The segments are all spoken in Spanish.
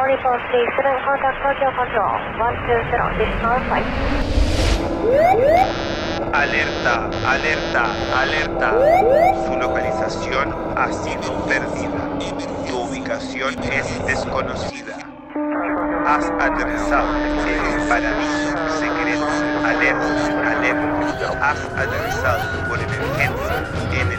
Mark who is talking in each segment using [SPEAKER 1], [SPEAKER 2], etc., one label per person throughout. [SPEAKER 1] 4437 contact Tokyo Control 120, this is our flight.
[SPEAKER 2] Alerta, alerta, alerta. Su localización ha sido perdida. Tu ubicación es desconocida. Has aterrizado en el paraíso secreto. Alerta, alerta. Has aterrizado por emergencia en el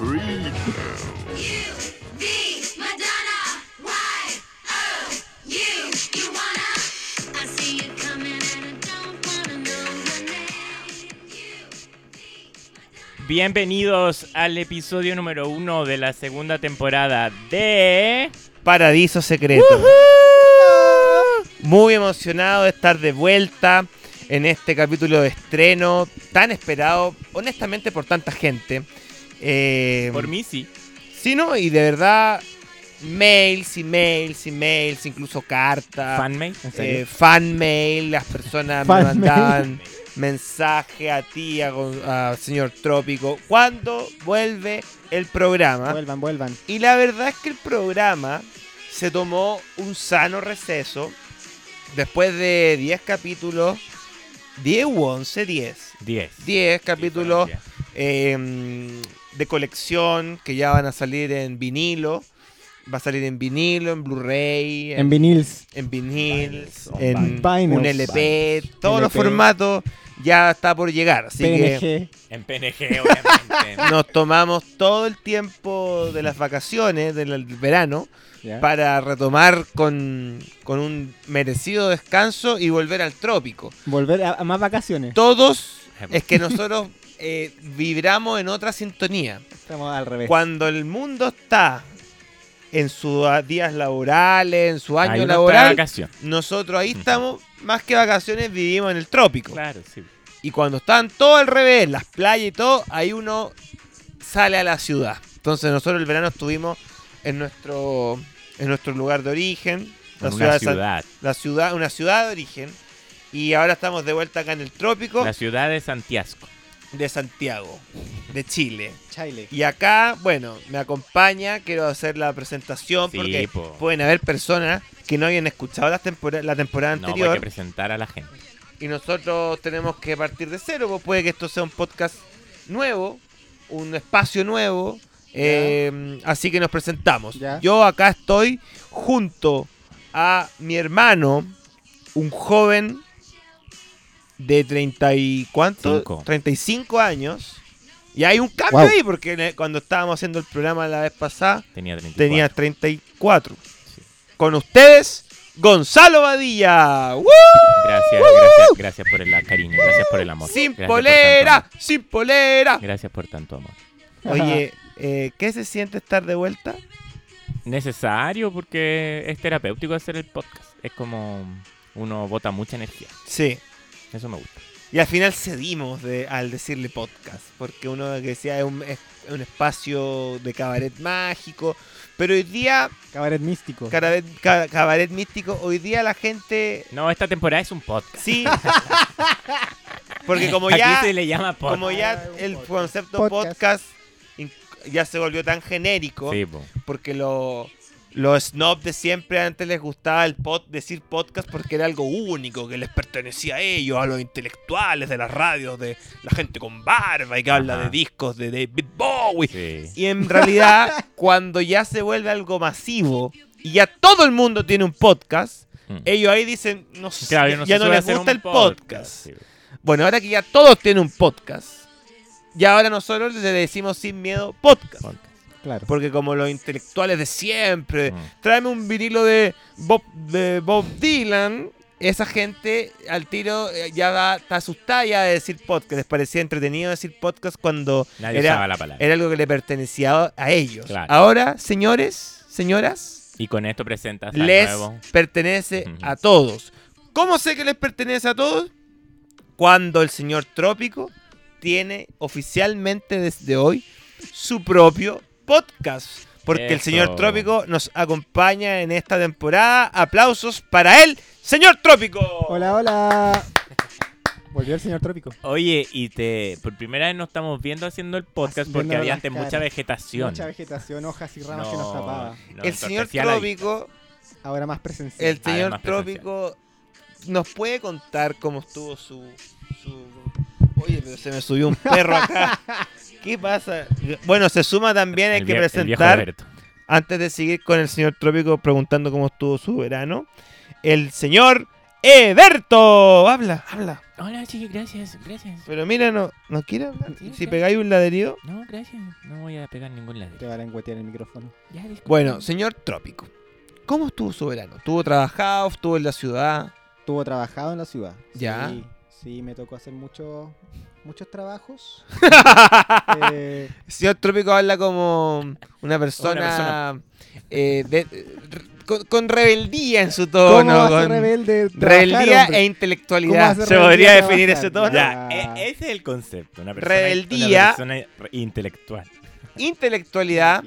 [SPEAKER 3] reader.
[SPEAKER 4] be Madonna. Why? Oh, you, you wanna? I see you coming and I don't wanna know your name. You be Madonna.
[SPEAKER 5] Bienvenidos al episodio número uno de la segunda temporada de...
[SPEAKER 6] Paradiso Secreto. Muy emocionado de estar de vuelta en este capítulo de estreno tan esperado, honestamente, por tanta gente. Eh,
[SPEAKER 5] Por mí sí.
[SPEAKER 6] Sí, ¿no? Y de verdad, mails y mails y mails, incluso cartas,
[SPEAKER 5] ¿Fanmate? ¿En serio?
[SPEAKER 6] eh, fan mail, las personas me
[SPEAKER 7] Fan
[SPEAKER 6] mandaban mensaje a ti, a, Gon- a señor Trópico, ¿cuándo vuelve el programa?
[SPEAKER 7] Vuelvan, vuelvan.
[SPEAKER 6] Y la verdad es que el programa se tomó un sano receso después de 10 capítulos, 10 u 11, 10.
[SPEAKER 5] 10.
[SPEAKER 6] 10 capítulos eh, de colección que ya van a salir en vinilo. Va a salir en vinilo, en Blu-ray,
[SPEAKER 7] En
[SPEAKER 6] en,
[SPEAKER 7] vinils.
[SPEAKER 6] en vinil,
[SPEAKER 5] on
[SPEAKER 6] en
[SPEAKER 7] vinyls.
[SPEAKER 6] un LP.
[SPEAKER 7] Vinyls.
[SPEAKER 6] Todos los
[SPEAKER 7] LP.
[SPEAKER 6] formatos ya está por llegar. Así que
[SPEAKER 7] PNG.
[SPEAKER 5] En PNG, obviamente.
[SPEAKER 6] nos tomamos todo el tiempo de las vacaciones, del verano,
[SPEAKER 7] Ya.
[SPEAKER 6] para retomar con, con un merecido descanso y volver al trópico.
[SPEAKER 7] Volver a, a más vacaciones.
[SPEAKER 6] Todos es que nosotros eh, vibramos en otra sintonía.
[SPEAKER 7] Estamos al revés.
[SPEAKER 6] Cuando el mundo está en sus a- días laborales, en su año
[SPEAKER 5] Ahí uno está de
[SPEAKER 6] laboral,
[SPEAKER 5] vacación.
[SPEAKER 6] nosotros ahí estamos, más que vacaciones, vivimos en el trópico.
[SPEAKER 5] Claro, sí.
[SPEAKER 6] Y cuando están todo al revés, las playas y todo, ahí uno sale a la ciudad. Entonces nosotros el verano estuvimos en nuestro, en nuestro lugar de origen, la ciudad,
[SPEAKER 5] En una
[SPEAKER 6] de San-
[SPEAKER 5] ciudad.
[SPEAKER 6] la ciudad, una ciudad de origen. Y ahora estamos de vuelta acá en el trópico
[SPEAKER 5] La ciudad de Santiago.
[SPEAKER 6] de Santiago, de Chile.
[SPEAKER 7] Chile.
[SPEAKER 6] Y acá, bueno, me acompaña, quiero hacer la presentación
[SPEAKER 5] Sí,
[SPEAKER 6] porque
[SPEAKER 5] po.
[SPEAKER 6] pueden haber personas que no hayan escuchado las tempora- la temporada
[SPEAKER 5] No, pues hay que
[SPEAKER 6] anterior
[SPEAKER 5] presentar a la gente.
[SPEAKER 6] y nosotros tenemos que partir de cero, pues puede que esto sea un podcast nuevo, un espacio nuevo, eh, así que nos presentamos.
[SPEAKER 7] Ya.
[SPEAKER 6] Yo acá estoy junto a mi hermano, un joven de 30 y cuánto,
[SPEAKER 5] Cinco.
[SPEAKER 6] 35 años. Y hay un cambio
[SPEAKER 7] Guau.
[SPEAKER 6] ahí, porque en el- cuando estábamos haciendo el programa la vez pasada,
[SPEAKER 5] Tenía 34.
[SPEAKER 6] tenía 34.
[SPEAKER 5] Sí.
[SPEAKER 6] Con ustedes, Gonzalo Badilla. ¡Woo!
[SPEAKER 5] Gracias, gracias, gracias por el cariño. Gracias por el amor.
[SPEAKER 6] Sin
[SPEAKER 5] gracias por
[SPEAKER 6] polera,
[SPEAKER 5] tanto
[SPEAKER 6] sin polera.
[SPEAKER 5] amor. Gracias por tanto amor.
[SPEAKER 6] Oye, eh, ¿qué se siente estar de vuelta?
[SPEAKER 5] Necesario porque es terapéutico hacer el podcast. Es como uno bota mucha energía.
[SPEAKER 6] Sí.
[SPEAKER 5] Eso me gusta.
[SPEAKER 6] Y al final cedimos de, al decirle podcast, porque uno que decía es un, es un espacio de cabaret mágico, pero hoy día,
[SPEAKER 7] Cabaret místico.
[SPEAKER 6] cabaret, ca- cabaret místico, hoy día la gente...
[SPEAKER 5] No, esta temporada es un podcast.
[SPEAKER 6] Sí. Porque como
[SPEAKER 5] Aquí
[SPEAKER 6] ya...
[SPEAKER 5] se le llama podcast.
[SPEAKER 6] Como ya el concepto
[SPEAKER 7] Podcast.
[SPEAKER 6] podcast, in- ya se volvió tan genérico,
[SPEAKER 5] Sí, po.
[SPEAKER 6] porque lo- los snobs de siempre antes les gustaba el pod, decir podcast porque era algo único, que les pertenecía a ellos, a los intelectuales de las radios, de la gente con barba y que habla
[SPEAKER 5] Ajá.
[SPEAKER 6] de discos de David Bowie.
[SPEAKER 5] Sí.
[SPEAKER 6] Y en realidad, cuando ya se vuelve algo masivo y ya todo el mundo tiene un podcast,
[SPEAKER 5] Mm.
[SPEAKER 6] ellos ahí dicen, no sé,
[SPEAKER 5] Claro, yo no
[SPEAKER 6] Eh, ya
[SPEAKER 5] sé si
[SPEAKER 6] no
[SPEAKER 5] voy a
[SPEAKER 6] les
[SPEAKER 5] hacer
[SPEAKER 6] gusta
[SPEAKER 5] un
[SPEAKER 6] el podcast.
[SPEAKER 5] sí.
[SPEAKER 6] Bueno, ahora que ya todos tienen un podcast, ya ahora nosotros le decimos sin miedo podcast.
[SPEAKER 5] Podcast.
[SPEAKER 7] Claro.
[SPEAKER 6] Porque como los intelectuales de siempre,
[SPEAKER 5] Mm.
[SPEAKER 6] tráeme un vinilo de Bob, de Bob Dylan, esa gente al tiro eh, ya va, está asustada ya de decir podcast. Les parecía entretenido decir podcast cuando
[SPEAKER 5] Nadie
[SPEAKER 6] era,
[SPEAKER 5] usaba la palabra.
[SPEAKER 6] era algo que le pertenecía a ellos.
[SPEAKER 5] Claro.
[SPEAKER 6] Ahora, señores, señoras,
[SPEAKER 5] Y con esto presentas al
[SPEAKER 6] les
[SPEAKER 5] nuevo.
[SPEAKER 6] pertenece
[SPEAKER 5] Ujú.
[SPEAKER 6] a todos. ¿Cómo sé que les pertenece a todos? Cuando el señor Trópico tiene oficialmente desde hoy su propio podcast. Porque el
[SPEAKER 5] Eso.
[SPEAKER 6] señor Trópico nos acompaña en esta temporada. Aplausos para él, señor Trópico.
[SPEAKER 7] Hola, hola. Volvió el señor trópico.
[SPEAKER 5] Oye, y te por primera vez nos estamos viendo haciendo el podcast
[SPEAKER 7] Haciendo
[SPEAKER 5] porque había
[SPEAKER 7] las
[SPEAKER 5] antes mucha
[SPEAKER 7] caras.
[SPEAKER 5] vegetación.
[SPEAKER 7] Mucha vegetación, hojas y ramas que nos
[SPEAKER 5] No,
[SPEAKER 7] tapaba.
[SPEAKER 5] no,
[SPEAKER 6] el señor
[SPEAKER 5] entorpecía la
[SPEAKER 6] Trópico,
[SPEAKER 7] Ahora más presencial.
[SPEAKER 5] ah,
[SPEAKER 6] el señor
[SPEAKER 5] Además,
[SPEAKER 6] Trópico nos puede contar cómo estuvo su, su- Oye, pero se me subió un perro acá. ¿Qué pasa? Bueno, se suma también hay
[SPEAKER 5] El
[SPEAKER 6] que
[SPEAKER 5] vie- el viejo
[SPEAKER 6] presentar
[SPEAKER 5] Alberto.
[SPEAKER 6] antes de seguir con el señor Trópico preguntando cómo estuvo su verano, el señor Eberto. Habla, habla.
[SPEAKER 5] Hola, sí, gracias, gracias.
[SPEAKER 6] Pero mira, no, no quiere hablar.
[SPEAKER 5] Sí,
[SPEAKER 6] Si
[SPEAKER 5] sí.
[SPEAKER 6] pegáis un laderido.
[SPEAKER 5] No, gracias. No voy a pegar ningún lado.
[SPEAKER 7] Te va a lengüetear el micrófono.
[SPEAKER 5] Ya, disculpa.
[SPEAKER 6] Bueno, señor Trópico, ¿cómo estuvo su verano? ¿Estuvo trabajado? ¿Estuvo en la ciudad?
[SPEAKER 7] Estuvo trabajado en la ciudad.
[SPEAKER 6] Ya.
[SPEAKER 7] Sí, sí, me tocó hacer muchos muchos trabajos. Eh,
[SPEAKER 6] El señor Trópico habla como una persona, eh, de- con, con rebeldía en su tono.
[SPEAKER 7] ¿Cómo va a ser
[SPEAKER 6] con
[SPEAKER 7] rebelde?
[SPEAKER 6] rebeldía
[SPEAKER 7] Trabajar, hombre.
[SPEAKER 6] e
[SPEAKER 7] ¿Cómo va a
[SPEAKER 6] intelectualidad.
[SPEAKER 7] ser
[SPEAKER 6] Se
[SPEAKER 7] rebeldía
[SPEAKER 6] podría
[SPEAKER 7] trabajar?
[SPEAKER 6] definir ese tono.
[SPEAKER 5] Ya,
[SPEAKER 7] Ah.
[SPEAKER 5] e- ese es el concepto. Una persona,
[SPEAKER 6] Rebeldía.
[SPEAKER 5] Una persona intelectual.
[SPEAKER 6] Intelectualidad.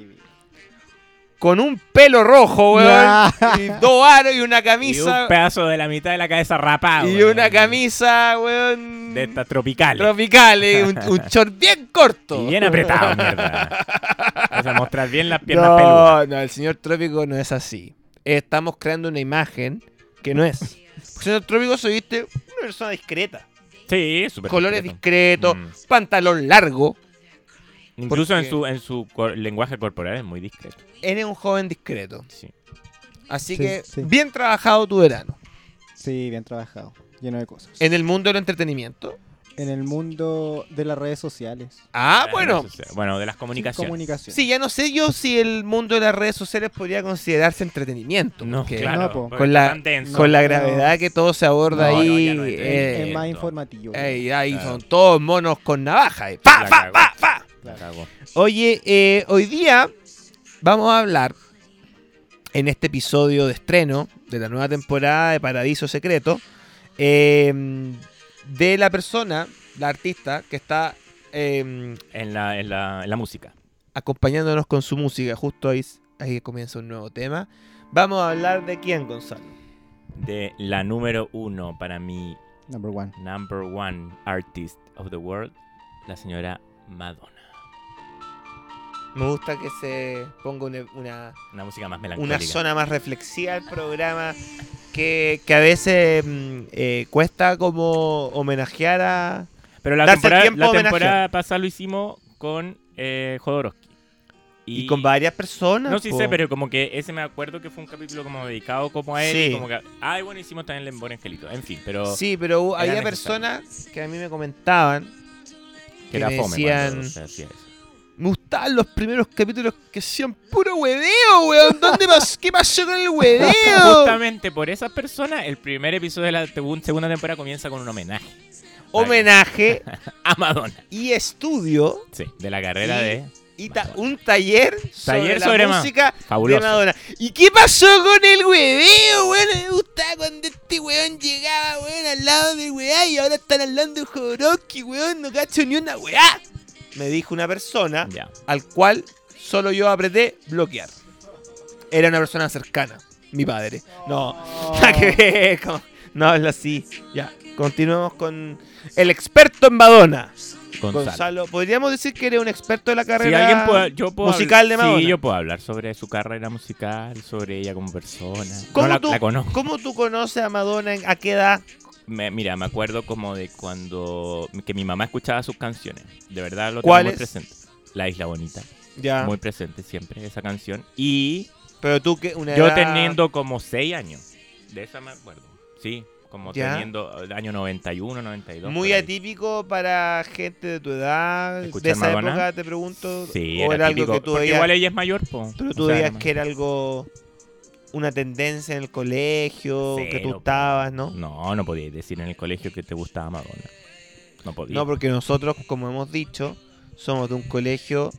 [SPEAKER 6] con un pelo rojo, weón.
[SPEAKER 7] Nah.
[SPEAKER 6] Y dos aros y una
[SPEAKER 5] Y un
[SPEAKER 6] camisa.
[SPEAKER 5] pedazo de la mitad de la cabeza rapado.
[SPEAKER 6] Y,
[SPEAKER 5] weón.
[SPEAKER 6] una camisa, weón.
[SPEAKER 5] De estas tropicales.
[SPEAKER 6] tropical, eh, un, un short bien corto.
[SPEAKER 5] Y bien apretado, mierda. O sea, mostrar bien las piernas peludas.
[SPEAKER 6] no, no, el señor Trópico no es así. Estamos creando una imagen que no es. El señor Trópico se viste una persona discreta.
[SPEAKER 5] Sí, súper.
[SPEAKER 6] colores
[SPEAKER 5] Pues discreto.
[SPEAKER 6] discretos,
[SPEAKER 5] Mm.
[SPEAKER 6] pantalón largo.
[SPEAKER 5] Incluso en
[SPEAKER 6] porque-
[SPEAKER 5] su, en su cor- lenguaje corporal es muy discreto.
[SPEAKER 6] Eres un joven discreto.
[SPEAKER 5] Sí.
[SPEAKER 6] Así
[SPEAKER 7] Sí,
[SPEAKER 6] que,
[SPEAKER 7] sí.
[SPEAKER 6] bien trabajado tu verano.
[SPEAKER 7] Sí, bien trabajado. Lleno de cosas.
[SPEAKER 6] En el mundo del entretenimiento.
[SPEAKER 7] En el mundo de las redes sociales.
[SPEAKER 6] Ah, bueno,
[SPEAKER 5] Eso sea. Bueno, de las comunicaciones.
[SPEAKER 7] Comunicación.
[SPEAKER 6] Sí, ya no sé yo si el mundo de las redes sociales podría considerarse entretenimiento.
[SPEAKER 5] No,
[SPEAKER 6] porque
[SPEAKER 5] claro.
[SPEAKER 7] No, po.
[SPEAKER 5] porque
[SPEAKER 6] Con
[SPEAKER 5] está
[SPEAKER 6] la-
[SPEAKER 5] tan denso.
[SPEAKER 6] Con la
[SPEAKER 7] No.
[SPEAKER 6] gravedad que todo se aborda
[SPEAKER 5] No, no,
[SPEAKER 6] ahí.
[SPEAKER 5] ya no es
[SPEAKER 6] eh,
[SPEAKER 7] Es
[SPEAKER 5] Esto.
[SPEAKER 7] más informativo.
[SPEAKER 6] ey, ahí
[SPEAKER 5] Claro.
[SPEAKER 6] son todos monos con navaja. eh. ¡Pa,
[SPEAKER 5] La
[SPEAKER 6] pa, pa,
[SPEAKER 5] cagó.
[SPEAKER 6] pa!
[SPEAKER 5] La cagó.
[SPEAKER 6] Oye, eh, hoy día vamos a hablar en este episodio de estreno de la nueva temporada de Paradiso Secreto eh, de la persona, la artista, que está eh,
[SPEAKER 5] En la, en la, en la música.
[SPEAKER 6] acompañándonos con su música. Justo ahí, ahí comienza un nuevo tema. Vamos a hablar de quién, Gonzalo.
[SPEAKER 5] De la número uno para mí,
[SPEAKER 7] Number one.
[SPEAKER 5] number one artist of the world, la señora Madonna.
[SPEAKER 6] Me gusta que se ponga una, una,
[SPEAKER 5] Una música más melancólica.
[SPEAKER 6] una zona más reflexiva al programa que, que a veces mm, eh, cuesta como homenajear a...
[SPEAKER 5] Pero la
[SPEAKER 6] Darse
[SPEAKER 5] temporada,
[SPEAKER 6] tiempo
[SPEAKER 5] la
[SPEAKER 6] homenaje.
[SPEAKER 5] temporada pasada lo hicimos con eh, Jodorowsky.
[SPEAKER 6] Y, con varias personas.
[SPEAKER 5] No, sí
[SPEAKER 6] po.
[SPEAKER 5] sé, pero como que ese me acuerdo que fue un capítulo como dedicado como a él.
[SPEAKER 6] Sí.
[SPEAKER 5] y como que, ay, bueno, hicimos también el Embora Angelito. En fin, pero
[SPEAKER 6] Sí, pero hubo-
[SPEAKER 5] Era
[SPEAKER 6] había
[SPEAKER 5] necesario.
[SPEAKER 6] personas que a mí me comentaban,
[SPEAKER 5] que era
[SPEAKER 6] me
[SPEAKER 5] fome
[SPEAKER 6] decían-
[SPEAKER 5] cuando se hacía eso.
[SPEAKER 6] me gustaban los primeros capítulos que hacían puro hueveo, weón. ¿Dónde pas- ¿Qué pasó con el hueveo?
[SPEAKER 5] Justamente por esas personas, el primer episodio de la tegun- segunda temporada comienza con un homenaje
[SPEAKER 6] Homenaje
[SPEAKER 5] a Madonna.
[SPEAKER 6] y estudio
[SPEAKER 5] Sí, de la carrera
[SPEAKER 6] Y-
[SPEAKER 5] de...
[SPEAKER 6] y ta-
[SPEAKER 5] Madonna.
[SPEAKER 6] un taller sobre,
[SPEAKER 5] Taller
[SPEAKER 6] la
[SPEAKER 5] sobre ma-
[SPEAKER 6] música
[SPEAKER 5] fabuloso.
[SPEAKER 6] de Madonna. ¿Y qué pasó con el hueveo, weón? Me gustaba cuando este weón llegaba, weón, al lado del weá y ahora están hablando de Jodorowsky, weón, no cacho ni una weá. Me dijo una persona
[SPEAKER 5] Ya.
[SPEAKER 6] al cual solo yo apreté bloquear. Era una persona cercana, mi padre. No, nada que ver, como- no habla así. Ya, continuemos con el experto en Madonna.
[SPEAKER 5] Gonzalo.
[SPEAKER 6] Gonzalo. podríamos decir que eres un experto de la
[SPEAKER 5] Si
[SPEAKER 6] carrera
[SPEAKER 5] alguien puede- yo puedo
[SPEAKER 6] musical
[SPEAKER 5] hablar-
[SPEAKER 6] de Madonna.
[SPEAKER 5] Sí, yo puedo hablar sobre su carrera musical, sobre ella como persona.
[SPEAKER 6] ¿Cómo,
[SPEAKER 5] no la,
[SPEAKER 6] tú,
[SPEAKER 5] la conozco.
[SPEAKER 6] ¿Cómo tú conoces a Madonna? en- ¿A qué edad?
[SPEAKER 5] Me- mira, me acuerdo como de cuando que mi mamá escuchaba sus canciones. De verdad lo tengo
[SPEAKER 6] ¿Cuál
[SPEAKER 5] muy
[SPEAKER 6] es?
[SPEAKER 5] presente. La Isla Bonita,
[SPEAKER 6] Ya.
[SPEAKER 5] muy presente siempre esa canción. Y
[SPEAKER 6] Pero tú que una
[SPEAKER 5] yo
[SPEAKER 6] edad-
[SPEAKER 5] teniendo como 6 años, de esa me acuerdo. Sí, como
[SPEAKER 6] Ya.
[SPEAKER 5] teniendo el año 91, 92.
[SPEAKER 6] Muy
[SPEAKER 5] por ahí.
[SPEAKER 6] atípico para gente de tu edad,
[SPEAKER 5] ¿Escuchar
[SPEAKER 6] de esa
[SPEAKER 5] Madonna?
[SPEAKER 6] época, te pregunto.
[SPEAKER 5] Sí,
[SPEAKER 6] o era, algo
[SPEAKER 5] típico,
[SPEAKER 6] que tú
[SPEAKER 5] porque
[SPEAKER 6] veías,
[SPEAKER 5] igual ella es mayor, po.
[SPEAKER 6] pero
[SPEAKER 5] O
[SPEAKER 6] tú
[SPEAKER 5] sea,
[SPEAKER 6] veías
[SPEAKER 5] no me-
[SPEAKER 6] que era algo, una tendencia en el colegio, que
[SPEAKER 5] Cero,
[SPEAKER 6] tú
[SPEAKER 5] po.
[SPEAKER 6] estabas, ¿no?
[SPEAKER 5] No, no podías decir en el colegio que te gustaba Madonna. No podías.
[SPEAKER 6] No, porque nosotros, como hemos dicho, somos de un colegio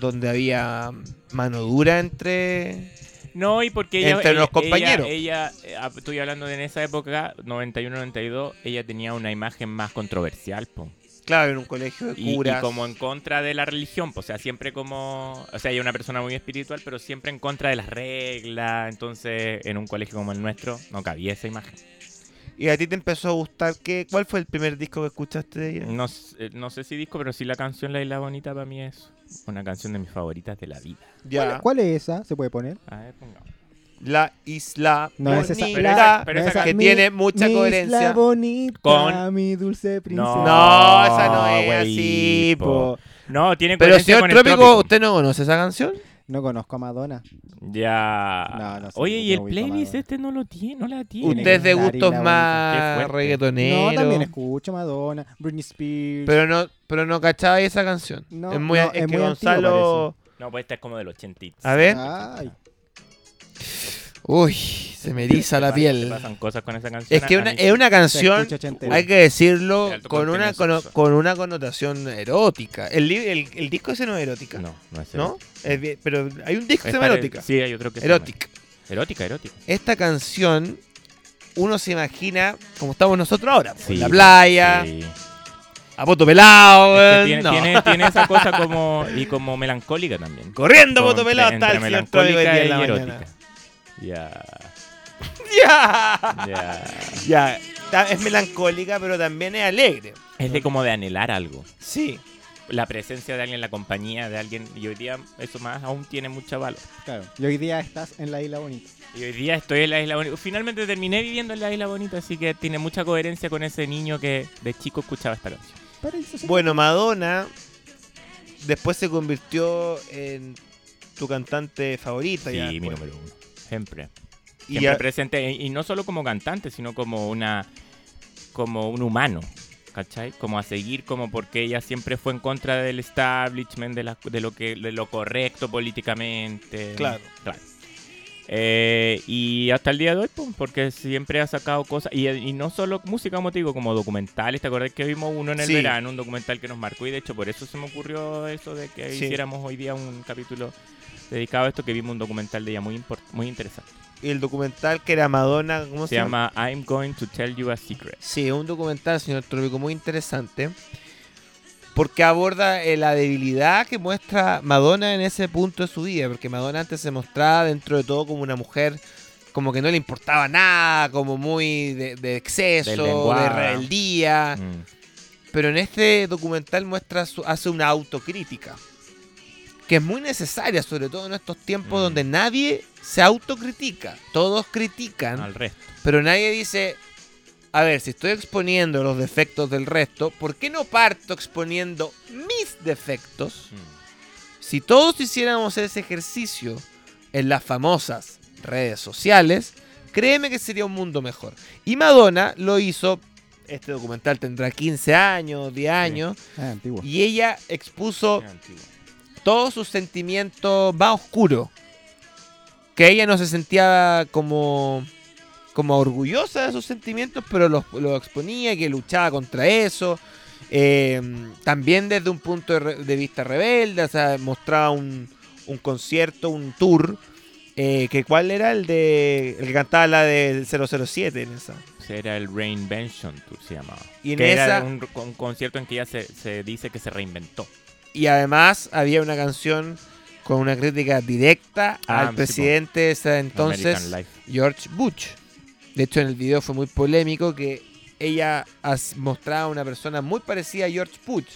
[SPEAKER 6] donde había mano dura entre
[SPEAKER 5] No, y porque ella. eh,
[SPEAKER 6] Entre
[SPEAKER 5] ella-
[SPEAKER 6] los compañeros.
[SPEAKER 5] Ella, ella, eh, ah, estoy hablando de en esa época, 91-92, ella tenía una imagen más controversial, po.
[SPEAKER 6] Claro, en un colegio de
[SPEAKER 5] Y, y
[SPEAKER 6] curas.
[SPEAKER 5] como en contra de la religión, po. o sea, siempre como. O sea, ella es una persona muy espiritual, pero siempre en contra de las reglas. Entonces, en un colegio como el nuestro, no cabía esa imagen.
[SPEAKER 6] ¿Y a ti te empezó a gustar? Qué, ¿Cuál fue el primer disco que escuchaste de
[SPEAKER 7] Mm.
[SPEAKER 6] ella?
[SPEAKER 5] No, s- eh, no sé si disco, pero sí la canción La Isla Bonita para mí es una canción de mis favoritas de la vida.
[SPEAKER 6] Ya.
[SPEAKER 7] ¿Cuál, cuál es esa? ¿Se puede poner?
[SPEAKER 5] A ver, pongamos.
[SPEAKER 6] La isla
[SPEAKER 7] No, es esa-
[SPEAKER 6] bonita,
[SPEAKER 5] Pero esa- pero
[SPEAKER 7] No,
[SPEAKER 5] esa
[SPEAKER 7] esa-
[SPEAKER 6] que
[SPEAKER 7] mi-
[SPEAKER 6] tiene mucha
[SPEAKER 7] mi
[SPEAKER 6] coherencia.
[SPEAKER 7] Isla bonita,
[SPEAKER 5] Con-
[SPEAKER 7] mi dulce princesa.
[SPEAKER 6] No, esa no es
[SPEAKER 5] güey,
[SPEAKER 6] así, po.
[SPEAKER 5] No, tiene
[SPEAKER 6] Pero
[SPEAKER 5] coherencia
[SPEAKER 6] señor
[SPEAKER 5] con el
[SPEAKER 6] Trópico,
[SPEAKER 5] trópico.
[SPEAKER 6] ¿usted no conoce esa canción?
[SPEAKER 7] No conozco a Madonna.
[SPEAKER 5] Ya.
[SPEAKER 7] No, no sé,
[SPEAKER 5] Oye, ¿y
[SPEAKER 7] no
[SPEAKER 5] el
[SPEAKER 7] ubico
[SPEAKER 5] playlist
[SPEAKER 7] Madonna.
[SPEAKER 5] este no lo tiene? No la tiene.
[SPEAKER 6] Usted es de
[SPEAKER 7] La isla
[SPEAKER 6] gustos
[SPEAKER 7] bonita.
[SPEAKER 5] Qué
[SPEAKER 6] más
[SPEAKER 5] fuerte.
[SPEAKER 6] reggaetonero.
[SPEAKER 7] No, también escucho Madonna, Britney Spears.
[SPEAKER 6] Pero no, pero no cachaba esa canción.
[SPEAKER 7] No,
[SPEAKER 6] es muy,
[SPEAKER 7] no,
[SPEAKER 6] es
[SPEAKER 7] es
[SPEAKER 6] que
[SPEAKER 7] muy antigua,
[SPEAKER 6] Gonzalo.
[SPEAKER 5] No, pues esta es como del 80.
[SPEAKER 6] A
[SPEAKER 7] Ah.
[SPEAKER 6] ver.
[SPEAKER 7] Ay,
[SPEAKER 6] Uy, se me eriza la piel.
[SPEAKER 5] Pasan cosas con esa canción. Ah,
[SPEAKER 6] Es que
[SPEAKER 5] a
[SPEAKER 6] una,
[SPEAKER 5] mí-
[SPEAKER 6] es una canción,
[SPEAKER 7] escucha ochentera.
[SPEAKER 6] hay que decirlo,
[SPEAKER 5] De alto
[SPEAKER 6] con una,
[SPEAKER 5] contenido
[SPEAKER 6] cono-
[SPEAKER 5] sexual.
[SPEAKER 6] con una connotación erótica. El, li- el, el disco ese no es erótica, ¿no?
[SPEAKER 5] No, no es
[SPEAKER 6] Es bien- pero hay un disco que se
[SPEAKER 5] Es
[SPEAKER 6] llama
[SPEAKER 5] para-
[SPEAKER 6] erótica.
[SPEAKER 5] Sí, yo creo que se llama.
[SPEAKER 6] Erótica.
[SPEAKER 5] Erótica, erótica.
[SPEAKER 6] Esta canción, uno se imagina como estamos nosotros ahora. pues,
[SPEAKER 5] Sí,
[SPEAKER 6] en la playa,
[SPEAKER 5] sí.
[SPEAKER 6] a poto pelado,
[SPEAKER 5] Es que
[SPEAKER 6] weón,
[SPEAKER 5] tiene,
[SPEAKER 6] no.
[SPEAKER 5] tiene, tiene esa cosa como. Y como melancólica también.
[SPEAKER 6] corriendo a
[SPEAKER 5] Como
[SPEAKER 6] poto pelado
[SPEAKER 5] entre-
[SPEAKER 6] hasta el
[SPEAKER 5] entre
[SPEAKER 6] señor Trópico hoy día
[SPEAKER 5] melancólica
[SPEAKER 6] en la
[SPEAKER 5] y
[SPEAKER 6] mañana.
[SPEAKER 5] erótica. Ya.
[SPEAKER 6] Ya.
[SPEAKER 5] Ya.
[SPEAKER 6] Ya, ta- es melancólica, pero también es alegre.
[SPEAKER 5] Es de como de anhelar algo.
[SPEAKER 6] Sí.
[SPEAKER 5] La presencia de alguien, la compañía de alguien. Y hoy día eso más aún tiene mucho valor.
[SPEAKER 7] claro. Y hoy día estás en la isla bonita.
[SPEAKER 5] Y hoy día estoy en la Isla Bonita. Finalmente terminé viviendo en la Isla Bonita, así que tiene mucha coherencia con ese niño que de chico escuchaba esta canción.
[SPEAKER 7] Pero eso sí.
[SPEAKER 6] Bueno, Madonna después se convirtió en tu cantante favorita.
[SPEAKER 5] Sí,
[SPEAKER 6] ya
[SPEAKER 5] mi
[SPEAKER 6] después.
[SPEAKER 5] número uno. Siempre.
[SPEAKER 6] Y
[SPEAKER 5] Siempre
[SPEAKER 6] ya-
[SPEAKER 5] presente. Y y no solo como cantante, sino como una. como un humano. ¿Cachai? Como a seguir, como porque ella siempre fue en contra del establishment, de, la- de lo que de lo correcto políticamente.
[SPEAKER 6] Claro.
[SPEAKER 5] Claro. Eh, y hasta el día de hoy, pum, porque siempre ha sacado cosas, y, y no solo música, como te digo, como documentales, ¿te acordás que vimos uno en el
[SPEAKER 6] Sí.
[SPEAKER 5] verano, un documental que nos marcó, y de hecho por eso se me ocurrió eso de que
[SPEAKER 6] Sí.
[SPEAKER 5] hiciéramos hoy día un capítulo dedicado a esto, que vimos un documental de ella muy, import- muy interesante.
[SPEAKER 6] y el documental que era Madonna, ¿cómo
[SPEAKER 5] Se, llama I'm Going to Tell You a Secret.
[SPEAKER 6] Sí, un documental, señor Trópico, muy interesante. Porque aborda eh, la debilidad que muestra Madonna en ese punto de su vida. Porque Madonna antes se mostraba dentro de todo como una mujer como que no le importaba nada, como muy de, de exceso, de
[SPEAKER 5] lenguado.
[SPEAKER 6] rebeldía.
[SPEAKER 5] Mm.
[SPEAKER 6] Pero en este documental muestra su- hace una autocrítica. Que es muy necesaria, sobre todo en estos tiempos
[SPEAKER 5] Mm.
[SPEAKER 6] donde nadie se autocritica. Todos critican.
[SPEAKER 5] Al resto.
[SPEAKER 6] Pero nadie dice, a ver, si estoy exponiendo los defectos del resto, ¿por qué no parto exponiendo mis defectos?
[SPEAKER 5] Mm.
[SPEAKER 6] Si todos hiciéramos ese ejercicio en las famosas redes sociales, créeme que sería un mundo mejor. Y Madonna lo hizo, este documental tendrá 15 años, 10 años,
[SPEAKER 7] Ah, antiguo.
[SPEAKER 6] y ella expuso
[SPEAKER 5] Qué antiguo.
[SPEAKER 6] todos sus sentimientos más oscuros. Que ella no se sentía como, como orgullosa de sus sentimientos, pero los, los exponía, que luchaba contra eso. Eh, también desde un punto de, re- de vista rebelde, o sea, mostraba un, un concierto, un tour. eh, que cuál era el de el que cantaba la del 007 en esa
[SPEAKER 5] Ese Era el Reinvention Tour, se llamaba.
[SPEAKER 6] Y en
[SPEAKER 5] que era
[SPEAKER 6] esa-
[SPEAKER 5] un, un concierto en que ella se, se dice que se reinventó.
[SPEAKER 6] y además había una canción con una crítica directa
[SPEAKER 5] Ah, sí,
[SPEAKER 6] al
[SPEAKER 5] po.
[SPEAKER 6] presidente de ese entonces
[SPEAKER 5] American Life.
[SPEAKER 6] George Bush. De hecho, en el video fue muy polémico que ella as- mostraba a una persona muy parecida a George Bush.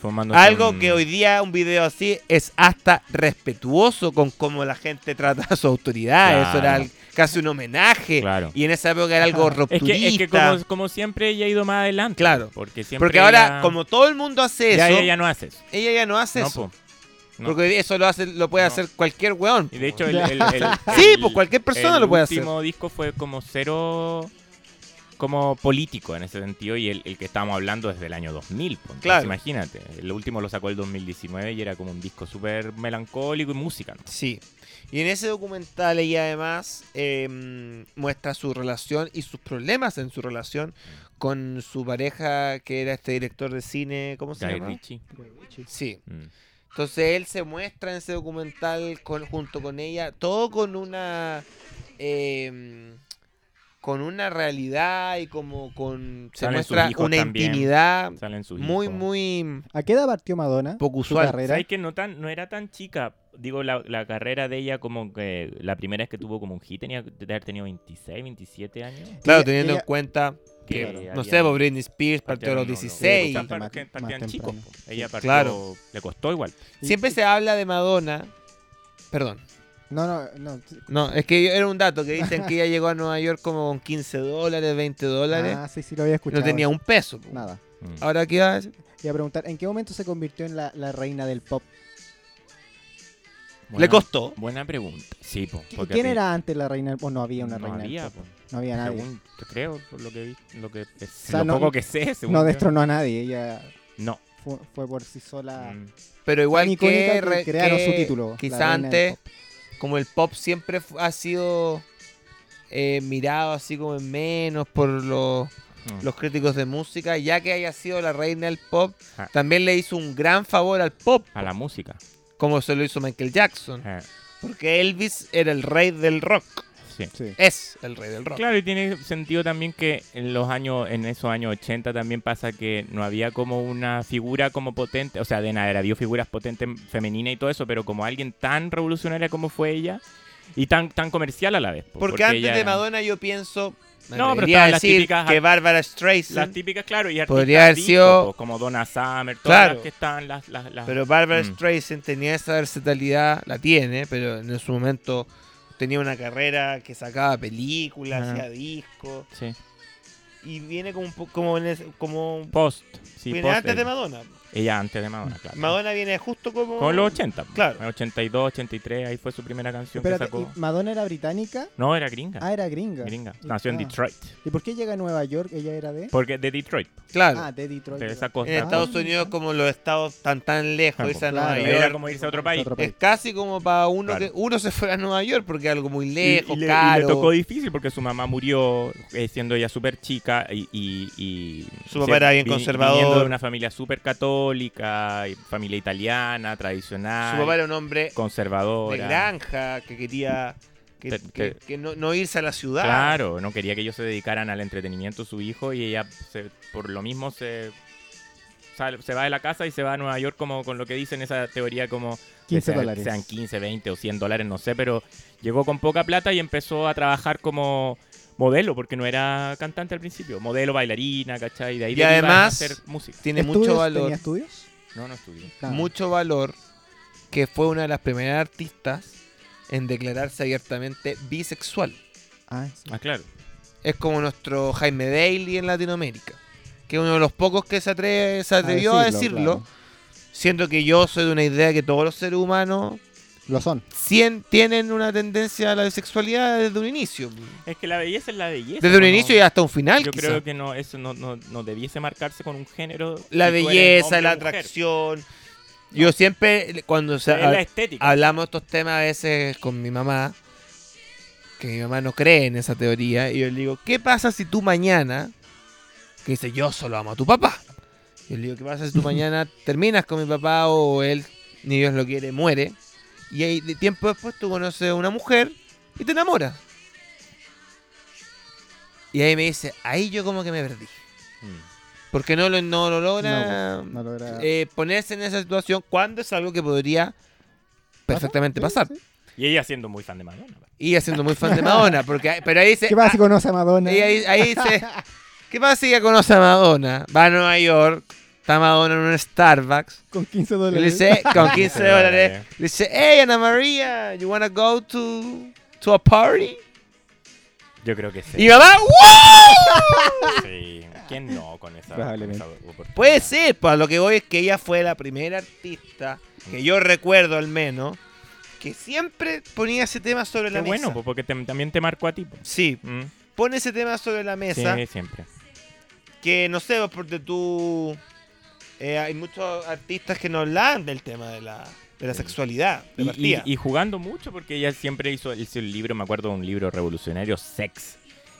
[SPEAKER 5] Formándose
[SPEAKER 6] Algo
[SPEAKER 5] este un-
[SPEAKER 6] que hoy día un video así es hasta respetuoso con cómo la gente trata a su autoridad. Eso era
[SPEAKER 5] Claro.
[SPEAKER 6] al- casi un homenaje.
[SPEAKER 5] Claro.
[SPEAKER 6] Y en esa época era algo
[SPEAKER 5] Es
[SPEAKER 6] rupturista.
[SPEAKER 5] que, es que como, como siempre ella ha ido más adelante.
[SPEAKER 6] Claro.
[SPEAKER 5] Porque siempre
[SPEAKER 6] Porque ahora,
[SPEAKER 5] ella-
[SPEAKER 6] como todo el mundo hace
[SPEAKER 5] ya,
[SPEAKER 6] eso,
[SPEAKER 5] ella no hace eso.
[SPEAKER 6] ella ya no hace
[SPEAKER 5] No,
[SPEAKER 6] eso.
[SPEAKER 5] po. no.
[SPEAKER 6] Porque eso lo hace, lo puede
[SPEAKER 5] No.
[SPEAKER 6] hacer cualquier weón.
[SPEAKER 5] Y de hecho, el, el- el-
[SPEAKER 6] Sí,
[SPEAKER 5] el-
[SPEAKER 6] pues cualquier persona
[SPEAKER 5] el
[SPEAKER 6] lo puede hacer.
[SPEAKER 5] último disco fue como cero como político en ese sentido y el, el que estábamos hablando desde el año 2000. pues, entonces
[SPEAKER 6] Claro.
[SPEAKER 5] Imagínate, el último lo sacó el 2019 y era como un disco súper melancólico y música. ¿no?
[SPEAKER 6] Sí. Y en ese documental ella además eh, muestra su relación y sus problemas en su relación con su pareja que era este director de cine, ¿cómo se
[SPEAKER 5] Guy
[SPEAKER 6] llama?
[SPEAKER 5] Ritchie.
[SPEAKER 6] Sí.
[SPEAKER 5] Mm.
[SPEAKER 6] Entonces él se muestra en ese documental con- junto con ella, todo con una. eh, con una realidad y como con. Se
[SPEAKER 5] Salen sus
[SPEAKER 6] muestra
[SPEAKER 5] hijos
[SPEAKER 6] una
[SPEAKER 5] también.
[SPEAKER 6] intimidad
[SPEAKER 5] Salen sus
[SPEAKER 6] muy,
[SPEAKER 5] hijos.
[SPEAKER 6] muy
[SPEAKER 7] ¿A qué edad partió Madonna?
[SPEAKER 6] poco
[SPEAKER 7] Su
[SPEAKER 6] usual.
[SPEAKER 7] carrera.
[SPEAKER 5] ¿Sabes que no, tan, no era tan chica? Digo, la, la carrera de ella como que la primera vez que tuvo como un hit tenía que haber tenido 26, 27 años.
[SPEAKER 6] Claro,
[SPEAKER 7] Ella-
[SPEAKER 6] teniendo
[SPEAKER 7] ella-
[SPEAKER 6] en cuenta que,
[SPEAKER 5] Claro.
[SPEAKER 6] no
[SPEAKER 5] había-
[SPEAKER 6] sé, pues Britney Spears partió a los
[SPEAKER 5] no, no,
[SPEAKER 6] 16.
[SPEAKER 5] no,
[SPEAKER 7] Más-
[SPEAKER 5] partían-
[SPEAKER 7] más
[SPEAKER 5] partían chicos.
[SPEAKER 7] temprano.
[SPEAKER 5] po. Ella partió,
[SPEAKER 6] Claro.
[SPEAKER 5] le costó igual.
[SPEAKER 7] Y-
[SPEAKER 6] Siempre se habla de Madonna. Perdón.
[SPEAKER 7] No, no, no. sí.
[SPEAKER 6] No, es que yo- era un dato que dicen que ella llegó a Nueva York como con 15 dólares, 20 dólares.
[SPEAKER 7] Ah, sí, sí, lo había escuchado.
[SPEAKER 6] no tenía un peso. po.
[SPEAKER 7] Nada.
[SPEAKER 5] Mm.
[SPEAKER 6] Ahora qué va a decir?
[SPEAKER 7] Iba a preguntar, ¿en qué momento se convirtió en la, la reina del pop?
[SPEAKER 6] Le
[SPEAKER 5] Buena-
[SPEAKER 6] costó.
[SPEAKER 5] Buena pregunta. Sí, po,
[SPEAKER 7] ¿Qui-
[SPEAKER 5] porque
[SPEAKER 7] ¿Quién
[SPEAKER 5] a ti-
[SPEAKER 7] era antes la reina del pop? No había una
[SPEAKER 5] no
[SPEAKER 7] reina
[SPEAKER 5] había,
[SPEAKER 7] del pop.
[SPEAKER 5] po.
[SPEAKER 7] No había nadie.
[SPEAKER 5] Según te creo, por lo que vi, lo que es-
[SPEAKER 7] sea,
[SPEAKER 5] lo
[SPEAKER 7] no-
[SPEAKER 5] poco que sé, según
[SPEAKER 7] No
[SPEAKER 5] yo.
[SPEAKER 7] destronó a nadie. Ella
[SPEAKER 5] No.
[SPEAKER 7] fu- fue, por sí sola.
[SPEAKER 5] Mm.
[SPEAKER 6] Pero igual
[SPEAKER 7] icónica
[SPEAKER 6] que,
[SPEAKER 7] que
[SPEAKER 6] re-
[SPEAKER 7] crearon
[SPEAKER 6] que
[SPEAKER 7] su título, la
[SPEAKER 6] Quizá
[SPEAKER 7] reina del
[SPEAKER 6] antes, como el pop siempre fu- ha sido eh, mirado así como en menos por los,
[SPEAKER 5] Mm.
[SPEAKER 6] los críticos de música, ya que haya sido la reina del pop,
[SPEAKER 7] Ah.
[SPEAKER 5] Ajá.
[SPEAKER 6] también le hizo un gran favor al pop,
[SPEAKER 5] A la música. Eh,
[SPEAKER 6] como se lo hizo Michael Jackson.
[SPEAKER 5] Ajá.
[SPEAKER 6] Porque Elvis era el rey del rock.
[SPEAKER 5] Sí.
[SPEAKER 7] Sí.
[SPEAKER 6] Es el rey del rock.
[SPEAKER 5] Claro, y tiene sentido también que en los años, en esos años 80 también pasa que no había como una figura como potente, o sea, de nada, había figuras potentes femeninas y todo eso, pero como alguien tan revolucionaria como fue ella y tan, tan comercial a la vez. po,
[SPEAKER 6] Porque, antes
[SPEAKER 5] ella
[SPEAKER 6] de
[SPEAKER 5] era-
[SPEAKER 6] Madonna yo pienso... me
[SPEAKER 5] No, pero
[SPEAKER 6] atrevería
[SPEAKER 5] estaban
[SPEAKER 6] a
[SPEAKER 5] las
[SPEAKER 6] decir
[SPEAKER 5] típicas-
[SPEAKER 6] que Bárbara
[SPEAKER 5] Las
[SPEAKER 6] Streisand...
[SPEAKER 5] típicas, claro, y artistas
[SPEAKER 6] Podría haber
[SPEAKER 5] discos,
[SPEAKER 6] sido-
[SPEAKER 5] po, como Donna Summer, todas
[SPEAKER 6] Claro.
[SPEAKER 5] las que están las... las, las-
[SPEAKER 6] Pero Barbara
[SPEAKER 5] Mm.
[SPEAKER 6] Streisand tenía esa versatilidad, la tiene, pero en su momento tenía una carrera que sacaba películas,
[SPEAKER 5] Ajá.
[SPEAKER 6] hacía discos,
[SPEAKER 5] Sí.
[SPEAKER 6] y viene como un poco como, en ese- como un-
[SPEAKER 5] Post. Sí,
[SPEAKER 6] viene
[SPEAKER 5] post
[SPEAKER 6] antes de
[SPEAKER 5] ella.
[SPEAKER 6] Madonna.
[SPEAKER 5] Ella antes de Madonna, claro.
[SPEAKER 6] Madonna viene justo como...
[SPEAKER 5] Con los 80. po.
[SPEAKER 6] Claro.
[SPEAKER 5] 82, 83, ahí fue su primera canción
[SPEAKER 7] Espérate,
[SPEAKER 5] que sacó.
[SPEAKER 7] ¿y ¿Madonna era británica?
[SPEAKER 5] No, era gringa.
[SPEAKER 7] Ah, era gringa.
[SPEAKER 5] gringa. Nació en
[SPEAKER 7] Ah.
[SPEAKER 5] Detroit.
[SPEAKER 7] ¿Y por qué llega a Nueva York? Ella era de.
[SPEAKER 5] Porque de Detroit,
[SPEAKER 6] Claro.
[SPEAKER 7] Ah, de Detroit.
[SPEAKER 5] de
[SPEAKER 7] ¿verdad?
[SPEAKER 5] esa costa.
[SPEAKER 6] en Estados
[SPEAKER 7] Ah.
[SPEAKER 6] Unidos como los estados tan tan lejos,
[SPEAKER 5] Ah,
[SPEAKER 6] irse a
[SPEAKER 7] claro.
[SPEAKER 6] Nueva
[SPEAKER 7] Era
[SPEAKER 6] York,
[SPEAKER 5] Era como irse a otro país.
[SPEAKER 7] Otro
[SPEAKER 6] Es casi como para uno que
[SPEAKER 5] Claro.
[SPEAKER 6] uno se fuera a Nueva York porque es algo muy
[SPEAKER 5] Y-
[SPEAKER 6] lejos,
[SPEAKER 5] y, le, y le
[SPEAKER 6] caro.
[SPEAKER 5] tocó difícil porque su mamá murió eh, siendo ella súper chica y, y- y-
[SPEAKER 6] Su papá era bien
[SPEAKER 5] vi-
[SPEAKER 6] conservador.
[SPEAKER 5] viniendo de una familia súper católica, y familia italiana, tradicional,
[SPEAKER 6] Su papá era un hombre de
[SPEAKER 5] conservadora.
[SPEAKER 6] granja que quería que,
[SPEAKER 5] Te-
[SPEAKER 6] que-
[SPEAKER 5] te-
[SPEAKER 6] que no, no irse a la ciudad.
[SPEAKER 5] Claro, no quería que ellos se dedicaran al entretenimiento su hijo y ella se- por lo mismo se sale- se va de la casa y se va a Nueva York como con lo que dicen esa teoría como
[SPEAKER 7] 15
[SPEAKER 5] que sean-
[SPEAKER 7] dólares.
[SPEAKER 5] Sean 15, 20 o 100 dólares, no sé, pero llegó con poca plata y empezó a trabajar como modelo, porque no era cantante al principio. Modelo, bailarina, ¿cachai? Y de ahí
[SPEAKER 6] Y
[SPEAKER 5] deriva en
[SPEAKER 6] además-
[SPEAKER 5] hacer música.
[SPEAKER 6] Tiene mucho
[SPEAKER 7] ¿Estudios?
[SPEAKER 6] valor.
[SPEAKER 7] ¿Tenía estudios?
[SPEAKER 5] No, no estudió.
[SPEAKER 7] Nada.
[SPEAKER 6] Mucho valor que fue una de las primeras artistas en declararse abiertamente bisexual.
[SPEAKER 7] Ah, sí.
[SPEAKER 5] Ah, claro.
[SPEAKER 6] Es como nuestro Jaime Bailey en Latinoamérica. Que es uno de los pocos que se, atreve, se atrevió a decirlo.
[SPEAKER 7] claro.
[SPEAKER 6] Siendo que yo soy de una idea que todos los seres humanos
[SPEAKER 7] Lo son.
[SPEAKER 6] cien- tienen una tendencia a la bisexualidad desde un inicio.
[SPEAKER 5] Es que la belleza es la belleza.
[SPEAKER 6] Desde un
[SPEAKER 5] ¿no?
[SPEAKER 6] inicio y hasta un final,
[SPEAKER 5] Yo
[SPEAKER 6] quizá.
[SPEAKER 5] creo que no, eso no, no, no debiese marcarse con un género.
[SPEAKER 6] La
[SPEAKER 5] si tú eres
[SPEAKER 6] belleza,
[SPEAKER 5] hombre
[SPEAKER 6] la
[SPEAKER 5] o mujer.
[SPEAKER 6] atracción. Yo siempre, cuando se,
[SPEAKER 5] Es la
[SPEAKER 6] ha-
[SPEAKER 5] estética.
[SPEAKER 6] hablamos de estos temas a veces con mi mamá, que mi mamá no cree en esa teoría, y yo le digo, ¿qué pasa si tú mañana, que dice, yo solo amo a tu papá? Yo le digo, ¿qué pasa si tú mañana terminas con mi papá o él, ni Dios lo quiere, muere? Y ahí, de tiempo después tú conoces a una mujer y te enamoras. Y ahí me dice, ahí yo como que me perdí.
[SPEAKER 5] Mm.
[SPEAKER 6] Porque no lo, no lo logra
[SPEAKER 7] No, no logra-
[SPEAKER 6] eh, ponerse en esa situación cuando es algo que podría perfectamente
[SPEAKER 7] Ajá, sí,
[SPEAKER 6] pasar.
[SPEAKER 7] sí.
[SPEAKER 5] Y ella siendo muy fan de Madonna. pues.
[SPEAKER 6] Y haciendo muy fan de Madonna, porque ahí- pero ahí dice, ah,
[SPEAKER 7] ¿Qué pasa si conoce a Madonna?
[SPEAKER 6] Eh, ahí, ahí- ahí dice, ¿qué pasa si ella conoce a Madonna? Va a Nueva York, está Madonna en un Starbucks,
[SPEAKER 7] Con 15
[SPEAKER 6] y
[SPEAKER 7] dólares.
[SPEAKER 6] le dice, con 15 dólares,
[SPEAKER 5] dólares.
[SPEAKER 6] le dice, hey Ana María, you wanna go to, to a party?
[SPEAKER 5] Yo creo que sí.
[SPEAKER 6] Y mamá, ¡wow!
[SPEAKER 5] Sí. ¿Quién no con esa,
[SPEAKER 7] Probablemente.
[SPEAKER 5] con esa oportunidad?
[SPEAKER 6] Puede ser, para lo que voy es que ella fue la primera artista, que yo recuerdo al menos, que siempre ponía ese tema sobre
[SPEAKER 5] Qué
[SPEAKER 6] la
[SPEAKER 5] bueno,
[SPEAKER 6] mesa.
[SPEAKER 5] pues, porque te- también te marcó a ti. pues.
[SPEAKER 6] Sí,
[SPEAKER 5] Mm.
[SPEAKER 6] pone ese tema sobre la mesa,
[SPEAKER 5] Sí, siempre.
[SPEAKER 6] que no sé, porque tú... eh, hay muchos artistas que no hablan del tema de la, de la
[SPEAKER 5] Sí.
[SPEAKER 6] sexualidad, de
[SPEAKER 5] Y, y-
[SPEAKER 6] partida.
[SPEAKER 5] y jugando mucho porque ella siempre hizo, hizo el libro, me acuerdo de un libro revolucionario, Sex.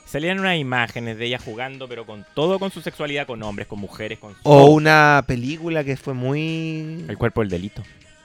[SPEAKER 5] Salían unas imágenes de ella jugando, pero con todo, con su sexualidad, con hombres, con mujeres, con...
[SPEAKER 6] O
[SPEAKER 5] todo.
[SPEAKER 6] una película que fue muy...
[SPEAKER 5] El cuerpo del delito.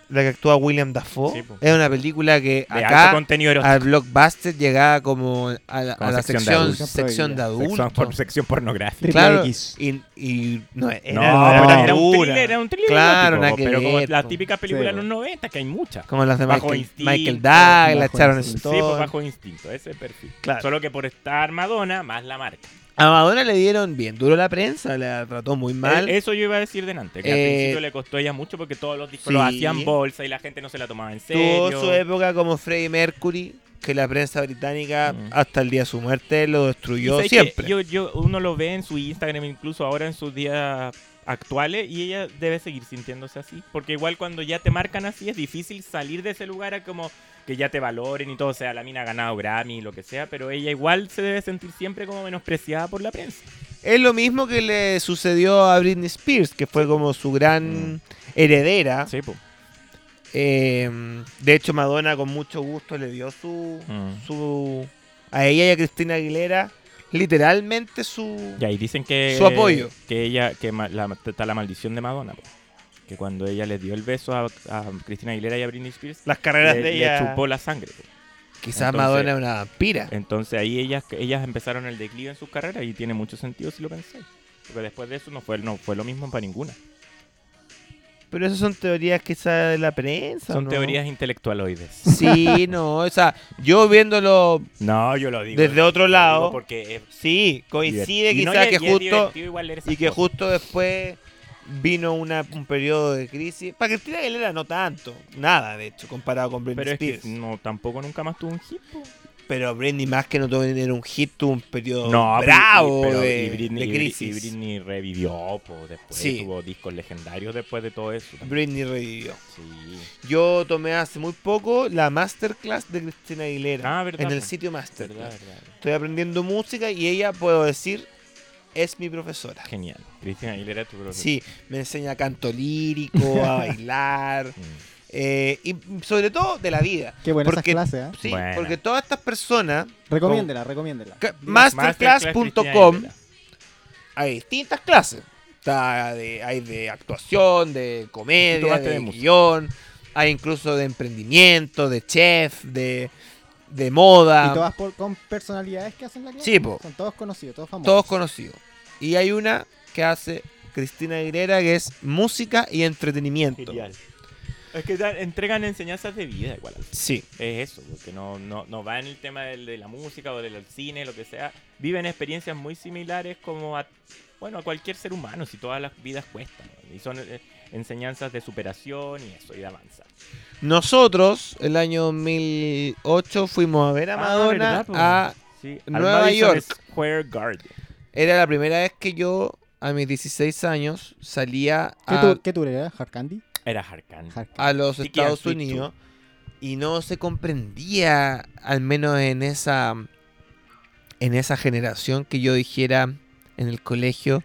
[SPEAKER 6] la que actúa William Dafoe.
[SPEAKER 5] Sí, po.
[SPEAKER 6] es una película que
[SPEAKER 5] De
[SPEAKER 6] acá
[SPEAKER 5] alto contenido erótico.
[SPEAKER 6] al blockbuster llegaba como a la,
[SPEAKER 5] Como
[SPEAKER 6] a la
[SPEAKER 5] sección de
[SPEAKER 6] sección,
[SPEAKER 5] adultos.
[SPEAKER 6] sección de adultos.
[SPEAKER 5] Sección, por, sección pornografía.
[SPEAKER 7] Triple
[SPEAKER 6] Claro,
[SPEAKER 7] X.
[SPEAKER 6] y, y no, era,
[SPEAKER 5] No,
[SPEAKER 6] una
[SPEAKER 5] pero era un
[SPEAKER 6] dura.
[SPEAKER 5] thriller, era un thriller.
[SPEAKER 6] Claro,
[SPEAKER 5] erótico,
[SPEAKER 6] nada que
[SPEAKER 5] Pero como
[SPEAKER 6] ver,
[SPEAKER 5] las
[SPEAKER 6] po.
[SPEAKER 5] típicas películas
[SPEAKER 7] Sí.
[SPEAKER 5] de los 90, que hay muchas.
[SPEAKER 6] Como las de
[SPEAKER 5] Bajo
[SPEAKER 6] Michael,
[SPEAKER 5] instinto,
[SPEAKER 6] Michael Douglas,
[SPEAKER 7] bajo
[SPEAKER 6] Sharon
[SPEAKER 5] Sí,
[SPEAKER 7] instinto.
[SPEAKER 6] Stone.
[SPEAKER 5] pues bajo instinto, ese es el perfil.
[SPEAKER 6] Claro.
[SPEAKER 5] Solo que por estar Madonna, más la marca.
[SPEAKER 6] A Madonna le dieron bien duro la prensa, la trató muy mal.
[SPEAKER 5] Eh, Eso yo iba a decir delante, que
[SPEAKER 6] Eh,
[SPEAKER 5] al principio le costó a ella mucho porque todos los discos los
[SPEAKER 6] sí.
[SPEAKER 5] hacían bolsa y la gente no se la tomaba en serio.
[SPEAKER 6] Tuvo su época como Freddie Mercury, que la prensa británica
[SPEAKER 5] Mm.
[SPEAKER 6] hasta el día de su muerte lo
[SPEAKER 5] Y
[SPEAKER 6] destruyó
[SPEAKER 5] sabes que
[SPEAKER 6] siempre.
[SPEAKER 5] Yo, yo, uno lo ve en su Instagram, incluso ahora en sus días actuales, eh, y ella debe seguir sintiéndose así. Porque igual cuando ya te marcan así, es difícil salir de ese lugar a como que ya te valoren y todo. O sea, la mina ha ganado Grammy, lo que sea, pero ella igual se debe sentir siempre como menospreciada por la prensa.
[SPEAKER 6] Es lo mismo que le sucedió a Britney Spears, que fue como su gran heredera.
[SPEAKER 5] Mm. Sí, pues.
[SPEAKER 6] Eh, de hecho, Madonna con mucho gusto le dio su,
[SPEAKER 5] Mm.
[SPEAKER 6] su a ella y a Cristina Aguilera literalmente su
[SPEAKER 5] Y ahí dicen que.
[SPEAKER 6] Su apoyo.
[SPEAKER 5] Que ella. Que ma- la- está la maldición de Madonna, po. Que cuando ella les dio el beso a, a Cristina Aguilera y a Britney Spears,
[SPEAKER 6] las carreras
[SPEAKER 5] le,
[SPEAKER 6] de
[SPEAKER 5] le
[SPEAKER 6] ella.
[SPEAKER 5] chupó la sangre. po.
[SPEAKER 6] Quizás
[SPEAKER 5] Entonces-
[SPEAKER 6] Madonna es una vampira.
[SPEAKER 5] Entonces ahí ellas, ellas empezaron el declive en sus carreras y tiene mucho sentido si lo pensáis. Porque después de eso no fue, no fue lo mismo para ninguna.
[SPEAKER 6] Pero esas son teorías quizás de la prensa.
[SPEAKER 5] Son
[SPEAKER 6] ¿no?
[SPEAKER 5] teorías intelectualoides.
[SPEAKER 6] Sí, no, o sea, yo viéndolo
[SPEAKER 5] No, yo lo digo.
[SPEAKER 6] Desde otro
[SPEAKER 5] Lo digo
[SPEAKER 6] lado,
[SPEAKER 5] porque es
[SPEAKER 6] Sí, coincide
[SPEAKER 5] divertido. Y no,
[SPEAKER 6] quizás
[SPEAKER 5] y-
[SPEAKER 6] que
[SPEAKER 5] y es
[SPEAKER 6] justo
[SPEAKER 5] divertido igual leer esas
[SPEAKER 6] y que
[SPEAKER 5] cosas.
[SPEAKER 6] justo después vino una, un periodo de crisis. Para Cristina Aguilera no tanto, nada de hecho, comparado con Britney
[SPEAKER 5] Pero es que
[SPEAKER 6] Spears.
[SPEAKER 5] no, tampoco nunca más tuvo un hit. po.
[SPEAKER 6] Pero Britney más que no tuvo ni- era un hit, tuvo un periodo
[SPEAKER 5] No,
[SPEAKER 6] Oh, bravo
[SPEAKER 5] pero- y-
[SPEAKER 6] de,
[SPEAKER 5] y Britney,
[SPEAKER 6] de
[SPEAKER 5] y Bri-
[SPEAKER 6] crisis.
[SPEAKER 5] Y
[SPEAKER 6] Britney,
[SPEAKER 5] Britney revivió, po, después
[SPEAKER 6] Sí.
[SPEAKER 5] tuvo discos legendarios después de todo eso. también.
[SPEAKER 6] revivió.
[SPEAKER 5] Sí.
[SPEAKER 6] Yo tomé hace muy poco la masterclass de Cristina Aguilera
[SPEAKER 5] Ah, verdad,
[SPEAKER 6] en el
[SPEAKER 5] po.
[SPEAKER 6] sitio
[SPEAKER 5] Verdad,
[SPEAKER 6] masterclass.
[SPEAKER 5] verdad.
[SPEAKER 6] Estoy aprendiendo música y ella puedo decir es mi profesora.
[SPEAKER 5] Genial. Cristina Aguilera, tu profesor.
[SPEAKER 6] Sí, me enseña canto lírico, a bailar.
[SPEAKER 5] Mm.
[SPEAKER 6] Eh, y sobre todo de la vida.
[SPEAKER 7] Qué buena
[SPEAKER 6] porque-
[SPEAKER 7] esa clase, ¿eh?
[SPEAKER 6] Sí,
[SPEAKER 5] Buena.
[SPEAKER 6] porque todas estas personas,
[SPEAKER 7] Recomiéndela, recomiéndela.
[SPEAKER 6] ca-
[SPEAKER 5] Cristina
[SPEAKER 6] masterclass.com,
[SPEAKER 5] Aguilera.
[SPEAKER 6] hay distintas clases. Está de, hay de actuación, de
[SPEAKER 5] Tú
[SPEAKER 6] comedia,
[SPEAKER 5] tomaste
[SPEAKER 6] de,
[SPEAKER 5] de música.
[SPEAKER 6] guión, hay incluso de emprendimiento, de chef, de, de
[SPEAKER 7] Y
[SPEAKER 6] moda,
[SPEAKER 7] todas por- con personalidades que hacen la clase.
[SPEAKER 6] Sí, po.
[SPEAKER 7] Son todos conocidos, todos famosos.
[SPEAKER 6] todos conocidos. Y hay una que hace Cristina Aguilera que es música y entretenimiento.
[SPEAKER 5] Genial. Es que dan- entregan enseñanzas de vida igual.
[SPEAKER 6] Sí.
[SPEAKER 5] Es eso, porque no, no, no va en el tema del- de la música o del cine, lo que sea. Viven experiencias muy similares como a, bueno, a cualquier ser humano, si todas las vidas cuestan. ¿no? Y son eh, enseñanzas de superación y eso, y de avanzar.
[SPEAKER 6] Nosotros, el año 2008, fuimos a ver a Madonna
[SPEAKER 5] Ah, ¿verdad, po?
[SPEAKER 6] a
[SPEAKER 5] Sí,
[SPEAKER 6] Nueva
[SPEAKER 5] Madison
[SPEAKER 6] York.
[SPEAKER 5] Square Garden.
[SPEAKER 6] Era la primera vez que yo, a mis 16 años, salía
[SPEAKER 7] ¿Qué,
[SPEAKER 6] a,
[SPEAKER 7] tu, ¿Qué tour era? ¿Hard Candy?
[SPEAKER 5] Era Harkan.
[SPEAKER 7] Hard Candy.
[SPEAKER 6] a los
[SPEAKER 5] Tiki and
[SPEAKER 6] Estados
[SPEAKER 5] Sweet
[SPEAKER 6] Unidos y no se comprendía, al menos en esa, en esa generación que yo dijera en el colegio,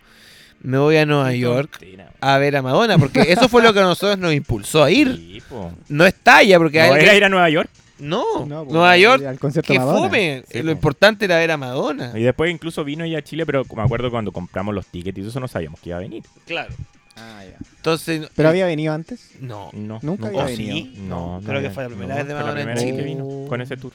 [SPEAKER 6] me voy a Nueva York a ver a Madonna, porque eso fue lo que a nosotros nos impulsó a ir. No es talla, porque
[SPEAKER 5] ¿No
[SPEAKER 6] alguien-
[SPEAKER 5] era ir a Nueva York?
[SPEAKER 6] no,
[SPEAKER 7] No, po,
[SPEAKER 6] Nueva
[SPEAKER 7] al-
[SPEAKER 6] York,
[SPEAKER 7] Al concierto
[SPEAKER 6] que
[SPEAKER 7] de Madonna.
[SPEAKER 6] fume.
[SPEAKER 5] Sí,
[SPEAKER 6] lo
[SPEAKER 5] po.
[SPEAKER 6] importante era ver a Madonna.
[SPEAKER 5] Y después incluso vino ella a Chile, pero me acuerdo cuando compramos los tickets y eso no sabíamos que iba a venir.
[SPEAKER 6] Claro.
[SPEAKER 7] Ah, ya.
[SPEAKER 6] Entonces,
[SPEAKER 7] ¿Pero había venido antes?
[SPEAKER 6] no.
[SPEAKER 5] No,
[SPEAKER 7] Nunca
[SPEAKER 5] no,
[SPEAKER 7] había
[SPEAKER 6] ¿O
[SPEAKER 7] venido.
[SPEAKER 6] Oh, sí?
[SPEAKER 5] No, no
[SPEAKER 6] Creo que
[SPEAKER 5] había-
[SPEAKER 6] fue la primera
[SPEAKER 5] no,
[SPEAKER 6] vez de
[SPEAKER 5] fue
[SPEAKER 6] Madonna en
[SPEAKER 5] primera vez que
[SPEAKER 6] Chile.
[SPEAKER 5] vino con ese tour.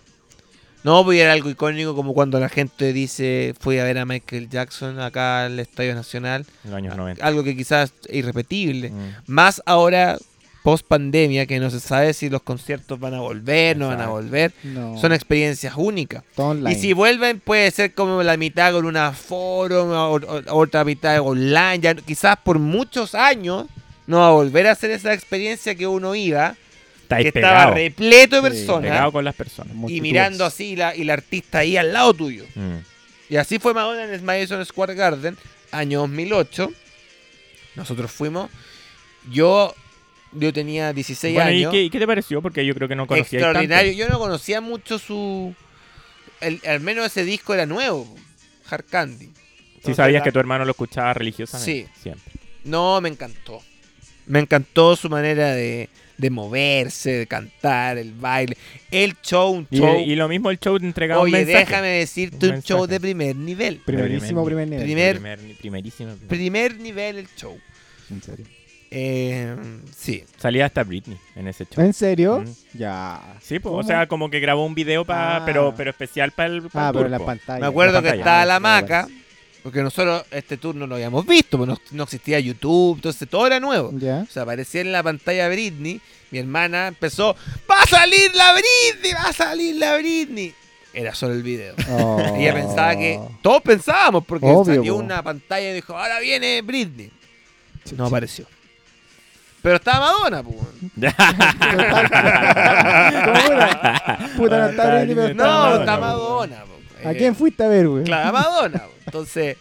[SPEAKER 6] No, pues era algo icónico como cuando la gente dice fui a ver a Michael Jackson acá al Estadio Nacional.
[SPEAKER 5] En los años 90.
[SPEAKER 6] Algo que quizás es irrepetible.
[SPEAKER 5] Mm.
[SPEAKER 6] Más ahora, post pandemia, que no se sabe si los conciertos van a volver, no van a
[SPEAKER 5] Exacto.
[SPEAKER 6] volver.
[SPEAKER 7] No.
[SPEAKER 6] Son experiencias únicas.
[SPEAKER 7] Todo online.
[SPEAKER 6] Y si vuelven, puede ser como la mitad con una forum, o- o- otra mitad online. Ya, quizás por muchos años no va a volver a hacer esa experiencia que uno iba,
[SPEAKER 5] Está
[SPEAKER 6] que
[SPEAKER 5] ahí
[SPEAKER 6] estaba
[SPEAKER 5] pegado,
[SPEAKER 6] repleto de
[SPEAKER 7] Sí,
[SPEAKER 6] personas.
[SPEAKER 5] pegado con las personas.
[SPEAKER 6] y
[SPEAKER 7] Multitudes.
[SPEAKER 6] mirando así la, y la artista ahí al lado tuyo.
[SPEAKER 5] Mm.
[SPEAKER 6] Y así fue Madonna en el Madison Square Garden, año 2008. Nosotros fuimos. Yo, yo tenía 16
[SPEAKER 5] Bueno, ¿y
[SPEAKER 6] años.
[SPEAKER 5] qué, y qué te pareció? Porque yo creo que no conocía tanto.
[SPEAKER 6] extraordinario. Yo no conocía mucho su. el- al menos ese disco era nuevo, Hard Candy.
[SPEAKER 5] Sí
[SPEAKER 6] Entonces,
[SPEAKER 5] sabías
[SPEAKER 6] la-
[SPEAKER 5] que tu hermano lo escuchaba religiosamente.
[SPEAKER 6] Sí.
[SPEAKER 5] Siempre.
[SPEAKER 6] No, me encantó. Me encantó su manera de, de moverse, de cantar, el baile, el show, un
[SPEAKER 5] Y,
[SPEAKER 6] show.
[SPEAKER 5] y lo mismo el show te entregaba un
[SPEAKER 6] Oye,
[SPEAKER 5] mensaje.
[SPEAKER 6] déjame decirte
[SPEAKER 5] Un
[SPEAKER 6] un show
[SPEAKER 5] mensaje.
[SPEAKER 6] de primer nivel.
[SPEAKER 7] Primerísimo, primer nivel.
[SPEAKER 6] Primer-
[SPEAKER 5] Primer- primerísimo.
[SPEAKER 6] primer nivel el show.
[SPEAKER 7] En serio.
[SPEAKER 6] Eh, sí.
[SPEAKER 5] Salía hasta Britney en ese show.
[SPEAKER 7] ¿En serio?
[SPEAKER 5] Mm.
[SPEAKER 7] Ya.
[SPEAKER 5] Sí, pues,
[SPEAKER 7] ¿Eh? ¿Cómo?
[SPEAKER 5] o sea, como que grabó un video pa,
[SPEAKER 7] Ah.
[SPEAKER 5] pero, pero especial para el, pa
[SPEAKER 7] Ah,
[SPEAKER 5] el
[SPEAKER 7] pero en la
[SPEAKER 5] turco.
[SPEAKER 7] pantalla.
[SPEAKER 6] Me acuerdo que
[SPEAKER 5] pantalla.
[SPEAKER 6] estaba la
[SPEAKER 7] Ya,
[SPEAKER 6] maca, porque nosotros este turno lo habíamos visto, porque no, no existía YouTube, entonces todo era nuevo.
[SPEAKER 7] Ya.
[SPEAKER 6] O sea, aparecía en la pantalla Britney, mi hermana empezó, ¡va a salir la Britney! ¡va a salir la Britney! Era solo el video.
[SPEAKER 7] Oh.
[SPEAKER 6] Ella pensaba que. Todos pensábamos, porque
[SPEAKER 7] Obvio,
[SPEAKER 6] salió
[SPEAKER 7] po.
[SPEAKER 6] una pantalla y dijo, ahora viene Britney.
[SPEAKER 7] Chucha.
[SPEAKER 6] No apareció. Pero estaba Madonna, pues.
[SPEAKER 7] Puta, no está Britney,
[SPEAKER 6] No,
[SPEAKER 7] pero está Madonna,
[SPEAKER 6] está
[SPEAKER 7] po.
[SPEAKER 6] Madonna, po.
[SPEAKER 7] ¿A
[SPEAKER 6] Eh,
[SPEAKER 7] quién fuiste a ver, güey?
[SPEAKER 6] Claro, a Madonna. po. Entonces,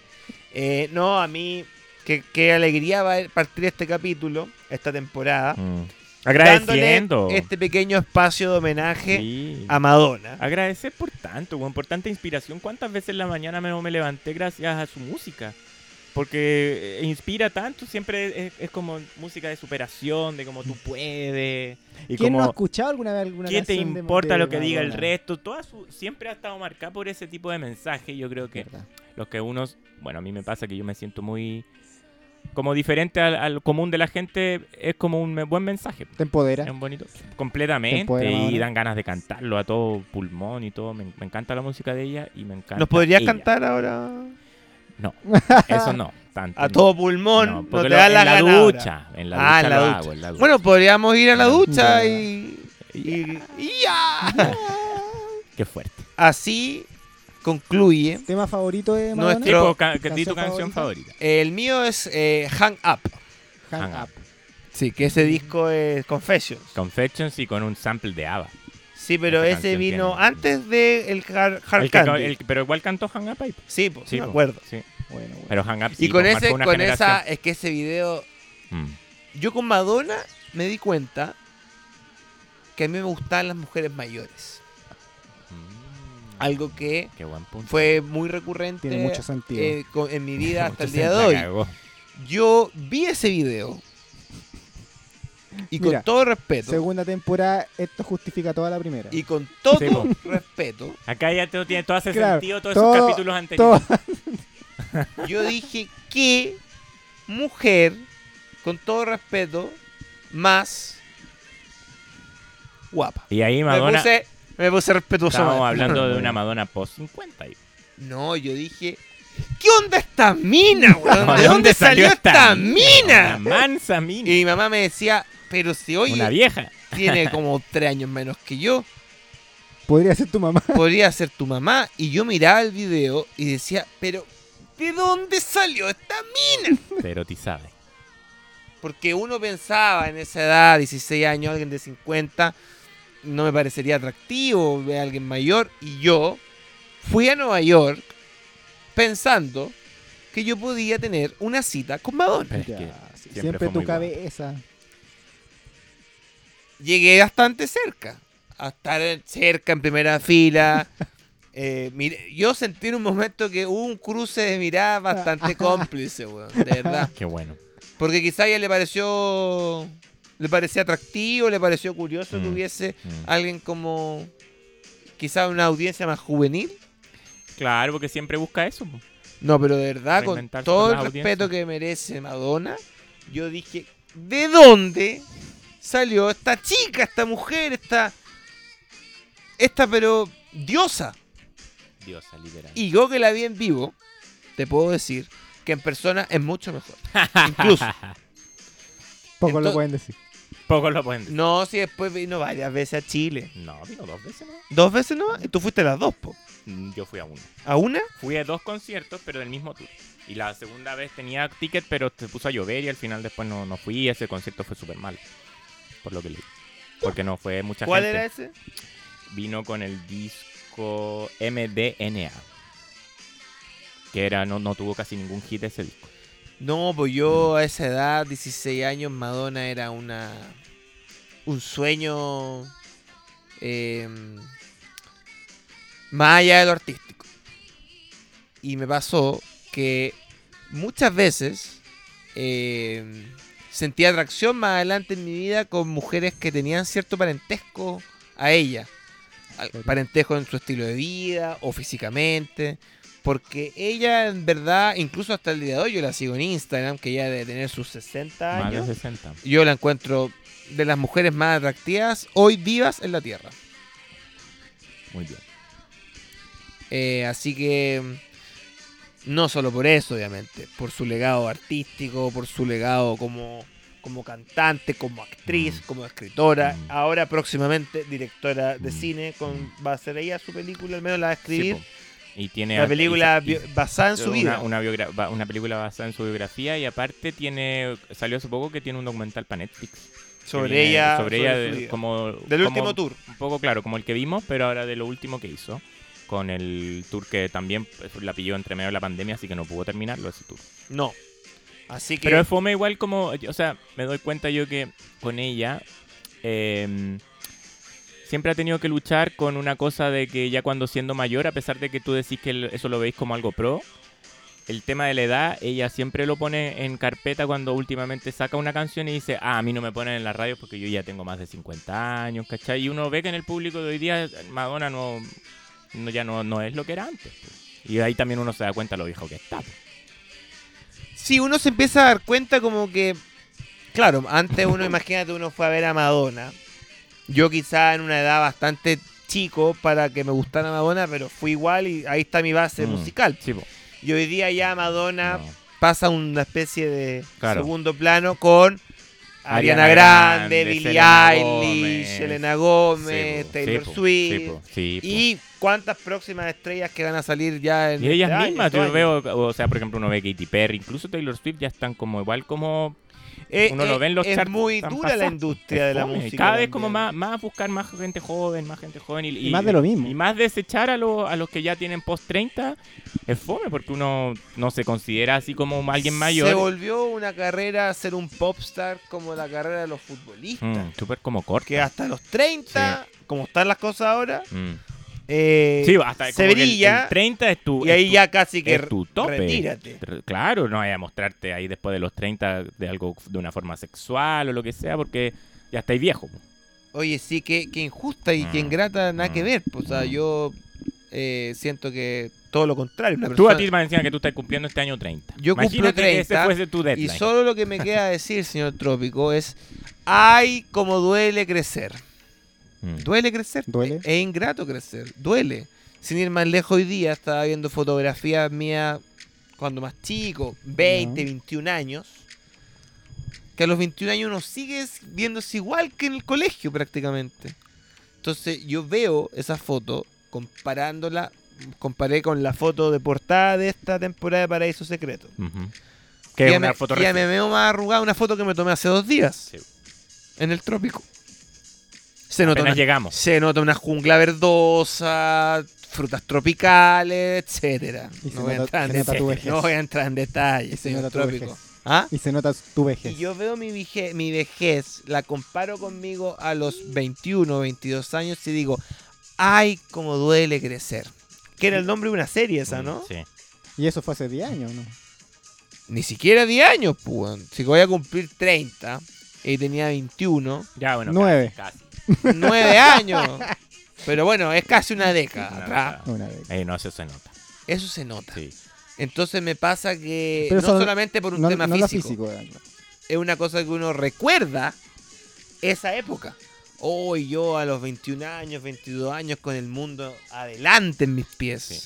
[SPEAKER 6] eh, no, a mí. Qué, qué alegría va a partir este capítulo, esta temporada.
[SPEAKER 5] Mm.
[SPEAKER 6] Dándole
[SPEAKER 5] Agradeciendo.
[SPEAKER 6] este pequeño espacio de homenaje
[SPEAKER 5] Sí.
[SPEAKER 6] a Madonna.
[SPEAKER 5] Agradecer por tanto, weón, por tanta inspiración. ¿Cuántas veces en la mañana me, me levanté gracias a su música? Porque eh, inspira tanto, siempre es, es como música de superación, de como tú puedes. Y
[SPEAKER 7] ¿Quién no ha
[SPEAKER 5] como,
[SPEAKER 7] escuchado alguna vez alguna
[SPEAKER 5] ¿qué te
[SPEAKER 7] canción de-
[SPEAKER 5] importa
[SPEAKER 7] de
[SPEAKER 5] lo que diga el
[SPEAKER 7] Madonna?
[SPEAKER 5] resto? Toda su, siempre ha estado marcada por ese tipo de mensaje. Yo creo que
[SPEAKER 7] Verdad.
[SPEAKER 5] los que unos, bueno, a mí me pasa que yo me siento muy como diferente al, al común de la gente, es como un me- buen mensaje.
[SPEAKER 7] Te
[SPEAKER 5] Es
[SPEAKER 7] empodera.
[SPEAKER 5] un bonito. Completamente.
[SPEAKER 7] empodera
[SPEAKER 5] Y
[SPEAKER 7] Madonna.
[SPEAKER 5] dan ganas de cantarlo a todo pulmón y todo. Me, me encanta la música de ella y me encanta.
[SPEAKER 6] ¿Nos podrías
[SPEAKER 5] ella.
[SPEAKER 6] cantar ahora?
[SPEAKER 5] No, eso no. Tanto,
[SPEAKER 6] A
[SPEAKER 5] no.
[SPEAKER 6] todo
[SPEAKER 5] No,
[SPEAKER 6] pulmón, no,
[SPEAKER 5] porque
[SPEAKER 6] te
[SPEAKER 5] lo-
[SPEAKER 6] da
[SPEAKER 5] en
[SPEAKER 6] la,
[SPEAKER 5] la
[SPEAKER 6] gana ahora.
[SPEAKER 5] ducha. En la
[SPEAKER 6] Ah,
[SPEAKER 5] ducha
[SPEAKER 6] en la
[SPEAKER 5] lo
[SPEAKER 6] ducha.
[SPEAKER 5] hago, en la ducha.
[SPEAKER 6] Bueno, podríamos ir a la ducha
[SPEAKER 7] Ya.
[SPEAKER 6] y. y- y ya.
[SPEAKER 5] Qué fuerte.
[SPEAKER 6] Así concluye.
[SPEAKER 7] ¿Tema favorito de
[SPEAKER 6] No,
[SPEAKER 7] Madonna?
[SPEAKER 6] es
[SPEAKER 5] ¿Qué
[SPEAKER 6] Pero-
[SPEAKER 5] po- ca- que- di
[SPEAKER 7] ¿canción
[SPEAKER 5] tu canción
[SPEAKER 7] favorita?
[SPEAKER 5] favorita?
[SPEAKER 6] El mío es eh, Hang Up.
[SPEAKER 7] Hang
[SPEAKER 5] Hang
[SPEAKER 7] Up.
[SPEAKER 6] Sí, que ese disco es Confessions.
[SPEAKER 5] Confections y con un sample de ABBA.
[SPEAKER 6] Sí, pero
[SPEAKER 5] Esa
[SPEAKER 6] ese
[SPEAKER 5] canción
[SPEAKER 6] vino
[SPEAKER 5] tiene-
[SPEAKER 6] antes de el Hard, Hard
[SPEAKER 5] El que-
[SPEAKER 6] Candy.
[SPEAKER 5] el- pero igual cantó Hang Up ahí.
[SPEAKER 6] Sí, pues,
[SPEAKER 5] Sí,
[SPEAKER 6] me
[SPEAKER 5] po.
[SPEAKER 6] acuerdo.
[SPEAKER 5] Sí.
[SPEAKER 7] Bueno, bueno.
[SPEAKER 5] Pero Hang Up sí,
[SPEAKER 6] y con
[SPEAKER 5] po,
[SPEAKER 6] ese,
[SPEAKER 5] marcó una
[SPEAKER 6] con esa,
[SPEAKER 5] generación.
[SPEAKER 6] es que ese video,
[SPEAKER 5] Mm.
[SPEAKER 6] yo con Madonna me di cuenta que a mí me gustaban las mujeres mayores.
[SPEAKER 5] Mm.
[SPEAKER 6] Algo que
[SPEAKER 5] Qué buen punto.
[SPEAKER 6] fue muy recurrente
[SPEAKER 7] Tiene mucho sentido.
[SPEAKER 6] eh, con- en mi vida hasta el
[SPEAKER 5] Entonces
[SPEAKER 6] día de
[SPEAKER 5] la
[SPEAKER 6] hoy.
[SPEAKER 5] cagó.
[SPEAKER 6] Yo vi ese video y con
[SPEAKER 7] Mira,
[SPEAKER 6] todo respeto,
[SPEAKER 7] Segunda temporada, esto justifica toda la primera.
[SPEAKER 6] y con todo
[SPEAKER 5] Sí, po.
[SPEAKER 6] respeto,
[SPEAKER 5] Acá ya todo tiene todo hace
[SPEAKER 7] Claro,
[SPEAKER 5] sentido todos
[SPEAKER 7] todo-
[SPEAKER 5] esos capítulos anteriores.
[SPEAKER 7] Todo-
[SPEAKER 6] yo dije que mujer, con todo respeto, más guapa.
[SPEAKER 5] Y ahí
[SPEAKER 6] Me
[SPEAKER 5] Madonna.
[SPEAKER 6] puse, me puse respetuoso.
[SPEAKER 5] Estábamos
[SPEAKER 6] más.
[SPEAKER 5] hablando de una Madonna post 50. y-
[SPEAKER 6] No, yo dije, ¿qué onda esta mina, weón?
[SPEAKER 5] No,
[SPEAKER 6] ¿De dónde salió esta mina?
[SPEAKER 5] Una mansa mina.
[SPEAKER 6] Y mi mamá me decía, pero si hoy
[SPEAKER 5] Una vieja.
[SPEAKER 6] tiene como tres años menos que yo,
[SPEAKER 7] Podría ser tu mamá.
[SPEAKER 6] podría ser tu mamá. Y yo miraba el video y decía, pero ¿de dónde salió esta mina?
[SPEAKER 5] Pero ti sabe.
[SPEAKER 6] Porque uno pensaba en esa edad, 16 años, alguien de 50, no me parecería atractivo ver a alguien mayor. Y yo fui a Nueva York pensando que yo podía tener una cita con Madonna.
[SPEAKER 5] Pero es
[SPEAKER 7] Ya,
[SPEAKER 5] que
[SPEAKER 7] sí,
[SPEAKER 5] siempre
[SPEAKER 7] siempre
[SPEAKER 5] fue muy
[SPEAKER 7] tu
[SPEAKER 5] guapa.
[SPEAKER 7] cabeza.
[SPEAKER 6] Llegué bastante cerca, a estar cerca en primera fila. Eh, mire, yo sentí en un momento que hubo un cruce de miradas bastante cómplice, weón, de verdad.
[SPEAKER 5] Qué bueno.
[SPEAKER 6] Porque quizá a ella le pareció. Le parecía atractivo, le pareció curioso que
[SPEAKER 5] Mm.
[SPEAKER 6] hubiese
[SPEAKER 5] Mm.
[SPEAKER 6] alguien como. Quizá una audiencia más juvenil.
[SPEAKER 5] Claro, porque siempre busca eso. po.
[SPEAKER 6] No, pero de verdad, con
[SPEAKER 5] Reinventarse
[SPEAKER 6] todo
[SPEAKER 5] con
[SPEAKER 6] el
[SPEAKER 5] las
[SPEAKER 6] respeto
[SPEAKER 5] audiencias.
[SPEAKER 6] que merece Madonna, yo dije: ¿de dónde salió esta chica, esta mujer, esta. Esta, pero. diosa?
[SPEAKER 5] Diosa liberal.
[SPEAKER 6] Y yo que la vi en vivo, te puedo decir que en persona es mucho mejor. Incluso.
[SPEAKER 7] Poco
[SPEAKER 6] Entonces-
[SPEAKER 7] lo pueden decir.
[SPEAKER 5] Poco lo pueden decir.
[SPEAKER 6] No, si después vino varias veces a Chile.
[SPEAKER 5] No, vino dos veces, ¿no?
[SPEAKER 6] ¿Dos veces nomás? Y tú fuiste a las dos, po.
[SPEAKER 5] Mm, Yo fui a uno.
[SPEAKER 6] ¿A una?
[SPEAKER 5] Fui a dos conciertos, pero del mismo tour. Y la segunda vez tenía ticket, pero se puso a llover y al final después no, no fui. Ese concierto fue súper mal. Por lo que leí. Porque no fue mucha
[SPEAKER 6] ¿Cuál
[SPEAKER 5] gente.
[SPEAKER 6] era ese?
[SPEAKER 5] Vino con el disco MDNA. Que era, no, no tuvo casi ningún hit ese disco.
[SPEAKER 6] No, pues yo a esa edad, 16 años, Madonna era una. un sueño. eh, más allá de lo artístico. Y me pasó que muchas veces eh, sentía atracción más adelante en mi vida con mujeres que tenían cierto parentesco a ella. Al- Parentesco en su estilo de vida o físicamente. Porque ella, en verdad, incluso hasta el día de hoy, yo la sigo en Instagram, que ya debe tener sus 60
[SPEAKER 5] Más de
[SPEAKER 6] años.
[SPEAKER 5] 60.
[SPEAKER 6] Yo la encuentro de las mujeres más atractivas hoy vivas en la Tierra.
[SPEAKER 5] Muy bien.
[SPEAKER 6] Eh, así que no solo por eso, obviamente, por su legado artístico, por su legado como, como cantante, como actriz,
[SPEAKER 5] Mm.
[SPEAKER 6] como escritora.
[SPEAKER 5] Mm.
[SPEAKER 6] Ahora próximamente directora de
[SPEAKER 5] Mm.
[SPEAKER 6] cine, con, va a ser ella su película, al menos la va a
[SPEAKER 5] Sí,
[SPEAKER 6] escribir.
[SPEAKER 5] po. y tiene
[SPEAKER 6] la
[SPEAKER 5] arte-
[SPEAKER 6] película
[SPEAKER 5] y- y-
[SPEAKER 6] bio- basada en su
[SPEAKER 5] una,
[SPEAKER 6] vida.
[SPEAKER 5] Una, biogra- ba- una película basada en su biografía y aparte tiene salió hace poco que tiene un documental para Netflix. que
[SPEAKER 6] sobre
[SPEAKER 5] viene-
[SPEAKER 6] ella. sobre
[SPEAKER 5] sobre ella
[SPEAKER 6] su
[SPEAKER 5] de-
[SPEAKER 6] vida.
[SPEAKER 5] como
[SPEAKER 6] Del
[SPEAKER 5] como-
[SPEAKER 6] último tour.
[SPEAKER 5] un poco claro, como el que vimos, pero ahora de lo último que hizo con el tour que también pues, la pilló entre medio de la pandemia, así que no pudo terminarlo ese tour.
[SPEAKER 6] No. Así que.
[SPEAKER 5] Pero es fome igual como, o sea, me doy cuenta yo que con ella eh, siempre ha tenido que luchar con una cosa de que ya cuando siendo mayor, a pesar de que tú decís que el- eso lo veis como algo pro, el tema de la edad, ella siempre lo pone en carpeta cuando últimamente saca una canción y dice, ah, a mí no me ponen en la radio porque yo ya tengo más de 50 años, ¿cachai? Y uno ve que en el público de hoy día Madonna no, no- ya no, no es lo que era antes. pues. Y ahí también uno se da cuenta lo viejo que está. pues.
[SPEAKER 6] Sí, uno se empieza a dar cuenta como que. Claro, antes uno, imagínate, uno fue a ver a Madonna. Yo quizá en una edad bastante chico para que me gustara Madonna, pero fui igual y ahí está mi base
[SPEAKER 5] Mm.
[SPEAKER 6] musical.
[SPEAKER 5] Sí, po.
[SPEAKER 6] Y hoy día ya Madonna
[SPEAKER 5] No.
[SPEAKER 6] pasa una especie de
[SPEAKER 5] Claro.
[SPEAKER 6] segundo plano con Ariana,
[SPEAKER 5] Ariana
[SPEAKER 6] Grande,
[SPEAKER 5] Grande,
[SPEAKER 6] Billie
[SPEAKER 5] Selena
[SPEAKER 6] Eilish,
[SPEAKER 5] Gómez.
[SPEAKER 6] Elena
[SPEAKER 5] Sí,
[SPEAKER 6] Gómez,
[SPEAKER 5] po,
[SPEAKER 6] Taylor
[SPEAKER 5] sí, po,
[SPEAKER 6] Swift.
[SPEAKER 5] sí, po, sí, po.
[SPEAKER 6] Y cuántas próximas estrellas que van a salir ya en
[SPEAKER 5] Y ellas
[SPEAKER 6] este año,
[SPEAKER 5] mismas,
[SPEAKER 6] este
[SPEAKER 5] yo
[SPEAKER 6] año.
[SPEAKER 5] veo, o sea, por ejemplo, uno ve Katy Perry, incluso Taylor Swift ya están como igual como...
[SPEAKER 6] Eh,
[SPEAKER 5] uno lo
[SPEAKER 6] eh,
[SPEAKER 5] ve en los
[SPEAKER 6] es
[SPEAKER 5] charts,
[SPEAKER 6] muy
[SPEAKER 5] están
[SPEAKER 6] dura la
[SPEAKER 5] pasadas.
[SPEAKER 6] industria de la
[SPEAKER 5] fome.
[SPEAKER 6] música.
[SPEAKER 5] Cada vez como
[SPEAKER 6] también.
[SPEAKER 5] más, más buscar más gente joven, más gente joven y,
[SPEAKER 7] Y más de lo mismo.
[SPEAKER 5] Y más desechar a, los a los que ya tienen post 30 es fome porque uno no se considera así como alguien
[SPEAKER 6] Se
[SPEAKER 5] mayor.
[SPEAKER 6] volvió una carrera a ser un popstar como la carrera de los futbolistas.
[SPEAKER 5] Mm, Súper como corta.
[SPEAKER 6] Que hasta los 30, como están las cosas ahora,
[SPEAKER 5] Mm.
[SPEAKER 6] eh,
[SPEAKER 5] Sí, hasta
[SPEAKER 6] se
[SPEAKER 5] como que el-
[SPEAKER 6] brilla
[SPEAKER 5] el 30 es tu...
[SPEAKER 6] y
[SPEAKER 5] es
[SPEAKER 6] ahí
[SPEAKER 5] tu-
[SPEAKER 6] ya casi que
[SPEAKER 5] es tu tope.
[SPEAKER 6] retírate.
[SPEAKER 5] Re- Claro, no vaya a mostrarte ahí después de los 30 de algo de una forma sexual o lo que sea, porque ya estáis viejo. po.
[SPEAKER 6] Oye, sí, que, que injusta y que
[SPEAKER 5] Mm,
[SPEAKER 6] ingrata nada que
[SPEAKER 5] mm,
[SPEAKER 6] ver. pues, O sea,
[SPEAKER 5] mm.
[SPEAKER 6] yo eh, siento que todo lo contrario. Una
[SPEAKER 5] Tú a
[SPEAKER 6] persona-
[SPEAKER 5] ti me decían que tú estás cumpliendo este año 30.
[SPEAKER 6] Yo cumplo
[SPEAKER 5] Imagínate que ese
[SPEAKER 6] 30
[SPEAKER 5] fuese tu
[SPEAKER 6] y
[SPEAKER 5] deadline.
[SPEAKER 6] solo lo que me queda decir, señor Trópico, es, ay, como duele crecer.
[SPEAKER 5] Mm.
[SPEAKER 6] Duele crecer.
[SPEAKER 7] Duele.
[SPEAKER 6] Es ingrato crecer. Duele. Sin ir más lejos hoy día, estaba viendo fotografías mías cuando más chico, 20,
[SPEAKER 7] Ya.
[SPEAKER 6] 21 años. Que a los 21 años uno sigue viéndose igual que en el colegio prácticamente. Entonces yo veo esa foto comparándola, comparé con la foto de portada de esta temporada de Paraíso Secreto.
[SPEAKER 5] Ujú.
[SPEAKER 6] Y
[SPEAKER 5] Que es
[SPEAKER 6] ya
[SPEAKER 5] una
[SPEAKER 6] me-
[SPEAKER 5] foto
[SPEAKER 6] y ya
[SPEAKER 5] reciente.
[SPEAKER 6] me veo más arrugada, una foto que me tomé hace dos días
[SPEAKER 5] Sí.
[SPEAKER 6] en el trópico. Se nota,
[SPEAKER 5] Apenas
[SPEAKER 6] una,
[SPEAKER 5] llegamos.
[SPEAKER 6] se nota una jungla verdosa, frutas tropicales, etcétera.
[SPEAKER 7] Y se
[SPEAKER 6] No voy, a entrar
[SPEAKER 7] nota-
[SPEAKER 6] en
[SPEAKER 7] se nota tu
[SPEAKER 6] detalles,
[SPEAKER 7] vejez.
[SPEAKER 6] no voy a entrar en detalles,
[SPEAKER 7] Y se
[SPEAKER 6] señor
[SPEAKER 7] nota tu
[SPEAKER 6] trópico.
[SPEAKER 7] vejez.
[SPEAKER 6] ¿Ah?
[SPEAKER 7] Y se nota tu
[SPEAKER 6] Y
[SPEAKER 7] vejez.
[SPEAKER 6] yo veo mi, vije- mi vejez, la comparo conmigo a los 21, 22 años y digo, ay, cómo duele crecer. Que era el nombre de una serie esa, ¿no?
[SPEAKER 5] Sí.
[SPEAKER 7] Y eso fue hace 10 años, ¿no?
[SPEAKER 6] Ni siquiera 10 años, pues. weón. Si voy a cumplir 30 y tenía 21,
[SPEAKER 5] Ya, bueno.
[SPEAKER 7] Nueve.
[SPEAKER 5] casi, casi.
[SPEAKER 6] 9 años. Pero bueno, es casi una década
[SPEAKER 5] Una
[SPEAKER 6] atrás.
[SPEAKER 5] década.
[SPEAKER 7] Una vez.
[SPEAKER 5] Eh, no, eso se nota.
[SPEAKER 6] Eso se nota.
[SPEAKER 5] Sí.
[SPEAKER 6] Entonces me pasa que
[SPEAKER 7] Pero
[SPEAKER 6] no
[SPEAKER 7] eso-
[SPEAKER 6] solamente por un
[SPEAKER 7] No,
[SPEAKER 6] tema
[SPEAKER 7] no lo
[SPEAKER 6] físico,
[SPEAKER 7] físico. eh.
[SPEAKER 6] es una cosa que uno recuerda esa época. Hoy yo a los 21 años, 22 años con el mundo adelante en mis pies.
[SPEAKER 5] Sí.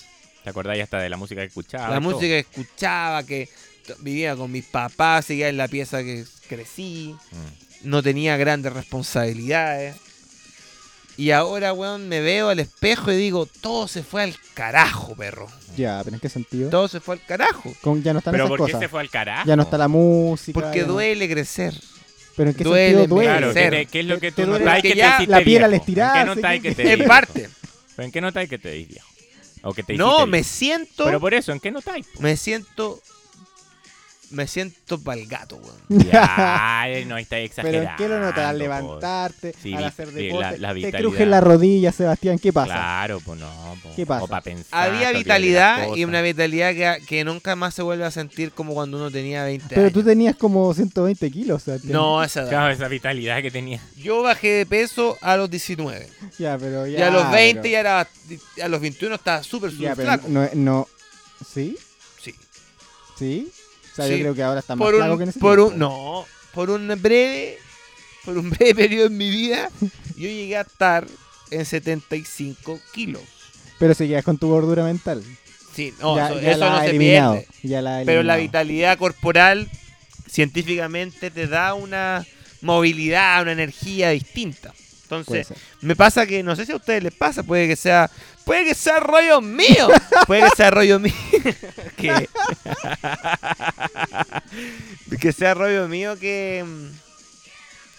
[SPEAKER 5] ¿Te acordáis hasta de la música que escuchaba?
[SPEAKER 6] la
[SPEAKER 5] y todo?
[SPEAKER 6] música que escuchaba, que t- vivía con mis papás, seguía en la pieza que crecí,
[SPEAKER 5] Mm.
[SPEAKER 6] no tenía grandes responsabilidades. Y ahora, weón, me veo al espejo y digo, todo se fue al carajo, perro.
[SPEAKER 7] Ya, pero ¿en qué sentido?
[SPEAKER 6] Todo se fue al carajo.
[SPEAKER 7] Con- ya no están
[SPEAKER 5] Pero
[SPEAKER 7] esas
[SPEAKER 5] ¿por qué
[SPEAKER 7] cosas.
[SPEAKER 5] se fue al carajo?
[SPEAKER 7] Ya no está la música.
[SPEAKER 6] Porque
[SPEAKER 7] ya no-
[SPEAKER 6] duele crecer.
[SPEAKER 7] Pero ¿en qué
[SPEAKER 6] duele,
[SPEAKER 7] sentido duele?
[SPEAKER 5] Claro, ¿qué,
[SPEAKER 6] Ser.
[SPEAKER 5] te- qué es lo que
[SPEAKER 7] Te
[SPEAKER 5] tú
[SPEAKER 7] duele
[SPEAKER 5] notáis
[SPEAKER 6] que
[SPEAKER 5] que, te
[SPEAKER 6] ya
[SPEAKER 5] hiciste
[SPEAKER 7] la piel al
[SPEAKER 5] viejo?
[SPEAKER 7] estirarse,
[SPEAKER 5] ¿En qué notáis
[SPEAKER 7] que-
[SPEAKER 5] que te
[SPEAKER 6] En
[SPEAKER 5] viejo?
[SPEAKER 6] parte.
[SPEAKER 5] ¿Pero en qué notáis que te dis viejo? ¿O que te
[SPEAKER 6] No,
[SPEAKER 5] hiciste
[SPEAKER 6] me
[SPEAKER 5] viejo?
[SPEAKER 6] siento.
[SPEAKER 5] Pero pues por eso, ¿en qué notáis? po?
[SPEAKER 6] Me siento. Me siento pa'l gato, weón.
[SPEAKER 7] Mm.
[SPEAKER 5] Ya, no estás
[SPEAKER 7] Pero
[SPEAKER 5] exagerando.
[SPEAKER 7] ¿en qué lo notas? Al
[SPEAKER 5] po.
[SPEAKER 7] levantarte,
[SPEAKER 5] Sí,
[SPEAKER 7] al
[SPEAKER 5] vi-
[SPEAKER 7] hacer
[SPEAKER 5] vi-
[SPEAKER 7] deporte.
[SPEAKER 5] la- la
[SPEAKER 7] te
[SPEAKER 5] vitalidad.
[SPEAKER 7] crujen la rodilla, Sebastián. ¿Qué pasa?
[SPEAKER 5] Claro, pues no. po.
[SPEAKER 7] ¿Qué pasa?
[SPEAKER 5] O para pensar.
[SPEAKER 6] Había
[SPEAKER 5] pa'
[SPEAKER 6] vitalidad
[SPEAKER 5] olvidar
[SPEAKER 6] y una
[SPEAKER 5] las
[SPEAKER 6] vitalidad que, que nunca más se vuelve a sentir como cuando uno tenía 20
[SPEAKER 7] Pero
[SPEAKER 6] años.
[SPEAKER 7] tú tenías como 120 kilos, Sebastián.
[SPEAKER 6] No, a esa
[SPEAKER 5] cosas.
[SPEAKER 6] edad.
[SPEAKER 5] Claro, esa vitalidad que tenía.
[SPEAKER 6] Yo bajé de peso a los 19.
[SPEAKER 7] Ya, pero
[SPEAKER 6] Y
[SPEAKER 7] ya.
[SPEAKER 6] a los 20
[SPEAKER 7] pero-
[SPEAKER 6] ya era. A los 21 estaba súper,
[SPEAKER 7] Ya,
[SPEAKER 6] súper
[SPEAKER 7] pero
[SPEAKER 6] flaco.
[SPEAKER 7] no, no, ¿Sí?
[SPEAKER 6] Sí.
[SPEAKER 7] ¿Sí? O sea, yo
[SPEAKER 6] Sí.
[SPEAKER 7] creo que ahora está más
[SPEAKER 6] Por
[SPEAKER 7] flaco que en
[SPEAKER 6] un,
[SPEAKER 7] ese
[SPEAKER 6] por
[SPEAKER 7] tiempo.
[SPEAKER 6] un, no, por un breve, por un breve periodo en mi vida, yo llegué a estar en 75 kilos.
[SPEAKER 7] Pero seguías con tu gordura mental.
[SPEAKER 6] Sí, no,
[SPEAKER 7] ya,
[SPEAKER 6] eso,
[SPEAKER 7] ya
[SPEAKER 6] eso
[SPEAKER 7] la
[SPEAKER 6] no
[SPEAKER 7] has
[SPEAKER 6] se
[SPEAKER 7] eliminado,
[SPEAKER 6] pierde.
[SPEAKER 7] Ya la has
[SPEAKER 6] Pero la
[SPEAKER 7] eliminado.
[SPEAKER 6] vitalidad corporal científicamente te da una movilidad, una energía distinta.
[SPEAKER 7] Puede
[SPEAKER 6] Entonces,
[SPEAKER 7] ser.
[SPEAKER 6] me pasa que no sé si a ustedes les pasa, puede que sea, puede que sea rollo mío, puede que sea rollo mío, que, que sea rollo mío que mm,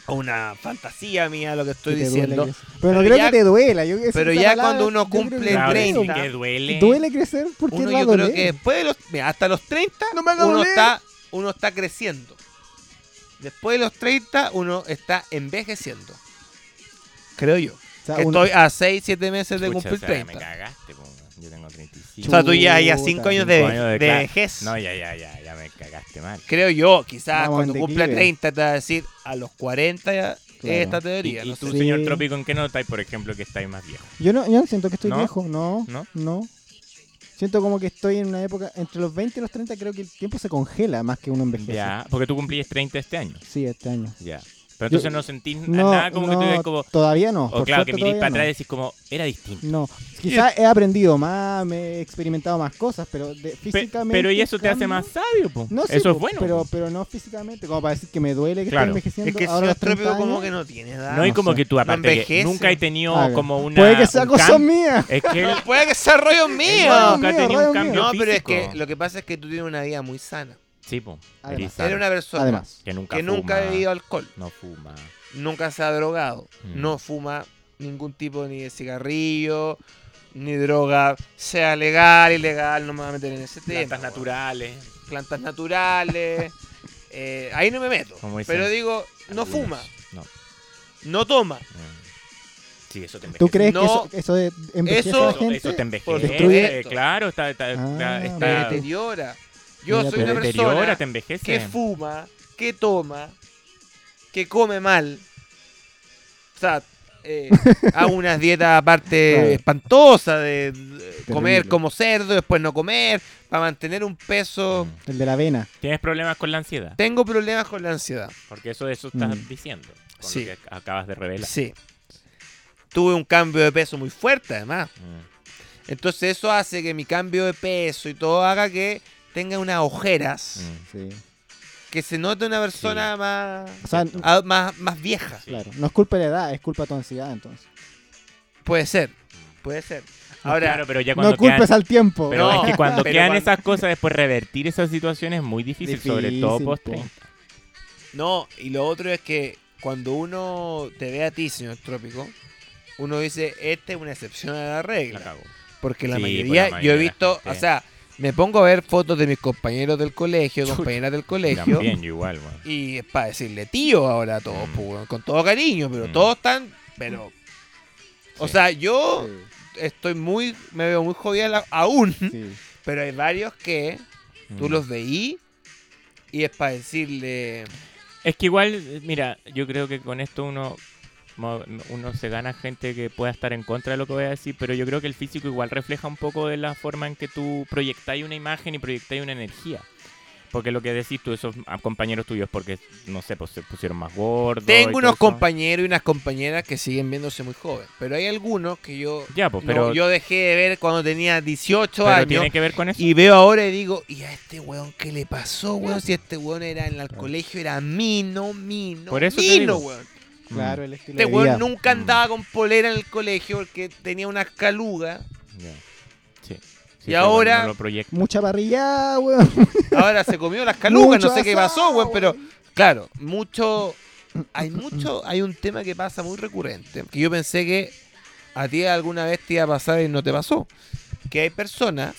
[SPEAKER 6] o una fantasía mía lo que estoy
[SPEAKER 7] Que te duele
[SPEAKER 6] diciendo.
[SPEAKER 7] crecer. Pero no
[SPEAKER 6] Pero
[SPEAKER 7] creo
[SPEAKER 6] ya-
[SPEAKER 7] que te duela. yo- esa-
[SPEAKER 6] pero
[SPEAKER 7] esa
[SPEAKER 6] ya
[SPEAKER 7] palabra,
[SPEAKER 6] cuando uno
[SPEAKER 7] yo creo que
[SPEAKER 6] cumple
[SPEAKER 7] no
[SPEAKER 5] Claro,
[SPEAKER 7] creo.
[SPEAKER 5] sí
[SPEAKER 6] 30,
[SPEAKER 5] que duele.
[SPEAKER 7] ¿Duele crecer? ¿Por qué
[SPEAKER 6] Uno
[SPEAKER 7] va a
[SPEAKER 6] yo creo
[SPEAKER 7] doler?
[SPEAKER 6] que después de los mira, hasta los 30
[SPEAKER 7] No me haga
[SPEAKER 6] uno
[SPEAKER 7] doler.
[SPEAKER 6] está uno está creciendo. Después de los 30 uno está envejeciendo. Creo yo.
[SPEAKER 7] O sea,
[SPEAKER 6] Que
[SPEAKER 7] uno-
[SPEAKER 6] estoy a 6, 7 meses de
[SPEAKER 5] Pucha,
[SPEAKER 6] cumplir
[SPEAKER 5] o sea, me
[SPEAKER 6] 30.
[SPEAKER 5] cagaste, po. yo tengo 35.
[SPEAKER 6] O sea, tú ya ya
[SPEAKER 7] Chuta,
[SPEAKER 6] 5 años
[SPEAKER 5] Cinco
[SPEAKER 6] de,
[SPEAKER 5] años
[SPEAKER 6] de
[SPEAKER 5] cla-
[SPEAKER 6] vejez.
[SPEAKER 5] No, ya, ya, ya, ya me cagaste mal.
[SPEAKER 6] Creo yo, quizás
[SPEAKER 7] Vamos
[SPEAKER 6] cuando
[SPEAKER 7] en
[SPEAKER 6] cumpla
[SPEAKER 7] declive.
[SPEAKER 6] 30 te va a decir a los 40 ya
[SPEAKER 7] Claro.
[SPEAKER 6] esta
[SPEAKER 5] ¿Y,
[SPEAKER 6] teoría.
[SPEAKER 5] y
[SPEAKER 6] no
[SPEAKER 5] tú,
[SPEAKER 6] sé.
[SPEAKER 5] señor
[SPEAKER 7] Sí.
[SPEAKER 5] Trópico, en qué notáis, por ejemplo, que estáis más viejo?
[SPEAKER 7] Yo no, yo no siento que estoy
[SPEAKER 5] ¿No?
[SPEAKER 7] viejo, no, no,
[SPEAKER 5] ¿No?
[SPEAKER 7] Siento como que estoy en una época, entre los 20 y los 30 creo que el tiempo se congela más que uno envejece.
[SPEAKER 5] Ya, porque tú cumplís 30 este año.
[SPEAKER 7] Sí, este año.
[SPEAKER 5] Ya. Pero entonces no sentís
[SPEAKER 7] No,
[SPEAKER 5] nada como que tú
[SPEAKER 7] no,
[SPEAKER 5] digas como...
[SPEAKER 7] todavía no.
[SPEAKER 5] O
[SPEAKER 7] por
[SPEAKER 5] claro,
[SPEAKER 7] suerte
[SPEAKER 5] que mirís
[SPEAKER 7] todavía
[SPEAKER 5] para
[SPEAKER 7] no.
[SPEAKER 5] atrás y decís como, era distinto.
[SPEAKER 7] No, quizás he aprendido más, me he experimentado más cosas, pero de-
[SPEAKER 5] Pe-
[SPEAKER 7] físicamente...
[SPEAKER 5] pero y eso te hace
[SPEAKER 7] cambio.
[SPEAKER 5] más sabio, po.
[SPEAKER 7] No, sí,
[SPEAKER 5] eso es
[SPEAKER 7] po,
[SPEAKER 5] bueno.
[SPEAKER 7] Pero,
[SPEAKER 5] po.
[SPEAKER 7] pero no físicamente, como para decir que me duele que
[SPEAKER 5] Claro.
[SPEAKER 7] estoy envejeciendo.
[SPEAKER 6] Es que el
[SPEAKER 7] ahora a
[SPEAKER 6] señor
[SPEAKER 7] los 30
[SPEAKER 6] Trópico como
[SPEAKER 7] años,
[SPEAKER 6] que no tiene edad.
[SPEAKER 5] no, y
[SPEAKER 7] no
[SPEAKER 5] como
[SPEAKER 7] sé.
[SPEAKER 5] que tú,
[SPEAKER 6] No
[SPEAKER 5] aparte, que
[SPEAKER 6] envejece.
[SPEAKER 5] nunca he tenido
[SPEAKER 7] haga.
[SPEAKER 5] como una...
[SPEAKER 7] Puede que sea
[SPEAKER 5] un
[SPEAKER 7] cosa
[SPEAKER 5] cam-
[SPEAKER 7] mía.
[SPEAKER 5] Es que él
[SPEAKER 6] Puede que sea rollo mío.
[SPEAKER 5] nunca ha
[SPEAKER 7] mío,
[SPEAKER 5] tenido
[SPEAKER 7] radio
[SPEAKER 5] un cambio
[SPEAKER 7] mío.
[SPEAKER 6] No,
[SPEAKER 5] físico.
[SPEAKER 6] pero es que lo que pasa es que tú tienes una vida muy sana.
[SPEAKER 5] Sí, po.
[SPEAKER 7] Además.
[SPEAKER 5] Erizar.
[SPEAKER 6] Era una persona
[SPEAKER 7] Además,
[SPEAKER 5] Que nunca
[SPEAKER 6] que
[SPEAKER 5] fuma,
[SPEAKER 6] nunca ha bebido alcohol,
[SPEAKER 5] No fuma.
[SPEAKER 6] nunca se ha drogado,
[SPEAKER 5] Mm.
[SPEAKER 6] no fuma ningún tipo ni de cigarrillo, ni droga, sea legal, ilegal, no me voy a meter en ese tema.
[SPEAKER 5] Plantas naturales.
[SPEAKER 6] weón. Plantas naturales. eh, ahí no me meto.
[SPEAKER 5] Como dicen
[SPEAKER 6] Pero digo, no
[SPEAKER 5] algunos.
[SPEAKER 6] fuma,
[SPEAKER 5] No.
[SPEAKER 6] no toma.
[SPEAKER 5] Mm. Sí, eso te envejece.
[SPEAKER 7] ¿tú crees
[SPEAKER 6] No,
[SPEAKER 7] que eso, eso de- envejece
[SPEAKER 6] eso-
[SPEAKER 7] a la
[SPEAKER 5] Eso,
[SPEAKER 7] gente?
[SPEAKER 5] eso te
[SPEAKER 6] Por
[SPEAKER 5] envejece.
[SPEAKER 6] destruye-
[SPEAKER 5] Claro, está, está, está-
[SPEAKER 7] Ah,
[SPEAKER 6] Te
[SPEAKER 5] está-
[SPEAKER 7] Claro. vete.
[SPEAKER 6] deteriora. Yo
[SPEAKER 7] Mira,
[SPEAKER 6] soy
[SPEAKER 7] te
[SPEAKER 6] una
[SPEAKER 5] te deteriora, te
[SPEAKER 6] persona
[SPEAKER 5] envejece.
[SPEAKER 6] que fuma, que toma, que come mal. O sea, eh, hago unas dietas aparte
[SPEAKER 7] Claro.
[SPEAKER 6] espantosa de, de comer
[SPEAKER 7] Terrible.
[SPEAKER 6] como cerdo, después no comer, para mantener un peso.
[SPEAKER 5] Mm.
[SPEAKER 7] El de la avena.
[SPEAKER 5] Tienes problemas con la ansiedad,
[SPEAKER 6] Tengo problemas con la ansiedad.
[SPEAKER 5] porque eso eso estás
[SPEAKER 7] Mm.
[SPEAKER 5] diciendo, con
[SPEAKER 6] Sí.
[SPEAKER 5] lo que acabas de revelar.
[SPEAKER 6] Sí. Tuve un cambio de peso muy fuerte además.
[SPEAKER 5] Mm.
[SPEAKER 6] Entonces eso hace que mi cambio de peso y todo haga que tenga unas ojeras,
[SPEAKER 5] Mm.
[SPEAKER 7] Sí.
[SPEAKER 6] que se note una persona más,
[SPEAKER 7] O sea,
[SPEAKER 6] a- más, más vieja.
[SPEAKER 5] Sí.
[SPEAKER 7] claro, no es culpa de la edad, es culpa de tu ansiedad entonces.
[SPEAKER 6] Puede ser, puede ser. Ahora,
[SPEAKER 5] claro, pero ya cuando
[SPEAKER 7] No culpes
[SPEAKER 5] quedan,
[SPEAKER 7] al tiempo.
[SPEAKER 5] pero
[SPEAKER 6] No,
[SPEAKER 5] es que cuando
[SPEAKER 6] pero
[SPEAKER 5] quedan
[SPEAKER 6] cuando-
[SPEAKER 5] esas cosas, después revertir esas situaciones es muy difícil, sobre todo
[SPEAKER 7] Difícil,
[SPEAKER 5] post
[SPEAKER 7] po.
[SPEAKER 5] 30.
[SPEAKER 6] No, y lo otro es que cuando uno te ve a ti, señor Trópico, uno dice, esta es una excepción a la
[SPEAKER 5] La
[SPEAKER 6] regla.
[SPEAKER 5] cago.
[SPEAKER 6] Porque la
[SPEAKER 5] Sí, por la
[SPEAKER 6] mayoría, yo
[SPEAKER 5] mayoría
[SPEAKER 6] he
[SPEAKER 5] de la
[SPEAKER 6] visto,
[SPEAKER 5] gente.
[SPEAKER 6] o sea, me pongo a ver fotos de mis compañeros del colegio,
[SPEAKER 5] Chuta.
[SPEAKER 6] compañeras del colegio,
[SPEAKER 5] También, yo igual, weón.
[SPEAKER 6] y es para decirle tío ahora a todos,
[SPEAKER 5] Mm.
[SPEAKER 6] pues, weón, con todo cariño, pero
[SPEAKER 5] Mm.
[SPEAKER 6] todos están, pero... O
[SPEAKER 5] Sí.
[SPEAKER 6] sea, yo
[SPEAKER 7] Sí,
[SPEAKER 6] estoy muy, me veo muy jodida la- aún,
[SPEAKER 7] sí.
[SPEAKER 6] pero hay varios que tú
[SPEAKER 5] Mm.
[SPEAKER 6] los veí y es para decirle...
[SPEAKER 5] Es que igual, eh, mira, yo creo que con esto uno mo- uno se gana gente que pueda estar en contra de lo que voy a decir, pero yo creo que el físico igual refleja un poco de la forma en que tú proyectáis una imagen y proyectáis una energía. Porque lo que decís tú, esos ah, compañeros tuyos, porque, no sé, pues se pusieron más gordos. y
[SPEAKER 6] Tengo
[SPEAKER 5] todo
[SPEAKER 6] unos
[SPEAKER 5] eso.
[SPEAKER 6] compañeros y unas compañeras que siguen viéndose muy joven, pero hay algunos que yo
[SPEAKER 5] Ya, pues,
[SPEAKER 6] no,
[SPEAKER 5] pero,
[SPEAKER 6] yo dejé de ver cuando tenía 18
[SPEAKER 5] pero
[SPEAKER 6] años
[SPEAKER 5] tiene que ver con eso.
[SPEAKER 6] y veo ahora y digo, ¿y a este weón qué le pasó, weón? Si este weón era en el colegio, era mino, mino,
[SPEAKER 5] Por eso te
[SPEAKER 6] mino,
[SPEAKER 5] digo.
[SPEAKER 6] weón.
[SPEAKER 5] Mm.
[SPEAKER 7] Claro, el estilo
[SPEAKER 6] Este
[SPEAKER 7] de vida.
[SPEAKER 6] weón nunca
[SPEAKER 5] Mm.
[SPEAKER 6] andaba con polera en el colegio porque tenía una caluga.
[SPEAKER 5] Ya. Sí. Sí,
[SPEAKER 6] Y
[SPEAKER 5] eso igual
[SPEAKER 6] ahora-
[SPEAKER 5] no lo proyecta.
[SPEAKER 7] Mucha parrilla, weón.
[SPEAKER 6] Ahora se comió las calugas, no
[SPEAKER 7] Mucho
[SPEAKER 6] sé qué
[SPEAKER 7] asado,
[SPEAKER 6] pasó, weón,
[SPEAKER 7] weón.
[SPEAKER 6] pero claro, mucho hay mucho, hay un tema que pasa muy recurrente, que yo pensé que a ti alguna vez te iba a pasar y no te pasó, que hay personas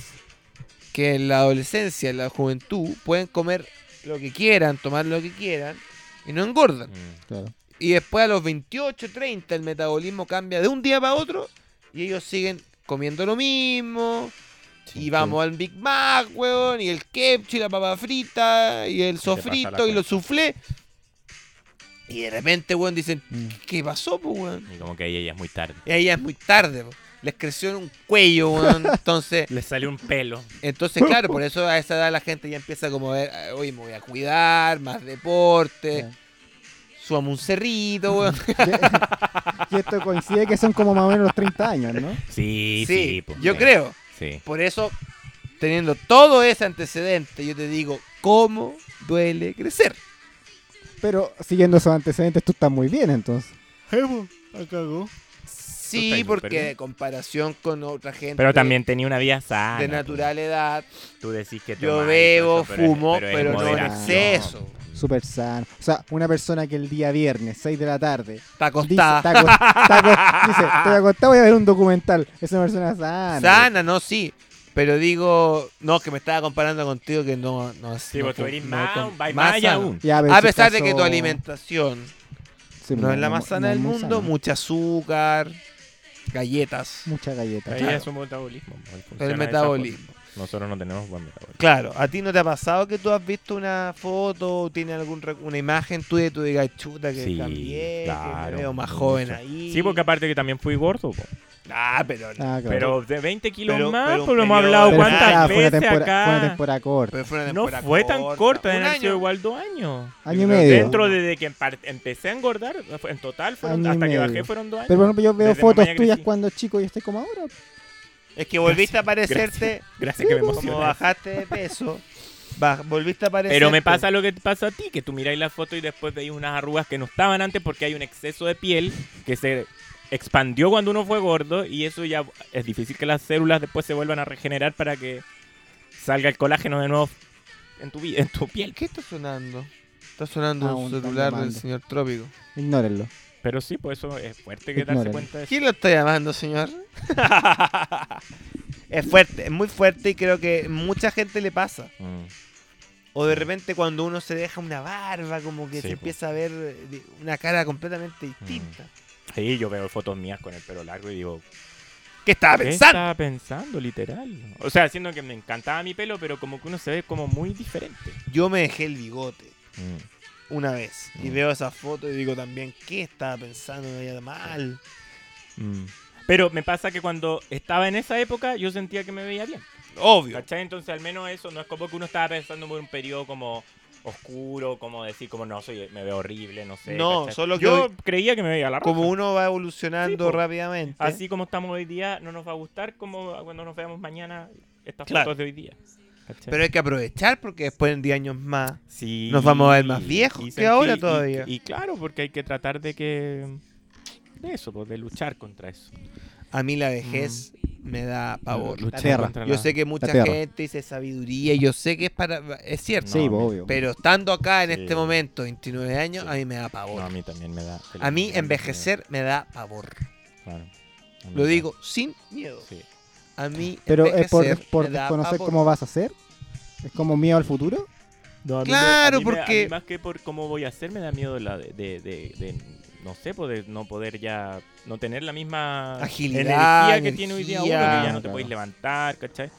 [SPEAKER 6] que en la adolescencia, en la juventud pueden comer lo que quieran, tomar lo que quieran y no engordan.
[SPEAKER 5] Mm.
[SPEAKER 7] Claro.
[SPEAKER 6] Y después a los 28, 30 el metabolismo cambia de un día para otro y ellos siguen comiendo lo mismo. Y vamos al Big Mac, weón, y el ketchup, y la papa frita, y el
[SPEAKER 5] te pasa la
[SPEAKER 6] sofrito, y los
[SPEAKER 5] cuenta.
[SPEAKER 6] soufflé. Y de repente, weón, dicen,
[SPEAKER 7] Mm.
[SPEAKER 6] ¿qué pasó, po, weón?
[SPEAKER 5] Y como que ahí ya es muy tarde.
[SPEAKER 6] Y ahí ya es muy tarde, po. les creció un cuello, weón. Entonces,
[SPEAKER 5] Le sale un pelo.
[SPEAKER 6] entonces, claro, por eso a esa edad la gente ya empieza como a ver, "Ah, oye, me voy a cuidar, más deporte,
[SPEAKER 7] Ya.
[SPEAKER 6] subamos un cerrito, weón.
[SPEAKER 7] Y esto coincide que son como más o menos los 30 años, ¿no?
[SPEAKER 5] Sí,
[SPEAKER 6] Sí,
[SPEAKER 5] sí. pues,
[SPEAKER 6] yo
[SPEAKER 5] sí.
[SPEAKER 6] creo.
[SPEAKER 5] Sí.
[SPEAKER 6] Por eso, teniendo todo ese antecedente, yo te digo, ¿cómo duele crecer?
[SPEAKER 7] Pero siguiendo esos antecedentes, tú estás muy bien entonces.
[SPEAKER 5] Tú
[SPEAKER 6] Sí,
[SPEAKER 5] estás
[SPEAKER 6] porque
[SPEAKER 5] súper bien.
[SPEAKER 6] de comparación con otra gente
[SPEAKER 5] Pero también tenía una vida sana.
[SPEAKER 6] de
[SPEAKER 5] pues.
[SPEAKER 6] natural edad,
[SPEAKER 5] Tú decís que
[SPEAKER 6] yo
[SPEAKER 5] tomáis,
[SPEAKER 6] bebo,
[SPEAKER 5] todo eso, es-
[SPEAKER 6] fumo,
[SPEAKER 5] es
[SPEAKER 6] pero, no en
[SPEAKER 5] moderación.
[SPEAKER 6] exceso.
[SPEAKER 7] Súper sano. O sea, una persona que el día viernes, 6 de la tarde,
[SPEAKER 6] Está
[SPEAKER 7] dice,
[SPEAKER 6] acostada.
[SPEAKER 7] está acos- está acos- dice, estoy acostado, voy a ver un documental. Es una persona sana.
[SPEAKER 6] Sana, no, sí. Pero digo, no, que me estaba comparando contigo que no... no
[SPEAKER 5] Sí, vos tú eres más-
[SPEAKER 6] con-
[SPEAKER 5] vais más allá
[SPEAKER 6] sana.
[SPEAKER 5] aún.
[SPEAKER 7] Ya, pero
[SPEAKER 6] A
[SPEAKER 7] si
[SPEAKER 6] pesar de
[SPEAKER 7] acaso-
[SPEAKER 6] que tu alimentación
[SPEAKER 7] Sí,
[SPEAKER 6] no es la más
[SPEAKER 7] mu-
[SPEAKER 6] sana
[SPEAKER 7] no es
[SPEAKER 6] del
[SPEAKER 7] muy
[SPEAKER 6] mundo,
[SPEAKER 7] sana.
[SPEAKER 6] mucho azúcar, galletas.
[SPEAKER 7] Mucha galleta.
[SPEAKER 5] Ahí
[SPEAKER 7] claro.
[SPEAKER 5] es un metabolismo. ahí funciona
[SPEAKER 6] El
[SPEAKER 5] de esa
[SPEAKER 6] metabolismo.
[SPEAKER 5] forma. Nosotros no tenemos buen metabolismo.
[SPEAKER 6] Claro, ¿a ti no te ha pasado que tú has visto una foto o tienes algún rec- una imagen tuya y tú digas, chuta, que
[SPEAKER 5] Sí,
[SPEAKER 6] cambié, que
[SPEAKER 5] claro,
[SPEAKER 6] me veo más
[SPEAKER 5] mucho.
[SPEAKER 6] joven ahí?
[SPEAKER 5] Sí, porque aparte que también fui gordo. po.
[SPEAKER 6] Ah, pero, no.
[SPEAKER 7] Ah, claro.
[SPEAKER 5] Pero de 20 kilos
[SPEAKER 6] Pero-
[SPEAKER 5] más,
[SPEAKER 6] pero un
[SPEAKER 5] pues lo hemos
[SPEAKER 6] periodo
[SPEAKER 5] hablado
[SPEAKER 6] de Ah,
[SPEAKER 7] Pero
[SPEAKER 5] cuántas
[SPEAKER 7] claro, fue, una
[SPEAKER 5] veces
[SPEAKER 7] temporada, fue una
[SPEAKER 5] acá.
[SPEAKER 7] temporada corta.
[SPEAKER 6] Pero fue una
[SPEAKER 5] No
[SPEAKER 6] temporada
[SPEAKER 5] fue tan corta,
[SPEAKER 6] Un
[SPEAKER 5] deben haber sido
[SPEAKER 6] año.
[SPEAKER 5] igual dos años.
[SPEAKER 7] Año y
[SPEAKER 6] Pero
[SPEAKER 7] medio.
[SPEAKER 5] Dentro desde que empar- empecé a engordar, en total, fueron,
[SPEAKER 7] Año y
[SPEAKER 5] hasta que
[SPEAKER 7] medio.
[SPEAKER 5] bajé fueron dos años.
[SPEAKER 7] Pero por ejemplo, yo veo
[SPEAKER 5] Desde
[SPEAKER 7] fotos
[SPEAKER 5] mamá ya
[SPEAKER 7] tuyas
[SPEAKER 5] crecí.
[SPEAKER 7] cuando chico y estoy como ahora.
[SPEAKER 6] Es que volviste a aparecerte,
[SPEAKER 5] Gracias que me
[SPEAKER 6] como
[SPEAKER 5] emocioné.
[SPEAKER 6] bajaste de peso, baj- volviste a aparecerte.
[SPEAKER 5] Pero me pasa lo que te pasa a ti, que tú miráis la foto y después veis unas arrugas que no estaban antes porque hay un exceso de piel que se expandió cuando uno fue gordo y eso ya es difícil que las células después se vuelvan a regenerar para que salga el colágeno de nuevo en tu, vi- en tu piel.
[SPEAKER 6] ¿Qué está sonando? Está sonando
[SPEAKER 7] Ah,
[SPEAKER 6] un
[SPEAKER 7] un-
[SPEAKER 6] celular del
[SPEAKER 7] están llamando.
[SPEAKER 6] señor Trópico.
[SPEAKER 7] Ignórenlo.
[SPEAKER 5] Pero sí, pues eso es fuerte que darse
[SPEAKER 7] Ignóralo.
[SPEAKER 5] cuenta de eso.
[SPEAKER 6] ¿Quién lo está llamando, señor? es fuerte, es muy fuerte y creo que mucha gente le pasa.
[SPEAKER 5] Mm.
[SPEAKER 6] O de repente cuando uno se deja una barba, como que
[SPEAKER 5] Sí,
[SPEAKER 6] se
[SPEAKER 5] po. Mm.
[SPEAKER 6] empieza a ver eh, de- una cara completamente distinta.
[SPEAKER 5] Sí, yo veo fotos mías con el pelo largo y digo,
[SPEAKER 6] ¿Qué estaba
[SPEAKER 5] ¿qué
[SPEAKER 6] pensando?
[SPEAKER 5] estaba pensando, literal? O sea, siendo que me encantaba mi pelo, pero como que uno se ve como muy diferente.
[SPEAKER 6] Yo me dejé el bigote Mm, una vez y
[SPEAKER 5] Mm.
[SPEAKER 6] veo esa foto y digo también, ¿qué estaba pensando? Me veía mal.
[SPEAKER 5] Mm. Pero me pasa que cuando estaba en esa época, yo sentía que me veía bien.
[SPEAKER 6] Obvio.
[SPEAKER 5] ¿Cachai? Entonces, al menos eso, no es como que uno estaba pensando por un periodo como oscuro, como decir, como no, soy, me veo horrible, no sé.
[SPEAKER 6] No,
[SPEAKER 5] ¿cachai?
[SPEAKER 6] solo que
[SPEAKER 5] Yo
[SPEAKER 6] hoy-
[SPEAKER 5] creía que me veía la
[SPEAKER 6] Como
[SPEAKER 5] raja.
[SPEAKER 6] uno va evolucionando
[SPEAKER 5] Sí, po.
[SPEAKER 6] rápidamente.
[SPEAKER 5] Así como estamos hoy día, no nos va a gustar como cuando nos veamos mañana estas
[SPEAKER 6] Claro.
[SPEAKER 5] fotos de hoy día. ¿cachai?
[SPEAKER 6] Pero hay que aprovechar porque después en 10 años más.
[SPEAKER 5] Sí,
[SPEAKER 6] Nos vamos a ver más
[SPEAKER 5] y-
[SPEAKER 6] viejos
[SPEAKER 5] y
[SPEAKER 6] que
[SPEAKER 5] sentí-
[SPEAKER 6] ahora
[SPEAKER 5] y-
[SPEAKER 6] todavía.
[SPEAKER 5] Y, claro, porque hay que tratar de que. De eso, pues, de luchar contra eso.
[SPEAKER 6] A mí la vejez
[SPEAKER 5] Mm.
[SPEAKER 6] me da pavor.
[SPEAKER 5] Luchar
[SPEAKER 7] tierra.
[SPEAKER 5] contra
[SPEAKER 6] Yo
[SPEAKER 5] la-
[SPEAKER 6] sé que mucha
[SPEAKER 7] tierra.
[SPEAKER 6] gente dice sabiduría, yo sé que es para... Es cierto.
[SPEAKER 7] sí,
[SPEAKER 5] No,
[SPEAKER 7] pues,
[SPEAKER 5] mi-
[SPEAKER 7] obvio.
[SPEAKER 6] Pero estando acá en
[SPEAKER 5] Sí.
[SPEAKER 6] este momento, 29 años,
[SPEAKER 5] Sí.
[SPEAKER 6] a mí me da
[SPEAKER 5] No,
[SPEAKER 6] pavor.
[SPEAKER 5] a mí también me da.
[SPEAKER 6] A mí envejecer me da pavor.
[SPEAKER 5] Claro. A mí
[SPEAKER 6] Lo
[SPEAKER 5] me-
[SPEAKER 6] digo sin miedo.
[SPEAKER 5] Mm. sí.
[SPEAKER 6] A mí
[SPEAKER 7] Pero es por,
[SPEAKER 6] envejecer
[SPEAKER 7] es por
[SPEAKER 6] me da
[SPEAKER 7] desconocer
[SPEAKER 6] pavor.
[SPEAKER 7] cómo vas a hacer. Es como miedo al futuro.
[SPEAKER 5] No, a mí me-
[SPEAKER 6] Claro,
[SPEAKER 5] a mí me- a
[SPEAKER 6] porque-
[SPEAKER 5] mí más que por cómo voy a hacer, me da miedo la de. de- de- de- no sé, poder, no poder ya. No tener la misma.
[SPEAKER 6] Agilidad,
[SPEAKER 5] Energía que tiene hoy día uno, que
[SPEAKER 6] energía.
[SPEAKER 5] ya no te
[SPEAKER 7] Claro.
[SPEAKER 5] podéis levantar, ¿cachai?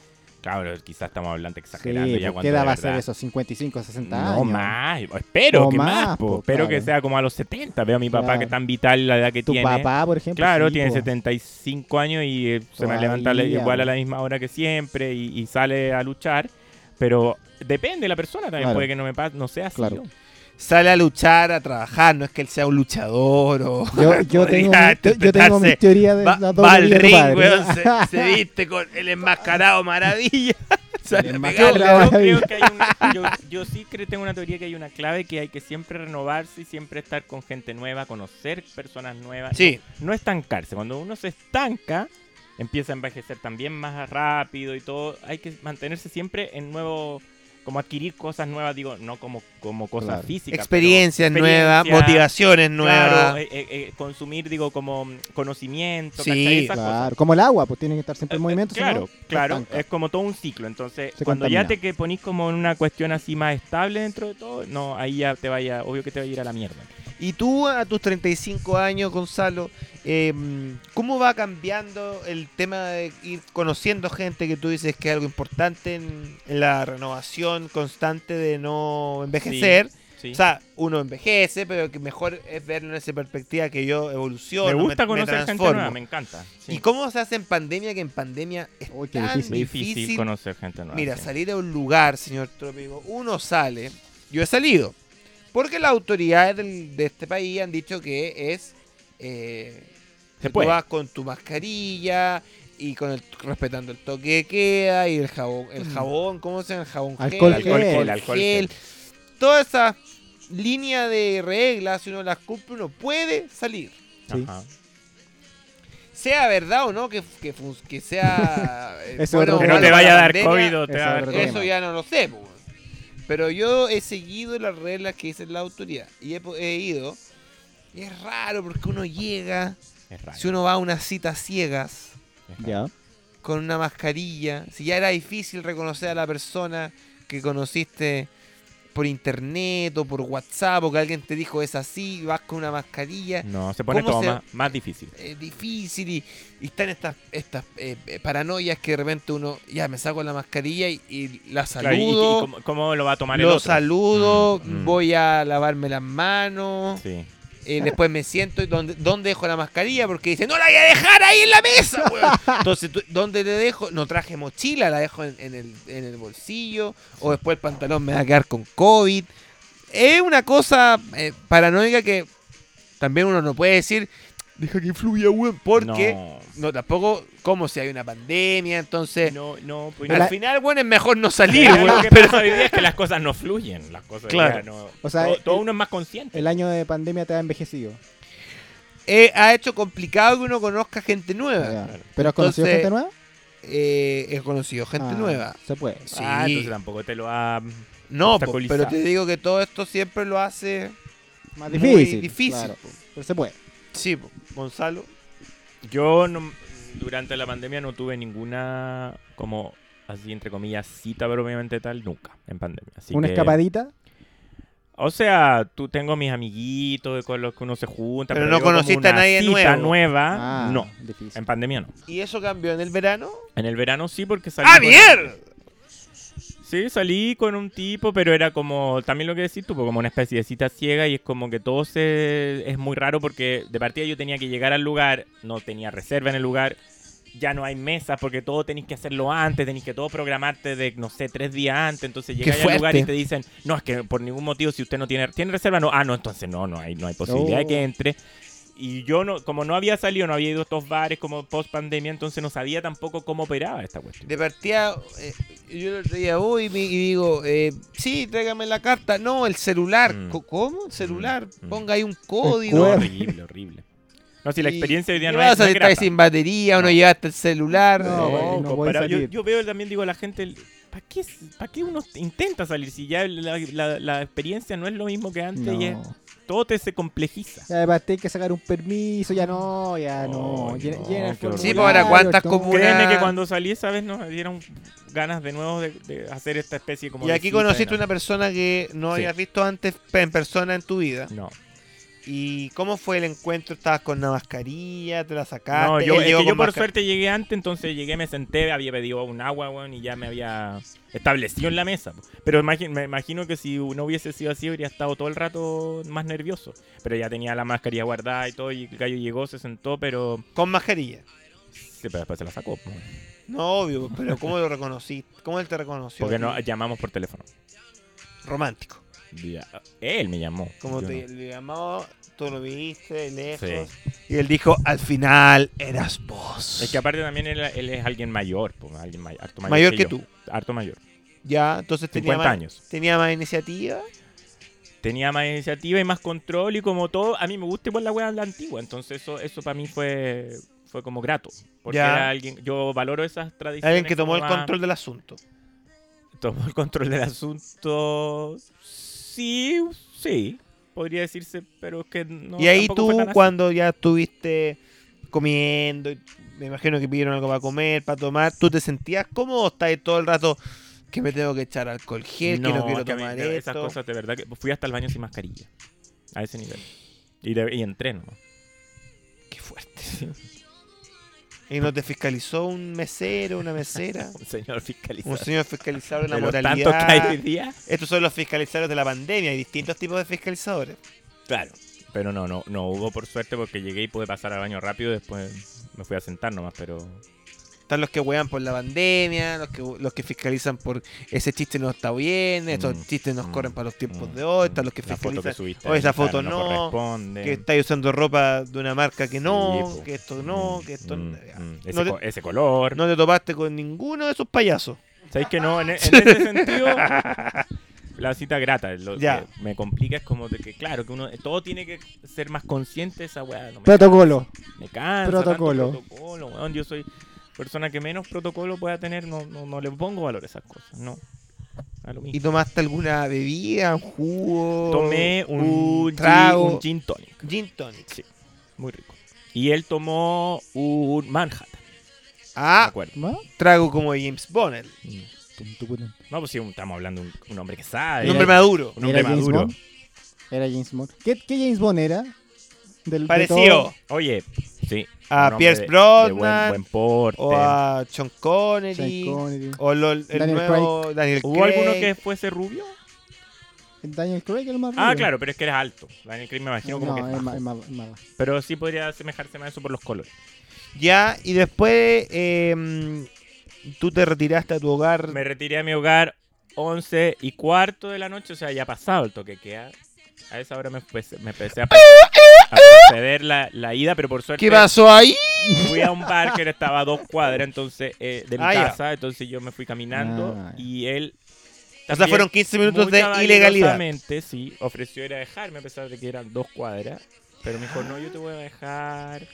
[SPEAKER 5] Claro, quizás estamos hablando
[SPEAKER 7] Sí,
[SPEAKER 5] exagerando ya
[SPEAKER 7] pues,
[SPEAKER 5] cuando.
[SPEAKER 7] ¿qué
[SPEAKER 5] de
[SPEAKER 7] edad va a
[SPEAKER 5] verdad-
[SPEAKER 7] ser eso? 55, 60
[SPEAKER 5] No
[SPEAKER 7] años.
[SPEAKER 5] más, espero
[SPEAKER 7] O
[SPEAKER 5] que más,
[SPEAKER 7] más,
[SPEAKER 5] po.
[SPEAKER 7] po,
[SPEAKER 5] espero que
[SPEAKER 7] claro.
[SPEAKER 5] sea como a los 70. Veo a mi papá
[SPEAKER 7] Claro.
[SPEAKER 5] que tan vital la edad que
[SPEAKER 7] Tu
[SPEAKER 5] tiene.
[SPEAKER 7] papá, por ejemplo.
[SPEAKER 5] Claro,
[SPEAKER 7] sí, pues.
[SPEAKER 5] tiene
[SPEAKER 7] po.
[SPEAKER 5] 75 años y eh, se me
[SPEAKER 7] Todavía,
[SPEAKER 5] levanta la- igual a
[SPEAKER 7] po.
[SPEAKER 5] la misma hora que siempre y, y sale a luchar. Pero depende de la persona también,
[SPEAKER 7] Claro.
[SPEAKER 5] puede que no me pase, no sea así.
[SPEAKER 7] Claro.
[SPEAKER 5] ¿no?
[SPEAKER 6] Sale a luchar, a trabajar, no es que él sea un luchador o...
[SPEAKER 7] Yo, yo, tengo,
[SPEAKER 6] Podría
[SPEAKER 7] mi, yo- yo tengo mi
[SPEAKER 6] interpretarse.
[SPEAKER 7] teoría de
[SPEAKER 6] Va,
[SPEAKER 7] la
[SPEAKER 6] va al
[SPEAKER 7] doble vida de tu
[SPEAKER 6] ring,
[SPEAKER 7] padre.
[SPEAKER 6] weón, se, se viste con el enmascarado maravilla. Sale a
[SPEAKER 5] Yo,
[SPEAKER 7] enmascarado.
[SPEAKER 6] pegarle.
[SPEAKER 7] Claro,
[SPEAKER 5] yo creo
[SPEAKER 7] ahí.
[SPEAKER 5] que hay una, yo, yo sí creo, tengo una teoría que hay una clave que hay que siempre renovarse y siempre estar con gente nueva, conocer personas nuevas.
[SPEAKER 6] Sí,
[SPEAKER 5] no estancarse. Cuando uno se estanca, empieza a envejecer también más rápido y todo. Hay que mantenerse siempre en nuevo, como adquirir cosas nuevas, digo, no como, como cosas
[SPEAKER 7] Claro.
[SPEAKER 5] físicas. pero
[SPEAKER 6] experiencias nuevas,
[SPEAKER 5] experiencia,
[SPEAKER 6] motivaciones nuevas.
[SPEAKER 5] Claro, eh, eh, eh, consumir, digo, como mm, conocimiento,
[SPEAKER 6] Sí,
[SPEAKER 5] ¿cachai? Esas cosas.
[SPEAKER 7] Claro, como el agua, pues tiene que estar siempre en movimiento. si no,
[SPEAKER 5] Eh, Claro,
[SPEAKER 7] se
[SPEAKER 5] claro,
[SPEAKER 7] estanca.
[SPEAKER 5] es como todo un ciclo. Entonces,
[SPEAKER 7] Se
[SPEAKER 5] cuando ya
[SPEAKER 7] contamina.
[SPEAKER 5] te que ponís como en una cuestión así más estable dentro de todo, no, ahí ya te vaya, obvio que te va a ir a la mierda.
[SPEAKER 6] Y tú a tus 35 años, Gonzalo, eh, ¿cómo va cambiando el tema de ir conociendo gente que tú dices que es algo importante en, en la renovación constante de no envejecer?
[SPEAKER 5] Sí.
[SPEAKER 6] O sea, uno envejece, pero que mejor es verlo en esa perspectiva que yo evoluciono,
[SPEAKER 5] me gusta
[SPEAKER 6] me,
[SPEAKER 5] conocer gente
[SPEAKER 6] transformo.
[SPEAKER 5] nueva, me encanta. sí.
[SPEAKER 6] ¿Y cómo se hace en pandemia? Que en pandemia es
[SPEAKER 7] Uy, qué
[SPEAKER 6] tan
[SPEAKER 7] difícil.
[SPEAKER 6] difícil,
[SPEAKER 5] difícil, conocer gente nueva.
[SPEAKER 6] Mira,
[SPEAKER 5] Ah, sí.
[SPEAKER 6] salir a un lugar, señor Trópico, uno sale. Yo he salido. Porque las autoridades del- de este país han dicho que es. eh,
[SPEAKER 5] Se
[SPEAKER 6] que tú
[SPEAKER 5] puede.
[SPEAKER 6] vas con tu mascarilla y con el, respetando el toque de queda y el jabón. El jabón ¿Cómo se llama? El jabón
[SPEAKER 7] Alcohol
[SPEAKER 6] gel.
[SPEAKER 7] gel.
[SPEAKER 6] alcohol
[SPEAKER 5] Mm. Alcohol
[SPEAKER 6] gel.
[SPEAKER 5] gel.
[SPEAKER 6] Toda esa línea de reglas, si uno las cumple, uno puede salir.
[SPEAKER 7] Sí.
[SPEAKER 5] Ajá.
[SPEAKER 6] Sea verdad o no, que, que, fun- que sea. eh,
[SPEAKER 7] Eso
[SPEAKER 6] bueno
[SPEAKER 7] otro
[SPEAKER 6] o
[SPEAKER 5] Que
[SPEAKER 6] malo
[SPEAKER 5] no
[SPEAKER 7] Pero
[SPEAKER 5] te
[SPEAKER 7] bueno,
[SPEAKER 5] vaya a
[SPEAKER 6] la
[SPEAKER 5] dar
[SPEAKER 6] pandemia,
[SPEAKER 5] COVID o te
[SPEAKER 7] eso
[SPEAKER 5] va a dar
[SPEAKER 7] otro
[SPEAKER 5] COVID.
[SPEAKER 7] tema.
[SPEAKER 6] eso ya no lo sé, po, weón. pero yo he seguido las reglas que dice la autoridad y he, po- he ido. Y es raro porque uno llega,
[SPEAKER 5] Es raro.
[SPEAKER 6] si uno va a unas citas ciegas,
[SPEAKER 5] es raro.
[SPEAKER 7] Ya.
[SPEAKER 6] con una mascarilla, si ya era difícil reconocer a la persona que conociste por internet o por WhatsApp o que alguien te dijo es así, vas con una mascarilla,
[SPEAKER 5] No, se pone
[SPEAKER 6] ¿Cómo
[SPEAKER 5] todo
[SPEAKER 6] se-
[SPEAKER 5] más, más difícil.
[SPEAKER 6] es difícil y, y están estas estas eh, eh, paranoias que de repente uno ya me saco la mascarilla y, y la
[SPEAKER 5] Claro, y- y- y
[SPEAKER 6] saludo.
[SPEAKER 5] cómo, cómo lo va a tomar el
[SPEAKER 6] Lo
[SPEAKER 5] otro?
[SPEAKER 6] saludo,
[SPEAKER 5] Mm, mm.
[SPEAKER 6] voy a lavarme las manos,
[SPEAKER 5] Sí.
[SPEAKER 6] eh, después me siento y ¿dónde, dónde dejo la mascarilla? Porque dice, no la voy a dejar ahí en la mesa, weón". Entonces, tú- ¿dónde le dejo? No traje mochila, la dejo en, en el, en el bolsillo, o después el pantalón me va a quedar con COVID. Es una cosa eh, paranoica que también uno no puede decir, deja que fluya, weón, porque no.
[SPEAKER 5] No.
[SPEAKER 6] tampoco, como si hay una pandemia, entonces...
[SPEAKER 5] No, no, pues
[SPEAKER 6] Al
[SPEAKER 5] la-
[SPEAKER 6] final, weón, es mejor no salir,
[SPEAKER 5] Claro,
[SPEAKER 6] weón.
[SPEAKER 5] lo que pasa hoy día es que las cosas no fluyen, las cosas
[SPEAKER 6] Claro.
[SPEAKER 5] ya no-
[SPEAKER 7] O sea,
[SPEAKER 5] todo,
[SPEAKER 7] el-
[SPEAKER 5] todo uno es más consciente.
[SPEAKER 7] El año de pandemia te ha envejecido.
[SPEAKER 6] eh, ha hecho complicado que uno conozca gente nueva.
[SPEAKER 7] Ya. ¿Pero has conocido
[SPEAKER 6] Ah, Entonces,
[SPEAKER 7] gente nueva?
[SPEAKER 6] Eh, he conocido gente
[SPEAKER 7] Ah,
[SPEAKER 6] nueva.
[SPEAKER 7] Se puede.
[SPEAKER 6] Sí.
[SPEAKER 5] Ah, entonces tampoco te lo ha
[SPEAKER 6] no, po,
[SPEAKER 5] obstaculizado.
[SPEAKER 6] pero te digo que todo esto siempre lo hace.
[SPEAKER 7] Más
[SPEAKER 6] Muy
[SPEAKER 7] difícil.
[SPEAKER 6] difícil,
[SPEAKER 7] claro. pues.
[SPEAKER 6] po.
[SPEAKER 7] Pero se puede.
[SPEAKER 6] Sí, po, Gonzalo.
[SPEAKER 5] Yo no- durante la pandemia no tuve ninguna, como así entre comillas, cita propiamente tal, nunca en pandemia. Así
[SPEAKER 7] Una
[SPEAKER 5] que-
[SPEAKER 7] escapadita.
[SPEAKER 5] O sea, tú tengo mis amiguitos con los que uno se junta.
[SPEAKER 6] Pero no
[SPEAKER 5] yo como
[SPEAKER 6] conociste a
[SPEAKER 5] una
[SPEAKER 6] nadie
[SPEAKER 5] cita
[SPEAKER 6] nuevo.
[SPEAKER 5] nueva.
[SPEAKER 7] Ah,
[SPEAKER 5] No,
[SPEAKER 7] Difícil.
[SPEAKER 5] en pandemia no.
[SPEAKER 6] ¿Y eso cambió en el verano?
[SPEAKER 5] En el verano sí, porque salí.
[SPEAKER 6] ¡Ah,
[SPEAKER 5] con-
[SPEAKER 6] mierda!
[SPEAKER 5] Sí, salí con un tipo, pero era como, también lo que decís tú, pues, como una especie de cita ciega y es como que todo se, es muy raro porque de partida yo tenía que llegar al lugar, no tenía reserva en el lugar, ya no hay mesas porque todo tenéis que hacerlo antes, tenéis que todo programarte de, no sé, tres días antes, entonces llegáis al
[SPEAKER 6] fuerte.
[SPEAKER 5] lugar y te dicen, no, es que por ningún motivo si usted no tiene, ¿tiene reserva, no, ah, no, entonces no, no hay, no hay posibilidad de
[SPEAKER 7] No.
[SPEAKER 5] que entre. Y yo, no como no había salido, no había ido a estos bares como post pandemia, entonces no sabía tampoco cómo operaba esta cuestión.
[SPEAKER 6] De partida, eh, yo el otro día voy y, me- y digo, eh, sí, tráigame la carta. No, el celular.
[SPEAKER 5] Mm.
[SPEAKER 6] Co- ¿Cómo? ¿El celular?
[SPEAKER 5] Mm.
[SPEAKER 6] Ponga ahí un
[SPEAKER 5] No,
[SPEAKER 6] código.
[SPEAKER 7] Cuerpo.
[SPEAKER 5] horrible, horrible. No, si la
[SPEAKER 6] Y-
[SPEAKER 5] experiencia hoy día
[SPEAKER 6] ¿qué
[SPEAKER 5] no
[SPEAKER 6] vas
[SPEAKER 5] es, no
[SPEAKER 6] a
[SPEAKER 5] es
[SPEAKER 6] estar
[SPEAKER 5] grata.
[SPEAKER 6] sin batería o no
[SPEAKER 5] No.
[SPEAKER 6] llevaste el celular?
[SPEAKER 7] No,
[SPEAKER 6] Eh,
[SPEAKER 7] bueno,
[SPEAKER 5] comparado-
[SPEAKER 7] no voy a
[SPEAKER 5] yo,
[SPEAKER 7] salir.
[SPEAKER 5] yo veo también, digo, a la gente, ¿para qué, pa' qué uno intenta salir si ya la, la- la experiencia no es lo mismo que antes y es-
[SPEAKER 7] No.
[SPEAKER 5] todo te se complejiza?
[SPEAKER 7] Ya, Además, tenés que sacar un permiso. Ya no, ya no.
[SPEAKER 5] Ay,
[SPEAKER 7] Llena,
[SPEAKER 5] no,
[SPEAKER 7] llena el
[SPEAKER 5] qué horror.
[SPEAKER 6] Sí, pues ahora
[SPEAKER 7] formulario,
[SPEAKER 6] cuántas
[SPEAKER 7] todo.
[SPEAKER 6] comunas-
[SPEAKER 5] Créeme
[SPEAKER 6] una-
[SPEAKER 5] que cuando salí esa vez nos dieron ganas de nuevo de, de hacer esta especie como...
[SPEAKER 6] Y
[SPEAKER 5] de
[SPEAKER 6] aquí
[SPEAKER 5] cita de
[SPEAKER 6] conociste
[SPEAKER 5] nada.
[SPEAKER 6] una persona que no
[SPEAKER 5] Sí.
[SPEAKER 6] habías visto antes en persona en tu vida.
[SPEAKER 5] No,
[SPEAKER 6] ¿Y cómo fue el encuentro? ¿Estabas con una mascarilla? Ah, ¿Te la sacaste?
[SPEAKER 5] no yo,
[SPEAKER 6] Él
[SPEAKER 5] es
[SPEAKER 6] llegó
[SPEAKER 5] que yo
[SPEAKER 6] con
[SPEAKER 5] por
[SPEAKER 6] masca-
[SPEAKER 5] suerte llegué antes, entonces llegué, me senté, había pedido un agua, weón, y ya me había establecido en la mesa. po. Pero imagi- me imagino que si no hubiese sido así, habría estado todo el rato más nervioso. Pero ya tenía la mascarilla guardada y todo, y el gallo llegó, se sentó, pero,
[SPEAKER 6] Con mascarilla.
[SPEAKER 5] sí, pero después se la sacó. po.
[SPEAKER 6] No, obvio, pero ¿cómo lo reconociste? ¿Cómo él te reconoció?
[SPEAKER 5] Porque no, llamamos por teléfono.
[SPEAKER 6] Romántico.
[SPEAKER 5] Ya, Él me llamó.
[SPEAKER 6] Como
[SPEAKER 5] yo
[SPEAKER 6] te
[SPEAKER 5] no.
[SPEAKER 6] le llamó, tú lo viste de lejos. Y él dijo, al final eras vos.
[SPEAKER 5] Es que aparte también él, él es alguien mayor, po, alguien may- harto mayor,
[SPEAKER 6] Mayor que tú.
[SPEAKER 5] yo, Harto mayor.
[SPEAKER 6] ya, entonces tenía
[SPEAKER 5] 50
[SPEAKER 6] más,
[SPEAKER 5] años.
[SPEAKER 6] tenía más iniciativa.
[SPEAKER 5] tenía más iniciativa y más control y como todo, a mí me gusta igual la wea la antigua, entonces eso eso para mí fue fue como grato, porque
[SPEAKER 6] Ya.
[SPEAKER 5] era alguien yo valoro esas tradiciones.
[SPEAKER 6] Alguien que tomó el
[SPEAKER 5] como más-
[SPEAKER 6] control del asunto.
[SPEAKER 5] tomó el control del asunto. Sí, sí, podría decirse, pero es que no
[SPEAKER 6] y ahí
[SPEAKER 5] tampoco fue
[SPEAKER 6] tú,
[SPEAKER 5] tan así.
[SPEAKER 6] cuando ya estuviste comiendo, y me imagino que pidieron algo para comer, para tomar, ¿tú te sentías cómodo o estabas todo el rato que me tengo que echar alcohol gel, que no quiero
[SPEAKER 5] que a mí
[SPEAKER 6] tomar
[SPEAKER 5] de-
[SPEAKER 6] esto?
[SPEAKER 5] esas cosas de verdad que fui hasta el baño sin mascarilla. A ese nivel. Y, de- y entré nomás.
[SPEAKER 6] Qué fuerte. Y no te fiscalizó un mesero, una mesera,
[SPEAKER 5] Un señor fiscalizador.
[SPEAKER 6] un señor fiscalizador de la
[SPEAKER 5] de los
[SPEAKER 6] moralidad.
[SPEAKER 5] tantos que hay hoy día.
[SPEAKER 6] Estos son los fiscalizadores de la pandemia, hay distintos tipos de fiscalizadores.
[SPEAKER 5] Claro. Pero no, no, no hubo por suerte porque llegué y pude pasar al baño rápido. Después me fui a sentar nomás, pero.
[SPEAKER 6] Están los que wean por la pandemia, los que, los que fiscalizan por ese chiste no está bien, estos
[SPEAKER 5] Mm,
[SPEAKER 6] chistes nos
[SPEAKER 5] mm,
[SPEAKER 6] corren para los tiempos
[SPEAKER 5] mm,
[SPEAKER 6] de hoy, están los que
[SPEAKER 5] la foto que
[SPEAKER 6] fiscalizan
[SPEAKER 5] subiste.
[SPEAKER 6] "Oye,
[SPEAKER 5] a
[SPEAKER 6] esa
[SPEAKER 5] Instagram
[SPEAKER 6] foto no,
[SPEAKER 5] corresponde.
[SPEAKER 6] que estáis usando ropa de una marca que no,
[SPEAKER 5] Sí, po.
[SPEAKER 6] que esto no,
[SPEAKER 5] Mm,
[SPEAKER 6] que esto
[SPEAKER 5] mm,
[SPEAKER 6] no.
[SPEAKER 5] mm. Ese,
[SPEAKER 6] No te-
[SPEAKER 5] co- ese color.
[SPEAKER 6] No te topaste con ninguno de esos payasos.
[SPEAKER 5] ¿Sabéis que no? En, e, en ese sentido, la cita grata. Lo
[SPEAKER 6] Ya.
[SPEAKER 5] que me complica es como de que, claro, que uno todo tiene que ser más consciente de esa weá. no me
[SPEAKER 7] Protocolo.
[SPEAKER 5] cansa, Me cansa. tanto
[SPEAKER 7] Protocolo.
[SPEAKER 5] protocolo weón. Yo soy persona que menos protocolo pueda tener. No, no, no le pongo valor a esas cosas. No. A lo
[SPEAKER 6] ¿Y
[SPEAKER 5] mismo.
[SPEAKER 6] tomaste alguna bebida, un jugo?
[SPEAKER 5] Tomé un,
[SPEAKER 6] trago.
[SPEAKER 5] Gin, un gin tonic.
[SPEAKER 6] Gin tonic.
[SPEAKER 5] Sí. Muy rico. Y él tomó un Manhattan. de
[SPEAKER 6] Ah, Mm.
[SPEAKER 5] acuerdo.
[SPEAKER 7] ¿Va?
[SPEAKER 6] trago como de James Bond. el-
[SPEAKER 7] Tum, tum, tum.
[SPEAKER 5] No, pues sí, un- estamos hablando de un, un hombre que sabe.
[SPEAKER 6] Un hombre maduro.
[SPEAKER 5] Un hombre
[SPEAKER 7] ¿Era James
[SPEAKER 5] maduro.
[SPEAKER 7] Bond? Era James Bond. ¿Qué, qué James Bond era? Del, de
[SPEAKER 6] Parecido
[SPEAKER 7] todo-
[SPEAKER 5] Oye, sí.
[SPEAKER 6] a
[SPEAKER 5] un hombre
[SPEAKER 6] Pierce
[SPEAKER 5] de- De
[SPEAKER 6] Brosnan
[SPEAKER 5] buen, buen porte.
[SPEAKER 6] o a Sean Connery.
[SPEAKER 7] Sean Connery.
[SPEAKER 6] O lo- el
[SPEAKER 7] Daniel
[SPEAKER 6] nuevo Daniel
[SPEAKER 5] ¿Hubo alguno
[SPEAKER 6] Craig.
[SPEAKER 5] que fuese rubio?
[SPEAKER 7] Daniel Craig el más
[SPEAKER 5] Ah,
[SPEAKER 7] rubio.
[SPEAKER 5] claro, pero es que eres alto. Daniel Craig me imagino como
[SPEAKER 7] No,
[SPEAKER 5] que es
[SPEAKER 7] es
[SPEAKER 5] bajo.
[SPEAKER 7] más- es más- es más bajo.
[SPEAKER 5] Pero sí podría asemejarse más a eso por los colores.
[SPEAKER 6] Ya, y después eh, tú te retiraste a tu hogar.
[SPEAKER 5] Me retiré a mi hogar 11 y cuarto de la noche, o sea, ya pasado el toque que A a esa hora me empecé, me empecé a, a proceder la, la ida, pero por suerte
[SPEAKER 6] ¿Qué pasó ahí?
[SPEAKER 5] fui a un bar que estaba a dos cuadras entonces eh, de mi
[SPEAKER 6] Ah, ya.
[SPEAKER 5] casa, entonces yo me fui caminando
[SPEAKER 7] Ah, ya.
[SPEAKER 5] y él...
[SPEAKER 6] O sea,
[SPEAKER 5] también-
[SPEAKER 6] fueron 15 minutos
[SPEAKER 5] Muy
[SPEAKER 6] de ilegalidad.
[SPEAKER 5] caballerosamente, sí, ofreció ir a dejarme a pesar de que eran dos cuadras. Pero me dijo, no, yo te voy a dejar.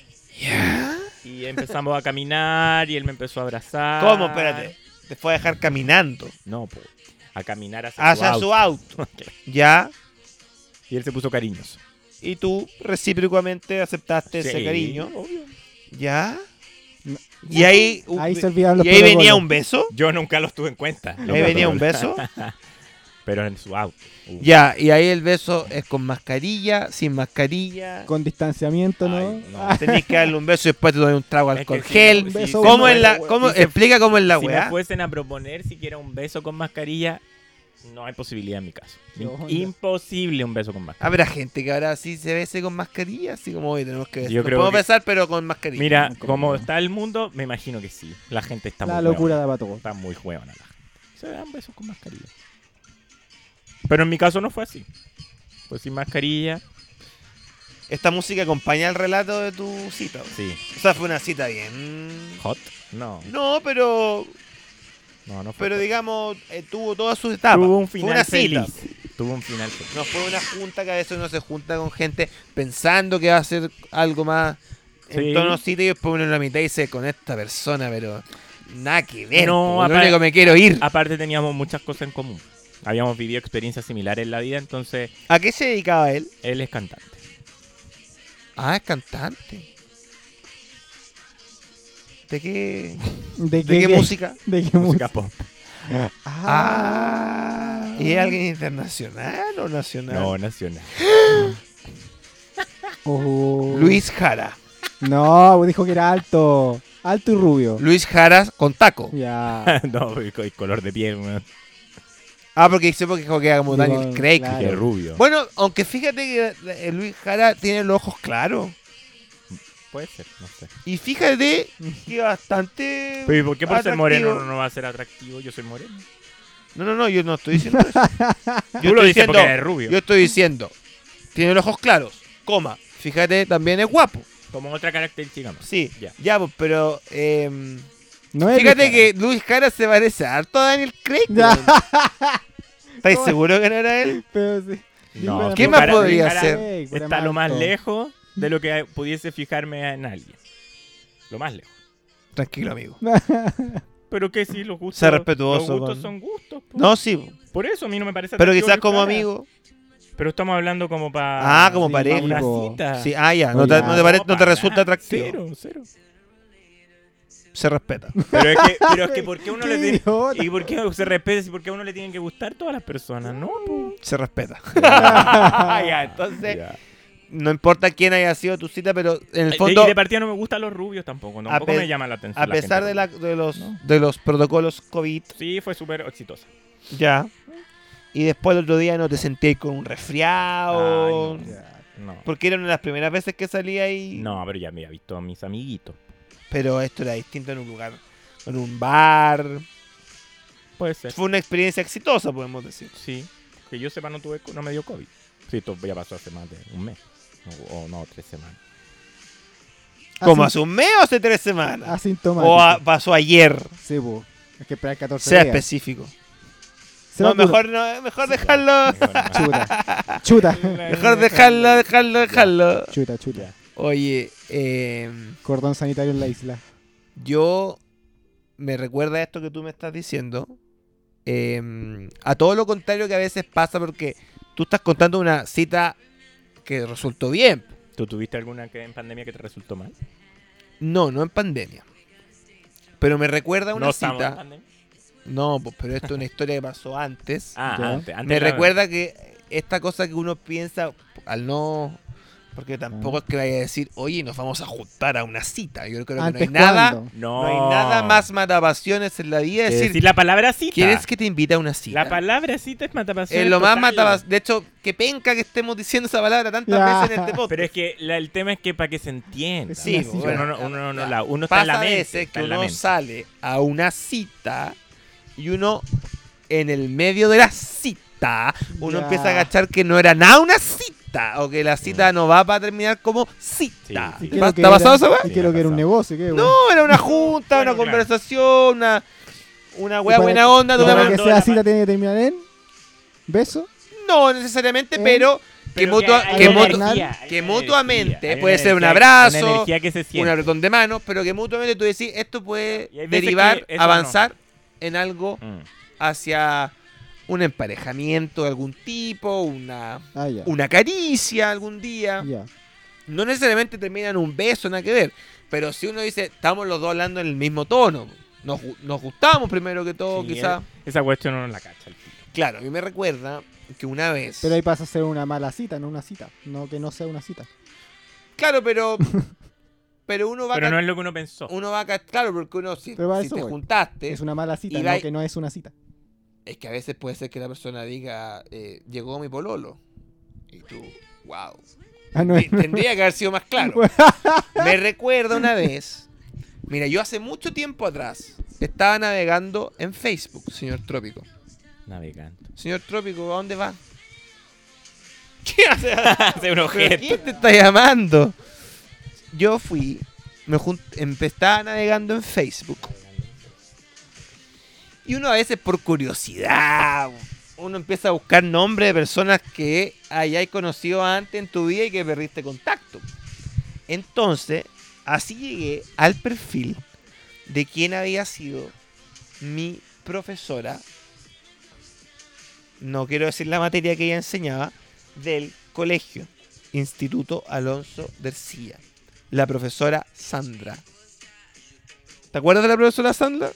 [SPEAKER 5] Y empezamos a caminar y él me empezó a abrazar.
[SPEAKER 6] ¿Cómo? Espérate. Te fue a dejar caminando
[SPEAKER 5] No, po, a caminar hacia,
[SPEAKER 6] hacia
[SPEAKER 5] su
[SPEAKER 6] su
[SPEAKER 5] auto.
[SPEAKER 6] auto. Ya,
[SPEAKER 5] Y él se puso cariñoso.
[SPEAKER 6] y tú recíprocamente aceptaste ese
[SPEAKER 5] Sí,
[SPEAKER 6] cariño.
[SPEAKER 5] obvio.
[SPEAKER 6] Ya.
[SPEAKER 7] No.
[SPEAKER 6] Uh, Y ahí,
[SPEAKER 7] Ahí se olvidaron los
[SPEAKER 6] y ahí venía
[SPEAKER 7] protocolos.
[SPEAKER 6] un beso.
[SPEAKER 5] Yo nunca los tuve en cuenta. los
[SPEAKER 6] Ahí venía un
[SPEAKER 5] protocolos.
[SPEAKER 6] beso.
[SPEAKER 5] Pero en su auto. Uh.
[SPEAKER 6] Ya, y ahí el beso es con mascarilla, sin mascarilla.
[SPEAKER 7] Con distanciamiento, ¿no?
[SPEAKER 5] Ay, no.
[SPEAKER 6] Tenés que darle un beso y después te doy un trago
[SPEAKER 5] Es que
[SPEAKER 6] alcohol
[SPEAKER 5] si
[SPEAKER 6] gel.
[SPEAKER 5] me-
[SPEAKER 7] si- Beso
[SPEAKER 6] ¿Cómo
[SPEAKER 7] si
[SPEAKER 6] es
[SPEAKER 7] me-
[SPEAKER 6] la, cómo,
[SPEAKER 5] si-
[SPEAKER 6] explica cómo es la
[SPEAKER 5] si
[SPEAKER 6] weá.
[SPEAKER 5] me fuesen a proponer siquiera un beso con mascarilla, no hay posibilidad en mi caso.
[SPEAKER 7] Qué onda.
[SPEAKER 5] Imposible un beso con mascarilla.
[SPEAKER 6] Habrá gente que ahora sí se bese con mascarilla, así como hoy tenemos que besar.
[SPEAKER 5] Yo
[SPEAKER 6] Nos
[SPEAKER 5] creo
[SPEAKER 6] podemos
[SPEAKER 5] que-
[SPEAKER 6] besar, pero con mascarilla.
[SPEAKER 5] Mira, como está el mundo, me imagino que sí. La gente está
[SPEAKER 7] La
[SPEAKER 5] muy
[SPEAKER 7] locura
[SPEAKER 5] hueona.
[SPEAKER 7] de Pato.
[SPEAKER 5] Está muy huevona la gente. Se dan besos con mascarilla. Pero en mi caso no fue así. Fue sin mascarilla.
[SPEAKER 6] Esta música acompaña el relato de tu cita. güey.
[SPEAKER 5] Sí.
[SPEAKER 6] O sea, fue una cita bien.
[SPEAKER 5] Hot. No.
[SPEAKER 6] No, pero
[SPEAKER 5] No, no fue.
[SPEAKER 6] pero
[SPEAKER 5] hot.
[SPEAKER 6] digamos, eh, tuvo todas sus etapas.
[SPEAKER 5] Tuvo un
[SPEAKER 6] Fue
[SPEAKER 5] final
[SPEAKER 6] una cita.
[SPEAKER 5] feliz. Tuvo un final feliz.
[SPEAKER 6] No fue una junta que a veces uno se junta con gente pensando que va a hacer algo más
[SPEAKER 5] Sí.
[SPEAKER 6] en tono cita y después uno en la mitad dice con esta persona, pero nada que ver.
[SPEAKER 5] No,
[SPEAKER 6] po, lo
[SPEAKER 5] apa-
[SPEAKER 6] único me quiero ir.
[SPEAKER 5] Aparte teníamos muchas cosas en común. Habíamos vivido experiencias similares en la vida, entonces
[SPEAKER 6] ¿A qué se dedicaba él?
[SPEAKER 5] él es cantante.
[SPEAKER 6] Ah, es cantante. ¿De qué?
[SPEAKER 7] ¿De
[SPEAKER 6] ¿De qué música?
[SPEAKER 7] ¿De qué
[SPEAKER 5] Música
[SPEAKER 7] música?
[SPEAKER 5] pop.
[SPEAKER 6] Ah. ¿Y es alguien internacional o nacional?
[SPEAKER 5] No, nacional.
[SPEAKER 7] Oh.
[SPEAKER 6] Luis Jara.
[SPEAKER 7] No, dijo que era alto. Alto y rubio.
[SPEAKER 6] Luis Jara con taco.
[SPEAKER 7] Ya.
[SPEAKER 5] no, el co- el color de piel, weón.
[SPEAKER 6] Ah, porque dice porque dijo que era como
[SPEAKER 7] Digo,
[SPEAKER 6] Daniel Craig.
[SPEAKER 7] claro.
[SPEAKER 5] Qué rubio.
[SPEAKER 6] Bueno, aunque fíjate que eh, Luis Jara tiene los ojos claros.
[SPEAKER 5] Puede ser, no sé.
[SPEAKER 6] Y fíjate que bastante.
[SPEAKER 5] Pero ¿y por qué por ser
[SPEAKER 6] atractivo.
[SPEAKER 5] moreno no, no va a ser atractivo? Yo soy moreno.
[SPEAKER 6] No, no, no, yo no estoy diciendo eso. Ah. Yo
[SPEAKER 5] Tú
[SPEAKER 6] estoy
[SPEAKER 5] lo dices
[SPEAKER 6] diciendo-
[SPEAKER 5] porque eres rubio.
[SPEAKER 6] Yo estoy diciendo, tiene los ojos claros, coma. Fíjate, también es guapo.
[SPEAKER 5] Como otra característica más.
[SPEAKER 6] Sí,
[SPEAKER 5] Ya.
[SPEAKER 6] ya, pues, pero. em,
[SPEAKER 7] No es
[SPEAKER 6] fíjate
[SPEAKER 7] Luis
[SPEAKER 6] que Luis Jara se parece harto a Daniel Craig.
[SPEAKER 7] Ya.
[SPEAKER 6] weón. ¿Estáis seguro que no era él?
[SPEAKER 7] Jara, Pero sí.
[SPEAKER 5] No,
[SPEAKER 6] ¿Qué
[SPEAKER 5] tu
[SPEAKER 6] más
[SPEAKER 5] cara-
[SPEAKER 6] podría
[SPEAKER 5] tu cara
[SPEAKER 6] ser?
[SPEAKER 7] Ey, pero
[SPEAKER 5] Está lo más
[SPEAKER 7] alto.
[SPEAKER 5] lejos de lo que pudiese fijarme en alguien. Lo más lejos.
[SPEAKER 6] Tranquilo, amigo.
[SPEAKER 5] Pero que sí, los gustos.
[SPEAKER 6] Sea respetuoso
[SPEAKER 5] Los gustos
[SPEAKER 6] con-
[SPEAKER 5] son gustos. po.
[SPEAKER 6] No, sí,
[SPEAKER 5] Por eso a mí no me parece
[SPEAKER 6] pero
[SPEAKER 5] atractivo
[SPEAKER 6] quizás
[SPEAKER 5] Luis
[SPEAKER 6] como
[SPEAKER 5] Jara.
[SPEAKER 6] amigo.
[SPEAKER 5] Pero estamos hablando como para.
[SPEAKER 6] Ah, como
[SPEAKER 7] sí,
[SPEAKER 6] pareja.
[SPEAKER 5] Una
[SPEAKER 7] amigo.
[SPEAKER 5] cita.
[SPEAKER 6] Sí, ah, ya. No te,
[SPEAKER 7] Oye,
[SPEAKER 6] no te, pare- no te
[SPEAKER 5] para
[SPEAKER 6] resulta
[SPEAKER 5] nada.
[SPEAKER 6] atractivo.
[SPEAKER 5] Cero, cero.
[SPEAKER 6] Se respeta.
[SPEAKER 5] Pero es que, pero es que ¿por qué uno le
[SPEAKER 7] Qué
[SPEAKER 5] tiene.
[SPEAKER 7] idiota.
[SPEAKER 5] ¿Y por qué se respeta? ¿Y por qué a uno le tienen que gustar todas las personas? No, po.
[SPEAKER 6] Se respeta.
[SPEAKER 5] Ah, Ya.
[SPEAKER 6] ya, entonces.
[SPEAKER 5] Ya.
[SPEAKER 6] no importa quién haya sido tu cita, pero en el
[SPEAKER 5] Y-
[SPEAKER 6] fondo,
[SPEAKER 5] y de partida no me gustan los rubios tampoco. Tampoco
[SPEAKER 6] pe-
[SPEAKER 5] me llama la atención.
[SPEAKER 6] a
[SPEAKER 5] la gente
[SPEAKER 6] pesar de, la-
[SPEAKER 5] rubia.
[SPEAKER 6] de los,
[SPEAKER 5] ¿no?
[SPEAKER 6] de los protocolos COVID,
[SPEAKER 5] Sí, fue súper exitosa.
[SPEAKER 6] ya. Y después el otro día no te senté con un Ah, resfriado.
[SPEAKER 5] Ay, Ah, No.
[SPEAKER 6] Porque era una de las primeras veces que salía y.
[SPEAKER 5] No, pero ya me había visto a mis amiguitos.
[SPEAKER 6] Pero esto era distinto en un lugar, en un bar.
[SPEAKER 5] Puede ser.
[SPEAKER 6] Fue una experiencia exitosa, podemos decir.
[SPEAKER 5] Sí. Que yo sepa, no, tuve, co- no me dio COVID. Sí, esto ya pasó hace más de un mes. O, o no, tres semanas.
[SPEAKER 6] Como
[SPEAKER 7] Asin-
[SPEAKER 6] hace un mes o hace tres semanas.
[SPEAKER 7] Asintomático.
[SPEAKER 6] O a- pasó ayer.
[SPEAKER 7] Sí, po. Hay que esperar 14
[SPEAKER 6] Sea
[SPEAKER 7] días.
[SPEAKER 6] específico.
[SPEAKER 7] Se
[SPEAKER 6] No,
[SPEAKER 7] vacuna.
[SPEAKER 6] mejor, no, mejor dejarlo.
[SPEAKER 7] Chuta. Chuta.
[SPEAKER 6] Mejor dejarlo, dejarlo, dejarlo.
[SPEAKER 7] chuta, chuta.
[SPEAKER 6] Oye, eh.
[SPEAKER 7] Cordón sanitario en la isla.
[SPEAKER 6] Yo me recuerda a esto que tú me estás diciendo. eh, a todo lo contrario que a veces pasa porque tú estás contando una cita que resultó bien.
[SPEAKER 5] ¿Tú tuviste alguna que en pandemia que te resultó mal?
[SPEAKER 6] No, no en pandemia. Pero me recuerda a una
[SPEAKER 5] no estamos en
[SPEAKER 6] cita.
[SPEAKER 5] pandemia.
[SPEAKER 6] No, pues, pero esto es una historia que pasó antes.
[SPEAKER 5] Ah,
[SPEAKER 7] Ya.
[SPEAKER 5] antes, antes
[SPEAKER 6] me
[SPEAKER 5] de la-
[SPEAKER 6] recuerda que esta cosa que uno piensa al no. Porque tampoco es que vaya a decir, oye, nos vamos a juntar a una cita. Yo creo que no hay
[SPEAKER 7] Antes
[SPEAKER 6] nada.
[SPEAKER 7] cuándo?
[SPEAKER 5] No.
[SPEAKER 6] No hay nada más matapasiones en la vida.
[SPEAKER 5] que
[SPEAKER 6] Es decir,
[SPEAKER 5] decir la palabra cita.
[SPEAKER 6] ¿Quieres que te invite a una cita?
[SPEAKER 5] La palabra cita es matapasión.
[SPEAKER 6] Eh, lo más matabas. De hecho, que penca que estemos diciendo esa palabra tantas
[SPEAKER 7] Ya.
[SPEAKER 6] veces en este podcast.
[SPEAKER 5] Pero es que la- el tema es que para que se entienda.
[SPEAKER 7] Sí,
[SPEAKER 5] Uno
[SPEAKER 7] bueno,
[SPEAKER 5] no- uno, no-
[SPEAKER 6] ya.
[SPEAKER 5] la- uno está
[SPEAKER 6] Pasa
[SPEAKER 5] en la mente.
[SPEAKER 6] veces
[SPEAKER 5] está
[SPEAKER 6] que
[SPEAKER 5] en la
[SPEAKER 6] uno
[SPEAKER 5] mente.
[SPEAKER 6] sale a una cita y uno en el medio de la cita, uno
[SPEAKER 7] Ya.
[SPEAKER 6] empieza a agachar que no era nada una cita o que la cita no va para terminar como cita.
[SPEAKER 5] Sí,
[SPEAKER 6] ¿Te
[SPEAKER 5] sí.
[SPEAKER 6] pa- ¿Te
[SPEAKER 7] Creo que
[SPEAKER 6] ha
[SPEAKER 7] era-
[SPEAKER 6] pasado esa weá?
[SPEAKER 7] y creo que era un
[SPEAKER 5] Sí,
[SPEAKER 7] negocio. ¿qué, weón?
[SPEAKER 6] No, era una junta,
[SPEAKER 5] Bueno,
[SPEAKER 6] una
[SPEAKER 5] claro.
[SPEAKER 6] conversación, una, una
[SPEAKER 7] Y
[SPEAKER 6] weá
[SPEAKER 7] para
[SPEAKER 6] buena
[SPEAKER 7] que-
[SPEAKER 6] onda. de
[SPEAKER 7] y
[SPEAKER 6] una
[SPEAKER 7] Para
[SPEAKER 6] man-
[SPEAKER 7] que sea cita tiene que terminar en beso.
[SPEAKER 6] No necesariamente,
[SPEAKER 7] Eh,
[SPEAKER 6] pero que
[SPEAKER 5] Pero
[SPEAKER 6] mutua-
[SPEAKER 5] hay- hay
[SPEAKER 6] que
[SPEAKER 5] una
[SPEAKER 6] mutua-
[SPEAKER 5] energía, hay
[SPEAKER 6] que
[SPEAKER 5] una
[SPEAKER 6] mutuamente
[SPEAKER 5] energía, hay una
[SPEAKER 6] puede ser un
[SPEAKER 5] energía-
[SPEAKER 6] abrazo,
[SPEAKER 5] una energía que se
[SPEAKER 6] un
[SPEAKER 5] siente.
[SPEAKER 6] apretón de manos, pero que mutuamente tú decís, esto puede
[SPEAKER 5] Y hay veces
[SPEAKER 6] derivar,
[SPEAKER 5] que eso
[SPEAKER 6] avanzar en algo
[SPEAKER 5] Mm.
[SPEAKER 6] hacia un emparejamiento de algún tipo, una,
[SPEAKER 7] Ah, ya.
[SPEAKER 6] una caricia algún día.
[SPEAKER 7] Ya.
[SPEAKER 6] No necesariamente termina en un beso, nada que ver. Pero si uno dice, estamos los dos hablando en el mismo tono, nos, ju- nos gustamos primero que todo,
[SPEAKER 5] Sí, eh.
[SPEAKER 6] quizás.
[SPEAKER 5] Esa cuestión uno no la cacha. el tío.
[SPEAKER 6] Claro, a mí me recuerda que una vez...
[SPEAKER 7] Pero ahí pasa a ser una mala cita, no una cita. No que no sea una cita.
[SPEAKER 6] Claro, pero... Pero uno va
[SPEAKER 5] Pero
[SPEAKER 6] ca-
[SPEAKER 5] no es lo que uno pensó.
[SPEAKER 6] uno va acá, claro, porque uno si,
[SPEAKER 7] Pero va
[SPEAKER 6] si
[SPEAKER 7] eso,
[SPEAKER 6] te
[SPEAKER 7] güey.
[SPEAKER 6] juntaste, es,
[SPEAKER 7] Es una mala cita,
[SPEAKER 6] Y
[SPEAKER 7] no
[SPEAKER 6] va-
[SPEAKER 7] que no es una cita.
[SPEAKER 6] que a veces puede ser que la persona diga, eh, llegó mi pololo. Y tú, wow.
[SPEAKER 7] Ah, no es.
[SPEAKER 6] Tendría que haber sido más claro. Me recuerda una vez, mira, yo hace mucho tiempo atrás estaba navegando en Facebook, señor Trópico.
[SPEAKER 5] Navegando.
[SPEAKER 6] Señor Trópico, ¿a dónde va? ¿Qué hace?
[SPEAKER 5] Hace un
[SPEAKER 6] ¿Pero
[SPEAKER 5] objeto.
[SPEAKER 6] ¿Quién te está llamando? Yo fui, me jun- empe- estaba navegando en Facebook. Y uno a veces por curiosidad, uno empieza a buscar nombres de personas que hayáis conocido antes en tu vida y que perdiste contacto. Entonces, así llegué al perfil de quien había sido mi profesora. No quiero decir la materia que ella enseñaba, del colegio, Instituto Alonso Dercilla, la profesora Sandra. ¿Te acuerdas de la profesora Sandra?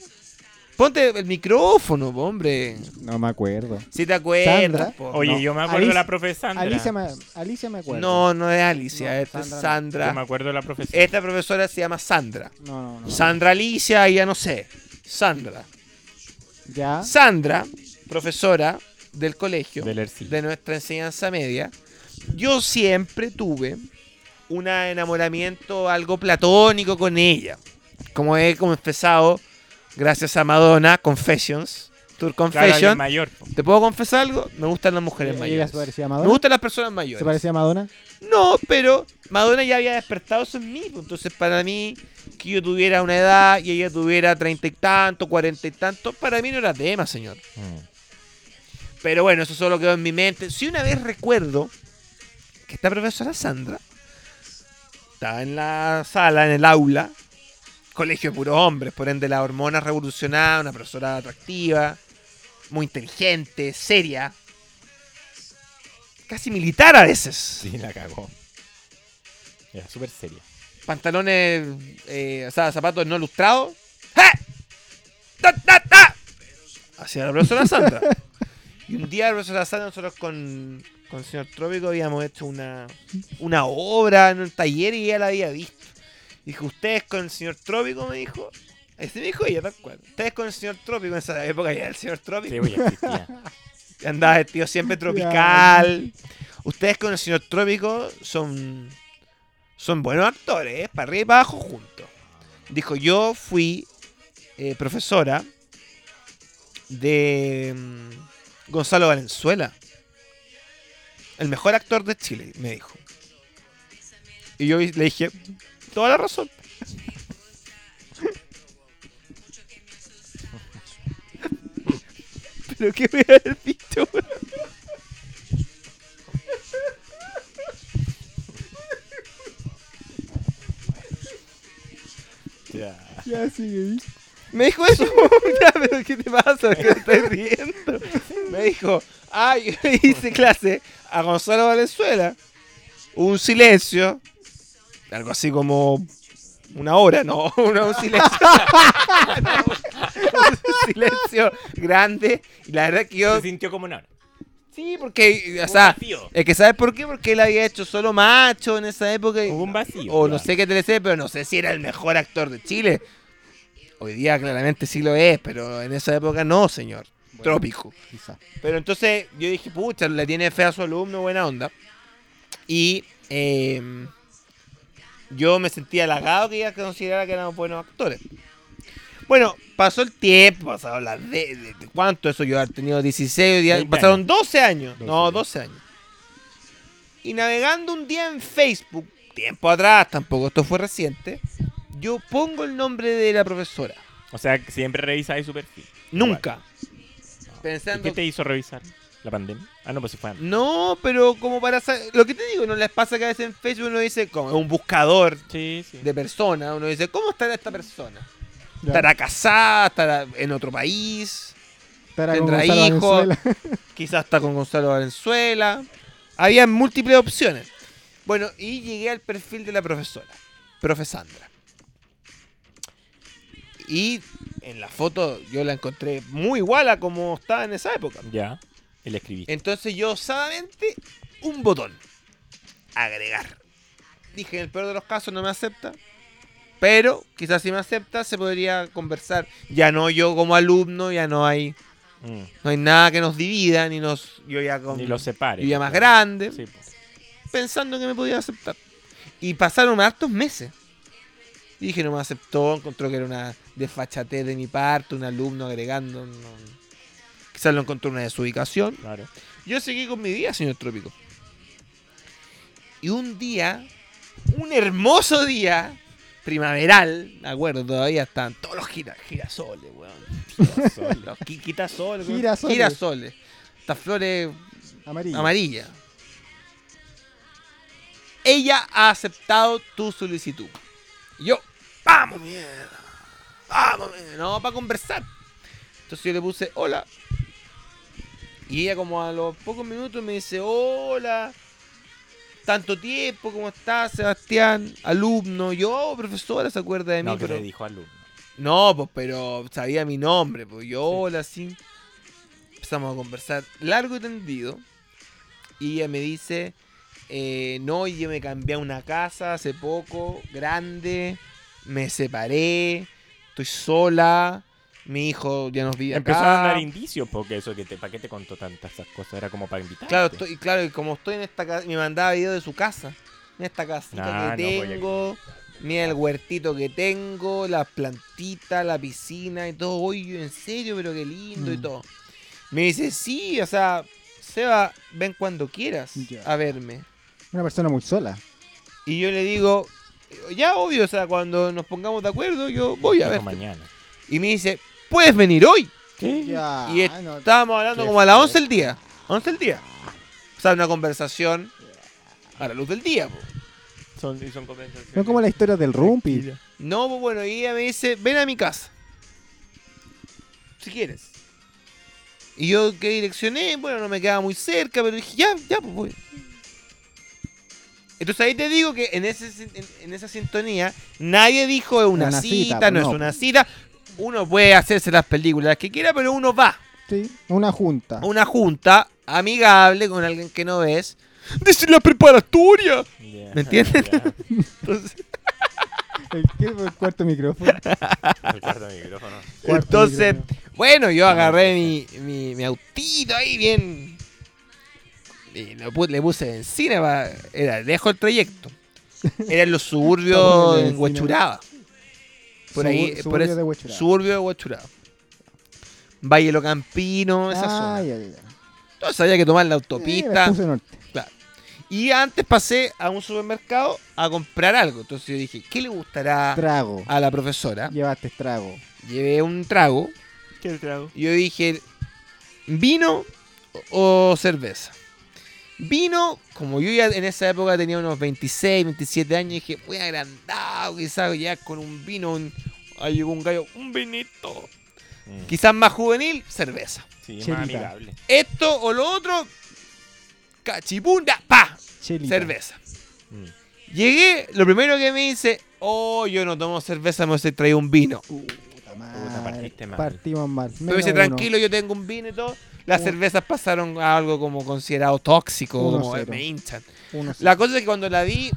[SPEAKER 6] Ponte el micrófono, po, hombre.
[SPEAKER 7] No me acuerdo.
[SPEAKER 6] Si te acuerdas.
[SPEAKER 7] ¿Sandra?
[SPEAKER 6] po.
[SPEAKER 5] Oye,
[SPEAKER 6] No.
[SPEAKER 5] yo me acuerdo de
[SPEAKER 7] Alicia-
[SPEAKER 5] la profe Sandra.
[SPEAKER 7] Alicia me, Alicia me acuerdo.
[SPEAKER 6] No, no es Alicia,
[SPEAKER 7] No,
[SPEAKER 6] esta es
[SPEAKER 5] Yo me
[SPEAKER 6] Sandra.
[SPEAKER 5] acuerdo de la profe Sandra. Eh,
[SPEAKER 6] Esta profesora se llama Sandra.
[SPEAKER 7] No, no, no.
[SPEAKER 6] Sandra Alicia, ya no sé. Sandra.
[SPEAKER 7] ya.
[SPEAKER 6] Sandra, profesora del colegio,
[SPEAKER 5] Del ERCI.
[SPEAKER 6] de nuestra enseñanza media, yo siempre tuve un enamoramiento algo platónico con ella. Como he confesado, gracias a Madonna, Confessions, Tour
[SPEAKER 5] Claro, alguien
[SPEAKER 6] Confession.
[SPEAKER 5] mayor. po.
[SPEAKER 6] ¿Te puedo confesar algo? Me gustan las mujeres
[SPEAKER 7] Eh, ¿Ella
[SPEAKER 6] mayores.
[SPEAKER 7] se parecía a
[SPEAKER 6] Me
[SPEAKER 7] Madonna?
[SPEAKER 6] gustan las personas
[SPEAKER 7] ¿Se
[SPEAKER 6] mayores.
[SPEAKER 7] parecía a Madonna?
[SPEAKER 6] No, pero Madonna ya había despertado eso en mí. pues, Entonces, para mí, que yo tuviera una edad y ella tuviera treinta y tanto, cuarenta y tanto, para mí no era tema, señor.
[SPEAKER 5] Mm.
[SPEAKER 6] Pero bueno, eso solo quedó en mi mente. Si una vez recuerdo que esta profesora Sandra estaba en la sala, en el aula, colegio de puros hombres, por ende la hormona revolucionada, una profesora atractiva, muy inteligente, seria, casi militar a veces.
[SPEAKER 5] Sí, la cagó. Era súper seria.
[SPEAKER 6] Pantalones, eh, o sea, zapatos no lustrados. ¡Ja! ¡Ta, ta, ta! Hacia la profesora Sandra. y un día la profesora Sandra, nosotros con, con el señor Trópico habíamos hecho una, una obra en un taller y ella la había visto. Dijo, ustedes con el señor Trópico, me dijo. Ese me dijo ella, tal cual. Ustedes con el señor Trópico, en esa época ya el señor Trópico.
[SPEAKER 5] Sí, pues, ya existía.
[SPEAKER 6] Andaba vestido siempre tropical. Ustedes con el señor Trópico son, son buenos actores, ¿eh? para arriba y para abajo juntos. Dijo, yo fui eh, profesora de mm, Gonzalo Valenzuela. El mejor actor de Chile, me dijo. Y yo le dije, "Mm, toda la razón. Pero qué voy a haber dicho, weón?
[SPEAKER 7] Ya sigue.
[SPEAKER 6] Me dijo eso. Ya, pero ¿qué te pasa? ¿Qué te estás riendo? Me dijo, ah, yo le hice clase a Gonzalo Valenzuela. Hubo Un silencio. Algo así como una hora, no, una- un silencio. No, un silencio grande. Y la verdad que yo.
[SPEAKER 5] Se sintió como una hora.
[SPEAKER 6] Sí, porque, o sea,
[SPEAKER 5] vacío.
[SPEAKER 6] es que ¿sabes por qué? Porque él había hecho solo macho en esa época. y-
[SPEAKER 5] Hubo un vacío,
[SPEAKER 6] eh, O no
[SPEAKER 5] claro.
[SPEAKER 6] sé qué teleserie, pero no sé si era el mejor actor de Chile. Hoy día claramente sí lo es, pero en esa época no, señor. Trópico.
[SPEAKER 7] Quizá.
[SPEAKER 6] Pero entonces yo dije, pucha, le tiene fe a su alumno, buena onda. Y eh, yo me sentía halagado que ella considerara que éramos buenos actores. Bueno, pasó el tiempo, pasaron las de, de- de- ¿Cuánto eso? Yo he tenido 16, hoy día-
[SPEAKER 5] 20
[SPEAKER 6] pasaron 12 años.
[SPEAKER 7] 12
[SPEAKER 6] no,
[SPEAKER 7] años.
[SPEAKER 6] 12 años. Y navegando un día en Facebook, tiempo atrás, tampoco esto fue reciente, yo pongo el nombre de la profesora.
[SPEAKER 5] O sea, que siempre revisáis su perfil.
[SPEAKER 6] Nunca.
[SPEAKER 5] Igual. ¿Y
[SPEAKER 6] Pensando
[SPEAKER 5] qué te hizo revisar? ¿La pandemia? Ah, no, pues si fue antes.
[SPEAKER 6] No, pero como para sa- lo que te digo, no les pasa que a veces en Facebook uno dice, como es un buscador
[SPEAKER 5] Sí, sí.
[SPEAKER 6] de personas, uno dice, ¿cómo estará esta persona?
[SPEAKER 7] Ya.
[SPEAKER 6] ¿Estará casada? ¿Estará en otro país?
[SPEAKER 7] Estará con
[SPEAKER 6] tendrá
[SPEAKER 7] Gonzalo
[SPEAKER 6] hijos.
[SPEAKER 7] Valenzuela.
[SPEAKER 6] Quizás está con Gonzalo Valenzuela. Había múltiples opciones. Bueno, y llegué al perfil de la profesora, profesandra. Y en la foto yo la encontré muy igual a como estaba en esa época.
[SPEAKER 5] Ya. Y le escribí.
[SPEAKER 6] Entonces yo osadamente un botón. Agregar. Dije, en el peor de los casos no me acepta. Pero quizás si me acepta se podría conversar. Ya no yo como alumno, ya no hay,
[SPEAKER 5] Mm.
[SPEAKER 6] no hay nada que nos divida, ni nos. Yo ya con-
[SPEAKER 5] Ni lo separe.
[SPEAKER 6] yo ya más
[SPEAKER 5] Claro.
[SPEAKER 6] grande.
[SPEAKER 5] Sí, pues.
[SPEAKER 6] Pensando que me podía aceptar. Y pasaron hartos meses. Y dije, no me aceptó, encontró que era una desfachatez de mi parte, un alumno agregando. no- Quizás lo encontró una desubicación.
[SPEAKER 5] Claro.
[SPEAKER 6] Yo seguí con mi día, señor Trópico. Y un día, un hermoso día, primaveral, me acuerdo, todavía están todos los gira- girasoles, weón. Girasoles, los qui- quitasoles, weón.
[SPEAKER 7] Girasoles.
[SPEAKER 6] Girasoles. Estas flores
[SPEAKER 7] Amarillo.
[SPEAKER 6] amarillas. Ella ha aceptado tu solicitud. Y yo, vamos, mierda. Vamos, mierda. No, para conversar. Entonces yo le puse, hola. Y ella como a los pocos minutos me dice, hola. Tanto tiempo, ¿cómo estás, Sebastián? Alumno. Yo, "Oh, profesora, se acuerda de mí.
[SPEAKER 5] No, que
[SPEAKER 6] pero...
[SPEAKER 5] le dijo alumno.
[SPEAKER 6] No, pues, pero sabía mi nombre, pues yo, hola, sí. Empezamos a conversar largo y tendido. Y ella me dice, eh, no, yo me cambié a una casa hace poco, grande, me separé, estoy sola, mi hijo ya nos vive
[SPEAKER 5] Empezaron a
[SPEAKER 6] acá.
[SPEAKER 5] dar indicios porque eso que te, ¿para qué te contó tantas esas cosas? Era como para invitar.
[SPEAKER 6] Claro, estoy, claro, y como estoy en esta casa, me mandaba video de su casa. En esta casita
[SPEAKER 5] Ah,
[SPEAKER 6] que
[SPEAKER 5] no, voy a-
[SPEAKER 6] tengo, mira el huertito que tengo, las plantitas, la piscina y todo. Oye, en serio, pero qué lindo y
[SPEAKER 7] Mm.
[SPEAKER 6] todo. Me dice, sí, o sea, Seba, ven cuando quieras
[SPEAKER 7] Ya.
[SPEAKER 6] a verme.
[SPEAKER 7] Una persona muy sola.
[SPEAKER 6] Y yo le digo, ya obvio, o sea, cuando nos pongamos de acuerdo, yo voy a ver.
[SPEAKER 5] mañana.
[SPEAKER 6] Y me dice, puedes venir hoy.
[SPEAKER 5] ¿Qué?
[SPEAKER 7] Ya.
[SPEAKER 6] Y
[SPEAKER 7] ay, no.
[SPEAKER 6] estábamos hablando
[SPEAKER 5] Qué
[SPEAKER 6] como a las
[SPEAKER 5] feo.
[SPEAKER 6] 11 del día. 11 del día. O sea, una conversación a la luz del día. po.
[SPEAKER 5] Son, son conversaciones.
[SPEAKER 7] Son como las historias del Rumpi.
[SPEAKER 6] No, pues bueno, y ella me dice, ven a mi casa. Si quieres. Y yo que direccioné, bueno, no me quedaba muy cerca, pero dije, ya, ya, pues voy. Entonces ahí te digo que en, ese, sin- en, en esa sintonía nadie dijo es una,
[SPEAKER 7] Una
[SPEAKER 6] cita,
[SPEAKER 7] cita, pues,
[SPEAKER 6] no,
[SPEAKER 7] no.
[SPEAKER 6] es una cita. Uno puede hacerse las películas que quiera, pero uno va
[SPEAKER 7] Sí, una junta.
[SPEAKER 6] a una junta a amigable con alguien que no ves.
[SPEAKER 8] Desde la preparatoria.
[SPEAKER 5] Ya,
[SPEAKER 6] ¿Me entiendes?
[SPEAKER 5] ya.
[SPEAKER 6] Entonces,
[SPEAKER 7] El, ¿qué? El cuarto micrófono.
[SPEAKER 5] El cuarto micrófono.
[SPEAKER 7] Cuarto
[SPEAKER 6] entonces,
[SPEAKER 7] micrófono.
[SPEAKER 6] bueno, yo agarré mi, mi, mi autito ahí bien. Y lo pu- le puse benzina, pa- era lejos el trayecto. Era en los
[SPEAKER 7] Está
[SPEAKER 6] suburbios
[SPEAKER 7] poniendo
[SPEAKER 6] en
[SPEAKER 7] benzina.
[SPEAKER 6] Huachuraba. Por ahí,
[SPEAKER 7] Subur-
[SPEAKER 6] por
[SPEAKER 7] suburbio
[SPEAKER 6] ese-
[SPEAKER 7] de Huachuraba.
[SPEAKER 6] Suburbio de Huachuraba. Valle Lo Campino, esa
[SPEAKER 7] Ah,
[SPEAKER 6] zona.
[SPEAKER 7] ya, ya, ya.
[SPEAKER 6] Entonces había que tomar la
[SPEAKER 7] Eh, me
[SPEAKER 6] autopista.
[SPEAKER 7] puse norte.
[SPEAKER 6] Claro. Y antes pasé a un supermercado a comprar algo. Entonces yo dije, ¿qué le gustará
[SPEAKER 7] Trago.
[SPEAKER 6] a la profesora?
[SPEAKER 7] Llevaste trago.
[SPEAKER 6] Llevé un trago.
[SPEAKER 5] ¿Qué trago?
[SPEAKER 6] y Yo dije, ¿vino o cerveza? Vino, como yo ya en esa época tenía unos 26, 27 años, dije, muy agrandado, quizás ya con un vino, un, ahí llegó un gallo, un vinito.
[SPEAKER 5] Mm.
[SPEAKER 6] Quizás más juvenil, cerveza.
[SPEAKER 5] Sí, más
[SPEAKER 7] Cherita.
[SPEAKER 5] amigable.
[SPEAKER 6] Esto o lo otro, cachipunda, pa,
[SPEAKER 7] Chelita.
[SPEAKER 6] cerveza.
[SPEAKER 5] Mm.
[SPEAKER 6] Llegué, lo primero que me dice, oh, yo no tomo cerveza, me he traído un vino.
[SPEAKER 7] Puta madre.
[SPEAKER 5] Puta, partiste mal.
[SPEAKER 7] Partimos mal.
[SPEAKER 6] Me
[SPEAKER 7] Menos
[SPEAKER 6] dice,
[SPEAKER 7] uno.
[SPEAKER 6] tranquilo, yo tengo un vino y todo. Las
[SPEAKER 7] Uno.
[SPEAKER 6] cervezas pasaron a algo como considerado tóxico,
[SPEAKER 7] Uno
[SPEAKER 6] como eh,
[SPEAKER 7] cero.
[SPEAKER 6] me hinchan.
[SPEAKER 7] Uno sí.
[SPEAKER 6] La cosa es que cuando la vi,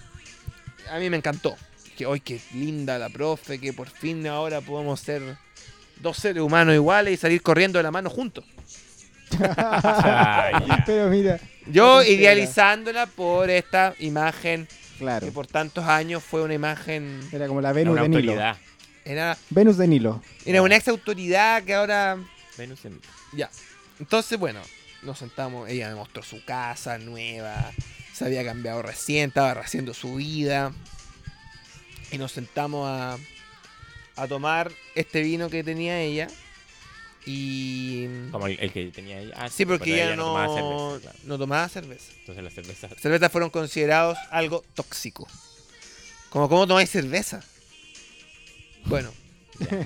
[SPEAKER 6] a mí me encantó. Que hoy, qué linda la profe, que por fin ahora podemos ser dos seres humanos iguales y salir corriendo de la mano juntos.
[SPEAKER 5] Ah, ya.
[SPEAKER 7] Pero mira,
[SPEAKER 6] Yo
[SPEAKER 7] Qué tontera.
[SPEAKER 6] idealizándola por esta imagen
[SPEAKER 7] claro.
[SPEAKER 6] que por tantos años fue una imagen.
[SPEAKER 7] Era como la
[SPEAKER 5] Era
[SPEAKER 7] Venus
[SPEAKER 5] una
[SPEAKER 7] de Nilo.
[SPEAKER 5] autoridad.
[SPEAKER 6] Era,
[SPEAKER 7] Venus de Nilo.
[SPEAKER 6] era una ex autoridad que ahora
[SPEAKER 5] Venus en Nilo.
[SPEAKER 6] Ya. Entonces, bueno, nos sentamos. Ella me mostró su casa nueva. Se había cambiado recién, estaba rehaciendo su vida. Y nos sentamos a, a tomar este vino que tenía ella. Y.
[SPEAKER 5] Como el, el que tenía ella. Ah,
[SPEAKER 6] Sí, porque
[SPEAKER 5] pero
[SPEAKER 6] ella no,
[SPEAKER 5] tomaba cerveza, claro.
[SPEAKER 6] no tomaba cerveza.
[SPEAKER 5] Entonces las cervezas.
[SPEAKER 6] Las cervezas fueron considerados algo tóxico. Como, ¿cómo tomáis cerveza? Bueno,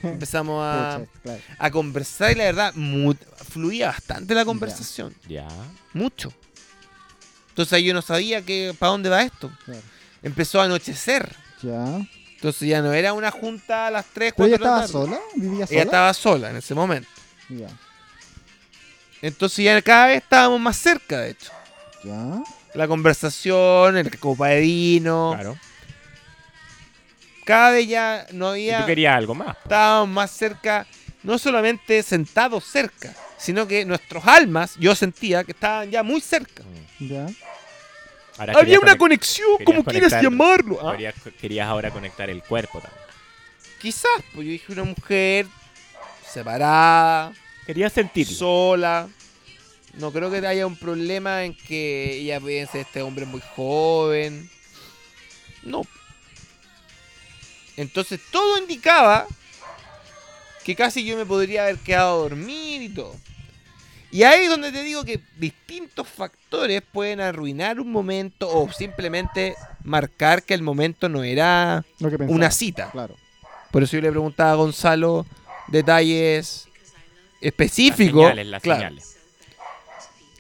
[SPEAKER 6] empezamos a,
[SPEAKER 7] Pucha, claro.
[SPEAKER 6] a conversar y la verdad mu- fluía bastante la conversación.
[SPEAKER 5] Ya.
[SPEAKER 6] mucho. Entonces ahí yo no sabía que para dónde va esto.
[SPEAKER 7] claro.
[SPEAKER 6] Empezó a anochecer.
[SPEAKER 7] Ya.
[SPEAKER 6] Entonces ya no era una junta a las 3, 4
[SPEAKER 7] ¿Pero ella
[SPEAKER 6] de la
[SPEAKER 7] estaba
[SPEAKER 6] tarde.
[SPEAKER 7] sola? ¿Vivía sola?
[SPEAKER 6] Ella estaba sola en ese momento.
[SPEAKER 7] Ya.
[SPEAKER 6] Entonces ya cada vez estábamos más cerca, de hecho.
[SPEAKER 7] Ya.
[SPEAKER 6] La conversación, el copa de vino.
[SPEAKER 5] Claro.
[SPEAKER 6] Cada vez ya no
[SPEAKER 5] Y tú
[SPEAKER 6] había...
[SPEAKER 5] querías algo más.
[SPEAKER 6] Estábamos más cerca, no solamente sentados cerca, sino que nuestros almas, yo sentía que estaban ya muy cerca.
[SPEAKER 7] Ya.
[SPEAKER 5] Mm. Ahora
[SPEAKER 6] Había
[SPEAKER 5] querías
[SPEAKER 6] una
[SPEAKER 5] conect-
[SPEAKER 6] conexión,
[SPEAKER 5] querías
[SPEAKER 6] como quieras
[SPEAKER 5] conectar-
[SPEAKER 6] llamarlo. ¿ah?
[SPEAKER 5] querías- Querías ahora conectar el cuerpo también.
[SPEAKER 6] Quizás, pues yo dije una mujer separada,
[SPEAKER 5] Querías sentirlo.
[SPEAKER 6] sola. No creo que haya un problema en que ella piense este hombre es muy joven. No. Entonces todo indicaba que casi yo me podría haber quedado a dormir y todo. Y ahí es donde te digo que distintos factores pueden arruinar un momento o simplemente marcar que el momento no era
[SPEAKER 7] Lo que pensaba.
[SPEAKER 6] una cita.
[SPEAKER 7] Claro.
[SPEAKER 6] Por eso yo le preguntaba a Gonzalo detalles específicos.
[SPEAKER 5] Las señales, las
[SPEAKER 6] Claro.
[SPEAKER 5] señales.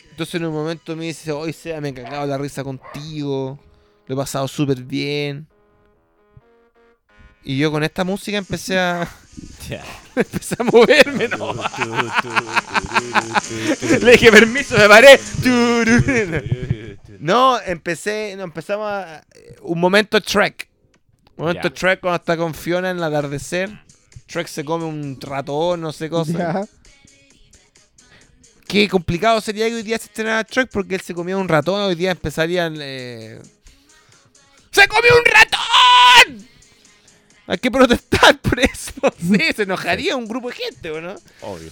[SPEAKER 6] Entonces en un momento me dice, hoy sea, me he cagado la risa contigo, lo he pasado súper bien. Y yo con esta música empecé a,
[SPEAKER 5] Ya.
[SPEAKER 6] empecé a moverme, ¿no? Le dije, permiso, me paré. Tururú. No, empecé, no, empezamos a, un momento Trek. Un momento
[SPEAKER 5] Ya.
[SPEAKER 6] Trek cuando está con Fiona en el atardecer. Trek se come un ratón, no sé cosa.
[SPEAKER 7] Ya.
[SPEAKER 6] Qué complicado sería que hoy día se estrenara Trek porque él se comía un ratón. Hoy día empezarían. eh, ¡Se comió un ratón! Hay que protestar por eso. Sí, se enojaría un grupo de gente, ¿o no?
[SPEAKER 5] Obvio.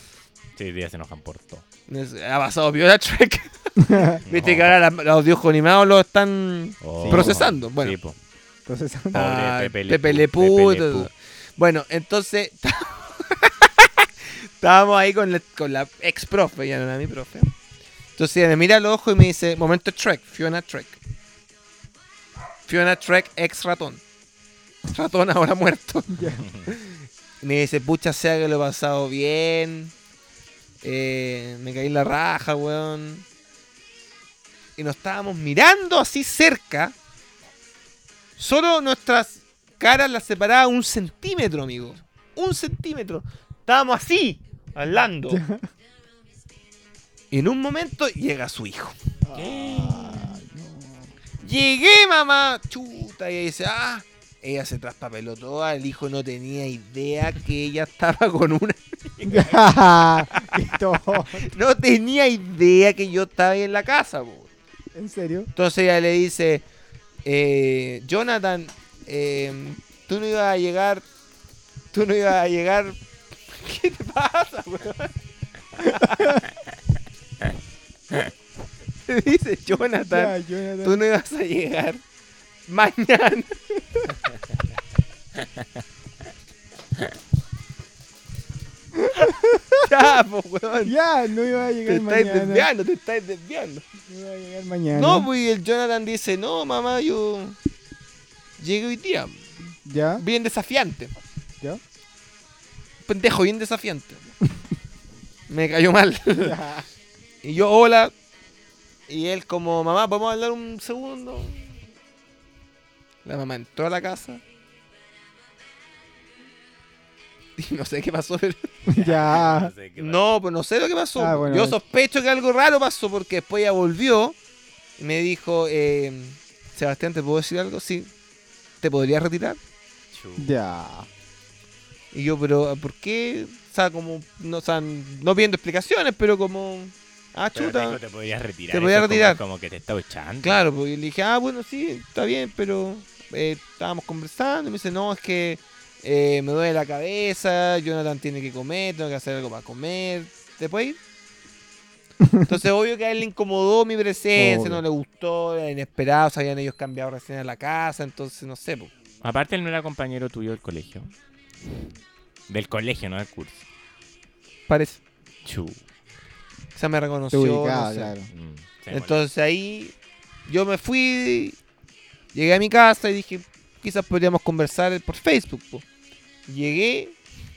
[SPEAKER 5] Sí, hoy día se enojan por todo.
[SPEAKER 6] No sé, Ha pasado viola Trek. Viste que ahora la- los dibujos animados los están
[SPEAKER 5] Oh.
[SPEAKER 6] procesando. Bueno,
[SPEAKER 5] Sí, po.
[SPEAKER 7] Entonces,
[SPEAKER 6] Ah,
[SPEAKER 5] Pobre Pepe Le
[SPEAKER 6] Pepe
[SPEAKER 5] Pou,
[SPEAKER 6] Le Pou,
[SPEAKER 5] Pepe Le
[SPEAKER 6] todo.
[SPEAKER 5] Pou.
[SPEAKER 6] Bueno, entonces estábamos ahí con la, con la ex profe, ya no era mi profe. Entonces ella me mira al ojo y me dice, momento Trek, Fiona Trek. Fiona Trek, ex ratón. Ratón ahora muerto. Y me dice, pucha sea que lo he pasado bien. Eh, me caí en la raja, weón. Y nos estábamos mirando así cerca. Solo nuestras caras las separaba un centímetro, amigo. Un centímetro. Estábamos así, hablando. Y en un momento llega su hijo.
[SPEAKER 7] Ay, no.
[SPEAKER 6] Llegué, mamá. Chuta. Y ella dice, ah. Ella se traspapeló toda. El hijo no tenía idea que ella estaba con una.
[SPEAKER 7] Qué tonto.
[SPEAKER 6] No tenía idea que yo estaba ahí en la casa, po.
[SPEAKER 7] ¿En serio?
[SPEAKER 6] Entonces ella le dice, eh, Jonathan, eh, tú no ibas a llegar, tú no ibas a llegar. ¿Qué te pasa, weón? Le dice,
[SPEAKER 7] Ya,
[SPEAKER 6] Jonathan,
[SPEAKER 7] Jonathan.
[SPEAKER 6] tú no ibas a llegar mañana. ya, po, weón.
[SPEAKER 7] Ya, no iba a
[SPEAKER 6] Te
[SPEAKER 7] llegar
[SPEAKER 6] estáis
[SPEAKER 7] mañana.
[SPEAKER 6] desviando, te estáis desviando.
[SPEAKER 7] No iba a llegar mañana.
[SPEAKER 6] No, pues y el Jonathan dice, no, mamá, yo llegué hoy día.
[SPEAKER 7] Ya,
[SPEAKER 6] Bien desafiante.
[SPEAKER 7] ya.
[SPEAKER 6] Pendejo, bien desafiante. Me cayó mal. y yo, hola. Y él como, mamá, ¿podemos hablar un segundo? La mamá entró a la casa. Y no sé qué pasó, pero...
[SPEAKER 7] ya.
[SPEAKER 5] sé qué va-
[SPEAKER 6] No, pues no sé lo que pasó.
[SPEAKER 7] Ah, bueno,
[SPEAKER 6] Yo
[SPEAKER 7] es-
[SPEAKER 6] sospecho que algo raro pasó porque después ella volvió y me dijo, eh, Sebastián, ¿te puedo decir algo? Sí. ¿Te podrías retirar?
[SPEAKER 5] Chu.
[SPEAKER 7] Ya.
[SPEAKER 6] Y yo, pero ¿por qué? O sea, como, no, o sea, no viendo explicaciones, pero como, ah,
[SPEAKER 5] Pero, Nico,
[SPEAKER 6] chuta.
[SPEAKER 5] te podías retirar.
[SPEAKER 6] Te podías
[SPEAKER 5] eso es como-
[SPEAKER 6] retirar.
[SPEAKER 5] Como, que te está echando.
[SPEAKER 6] Claro, pues y le dije, ah, bueno, sí, está bien, pero eh, estábamos conversando. Y me dice, no, es que eh, me duele la cabeza, Jonathan tiene que comer, tengo que hacer algo para comer. ¿Te puedes ir? Entonces, obvio que a él le incomodó mi presencia,
[SPEAKER 7] Obvio.
[SPEAKER 6] no le gustó, era inesperado, se habían ellos cambiado recién a la casa, entonces, no sé, pues.
[SPEAKER 5] Aparte, él no era compañero tuyo del colegio. Del colegio, no del curso.
[SPEAKER 6] Parece.
[SPEAKER 5] Chu.
[SPEAKER 6] O sea, me
[SPEAKER 7] Te
[SPEAKER 6] reconoció.
[SPEAKER 7] ubicaba,
[SPEAKER 6] no sé.
[SPEAKER 7] claro.
[SPEAKER 5] Mm, se me
[SPEAKER 6] Entonces ahí yo me fui, llegué a mi casa y dije, quizás podríamos conversar por Facebook. po. Llegué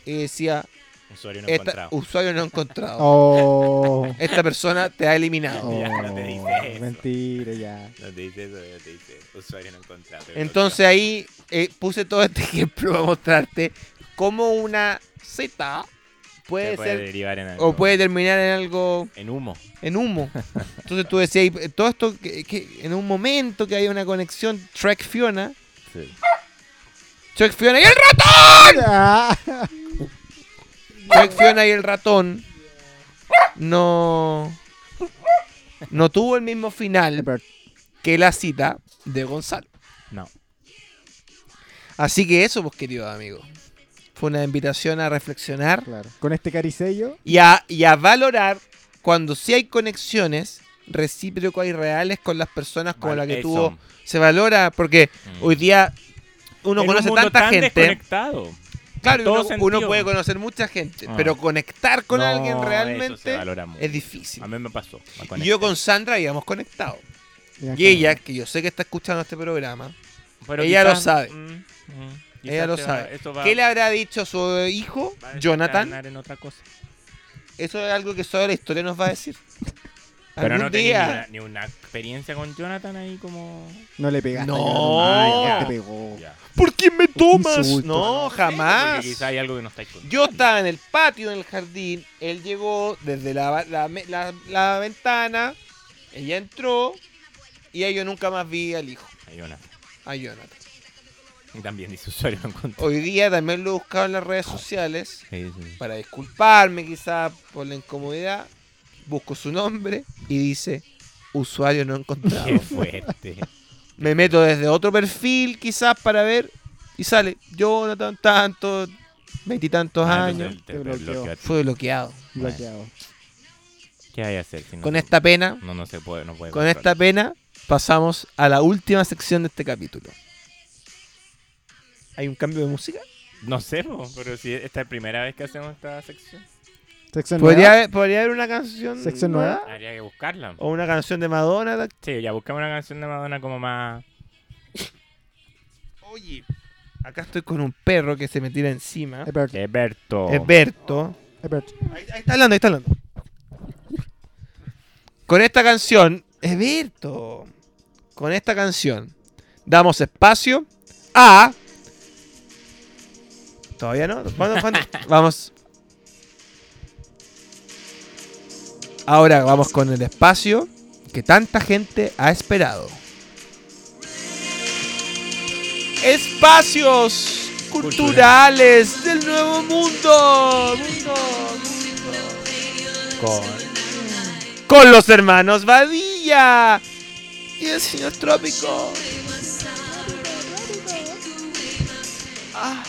[SPEAKER 6] y decía,
[SPEAKER 5] molestó. Usuario no
[SPEAKER 6] esta,
[SPEAKER 5] encontrado.
[SPEAKER 6] usuario no encontrado.
[SPEAKER 7] Oh.
[SPEAKER 6] Esta persona te ha eliminado.
[SPEAKER 7] oh,
[SPEAKER 5] Ya, no te dice eso.
[SPEAKER 7] Mentira, ya.
[SPEAKER 5] No te dice eso, no te dice. Usuario no encontrado. te bloqueó.
[SPEAKER 6] Entonces ahí eh, puse todo este ejemplo para mostrarte cómo una Z
[SPEAKER 5] Se
[SPEAKER 6] puede
[SPEAKER 5] puede
[SPEAKER 6] ser
[SPEAKER 5] derivar en algo.
[SPEAKER 6] o puede terminar en algo
[SPEAKER 5] En humo.
[SPEAKER 6] en humo. Entonces tú decías, y todo esto que, que en un momento que hay una conexión Track Fiona,
[SPEAKER 5] Sí.
[SPEAKER 6] Chuck Fiona y el ratón.
[SPEAKER 7] Ya.
[SPEAKER 6] Jack Fiona y el ratón no no tuvo el mismo final que la cita de Gonzalo.
[SPEAKER 5] No.
[SPEAKER 6] Así que eso, pues queridos amigos, fue una invitación a reflexionar
[SPEAKER 7] Claro. Con este caricello.
[SPEAKER 6] y a, y a valorar cuando sí hay conexiones recíprocas y reales con las personas como la que
[SPEAKER 5] Eso.
[SPEAKER 6] tuvo. Se valora porque
[SPEAKER 5] Mm.
[SPEAKER 6] hoy día uno
[SPEAKER 5] En un
[SPEAKER 6] conoce
[SPEAKER 5] mundo
[SPEAKER 6] tanta
[SPEAKER 5] tan
[SPEAKER 6] gente.
[SPEAKER 5] desconectado.
[SPEAKER 6] Claro, y
[SPEAKER 5] todo
[SPEAKER 6] uno, uno
[SPEAKER 5] sentido.
[SPEAKER 6] puede conocer mucha gente,
[SPEAKER 5] Ah.
[SPEAKER 6] pero conectar con
[SPEAKER 5] No,
[SPEAKER 6] alguien
[SPEAKER 5] eso se
[SPEAKER 6] realmente
[SPEAKER 5] valora mucho.
[SPEAKER 6] es difícil.
[SPEAKER 5] A mí me pasó. me
[SPEAKER 6] Y
[SPEAKER 5] conecté.
[SPEAKER 6] yo con Sandra habíamos conectado.
[SPEAKER 7] Ya,
[SPEAKER 6] Y ella, que yo sé que está escuchando este programa,
[SPEAKER 5] Pero
[SPEAKER 6] ella
[SPEAKER 5] quizás-
[SPEAKER 6] lo sabe.
[SPEAKER 5] Mm, mm.
[SPEAKER 6] ella
[SPEAKER 5] Quizás
[SPEAKER 6] lo
[SPEAKER 5] te va-
[SPEAKER 6] sabe.
[SPEAKER 5] eso va-
[SPEAKER 6] ¿Qué le habrá dicho a su hijo,
[SPEAKER 5] va a
[SPEAKER 6] Jonathan?
[SPEAKER 5] desencadenar en otra cosa.
[SPEAKER 6] Eso es algo que solo la historia nos va a decir.
[SPEAKER 5] Pero
[SPEAKER 6] Algún
[SPEAKER 5] no tenía ni una,
[SPEAKER 6] día.
[SPEAKER 5] ni una experiencia con Jonathan ahí como.
[SPEAKER 7] No le pegaste.
[SPEAKER 6] No.
[SPEAKER 7] cabrón. Ay, ya te pegó.
[SPEAKER 5] Ya.
[SPEAKER 6] ¿Por qué me
[SPEAKER 7] tomas? Insulto.
[SPEAKER 6] No,
[SPEAKER 5] Porque
[SPEAKER 6] jamás.
[SPEAKER 5] quizá hay algo que no estáis con.
[SPEAKER 6] Yo estaba en el patio, en el jardín. Él llegó desde la, la me- la- la ventana. Ella entró. Y ahí yo nunca más vi al hijo,
[SPEAKER 5] A Jonathan.
[SPEAKER 6] a Jonathan.
[SPEAKER 5] Y también dice usuario no encontrado.
[SPEAKER 6] Hoy día también lo he buscado en las redes sociales.
[SPEAKER 5] Sí, sí.
[SPEAKER 6] para disculparme quizá por la incomodidad, busco su nombre y dice usuario no encontrado.
[SPEAKER 5] Qué fuerte.
[SPEAKER 6] Me meto desde otro perfil quizás para ver y sale Jonathan tanto, veintitantos
[SPEAKER 5] Ah,
[SPEAKER 6] años.
[SPEAKER 5] entonces te-
[SPEAKER 7] Te
[SPEAKER 5] te
[SPEAKER 7] bloqueó.
[SPEAKER 5] bloqueó a ti.
[SPEAKER 6] Fue bloqueado.
[SPEAKER 7] Bloqueado.
[SPEAKER 5] ¿Qué hay que hacer? si no
[SPEAKER 6] Con
[SPEAKER 5] se-
[SPEAKER 6] esta pena,
[SPEAKER 5] No, no se puede. No puede
[SPEAKER 6] con
[SPEAKER 5] controlar.
[SPEAKER 6] esta pena pasamos a la última sección de este capítulo. ¿Hay un cambio de música?
[SPEAKER 5] No sé, po, pero si esta es la primera vez que hacemos esta sección.
[SPEAKER 7] Sección
[SPEAKER 6] ¿Podría
[SPEAKER 7] nueva.
[SPEAKER 6] haber, podría haber una canción
[SPEAKER 7] ¿Sección nueva?
[SPEAKER 5] Habría que buscarla.
[SPEAKER 6] ¿O una canción de Madonna?
[SPEAKER 5] Sí, ya buscamos una canción de Madonna como más.
[SPEAKER 6] Oye, acá estoy con un perro que se me tira encima.
[SPEAKER 7] Ebert,
[SPEAKER 5] Eberto.
[SPEAKER 6] Es Berto.
[SPEAKER 7] Ebert.
[SPEAKER 6] Ahí, ahí está hablando, ahí está hablando. Con esta canción, Eberto, con esta canción damos espacio a... Todavía no. Vamos. vamos. Ahora vamos con el espacio que tanta gente ha esperado. Espacios culturales del nuevo mundo. Mundo, mundo. Con, con los hermanos Badilla y el señor Trópico. Ah.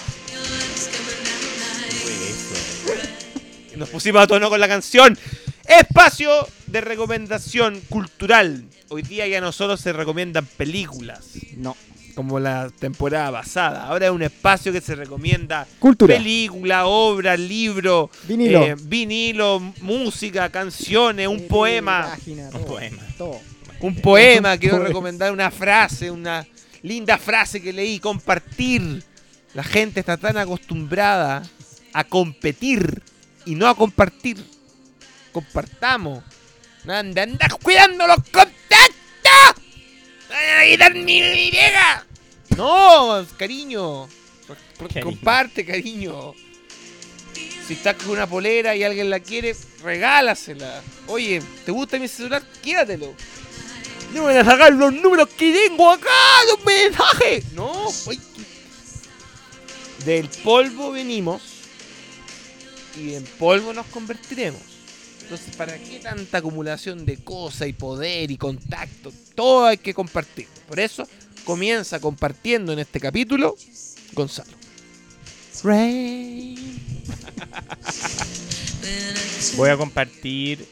[SPEAKER 6] Nos pusimos a tono con la canción. Espacio de recomendación cultural. Hoy día ya no solo se recomiendan películas,
[SPEAKER 7] No.
[SPEAKER 6] como la temporada pasada. Ahora es un espacio que se recomienda
[SPEAKER 7] Cultura.
[SPEAKER 6] película, obra, libro,
[SPEAKER 7] Vinilo.
[SPEAKER 6] eh, vinilo, música, canciones, un poema.
[SPEAKER 7] Página,
[SPEAKER 5] Un
[SPEAKER 7] todo,
[SPEAKER 5] poema.
[SPEAKER 7] Todo.
[SPEAKER 6] Un poema, quiero
[SPEAKER 7] poema.
[SPEAKER 6] recomendar una frase, una linda frase que leí, compartir. La gente está tan acostumbrada a competir y no a compartir. Compartamos. Anda, anda cuidando los contactos. Ay, ay, dar mi vieja. No, cariño.
[SPEAKER 5] Cariño.
[SPEAKER 6] Comparte, cariño. Si estás con una polera y alguien la quiere, regálasela. Oye, ¿te gusta mi celular? Quédatelo. No me van a sacar los números que tengo acá, los mensajes. No, oye. Del polvo venimos y en polvo nos convertiremos. Entonces, ¿para qué tanta acumulación de cosas y poder y contacto? Todo hay que compartir. Por eso comienza compartiendo en este capítulo Gonzalo.
[SPEAKER 5] Voy a compartir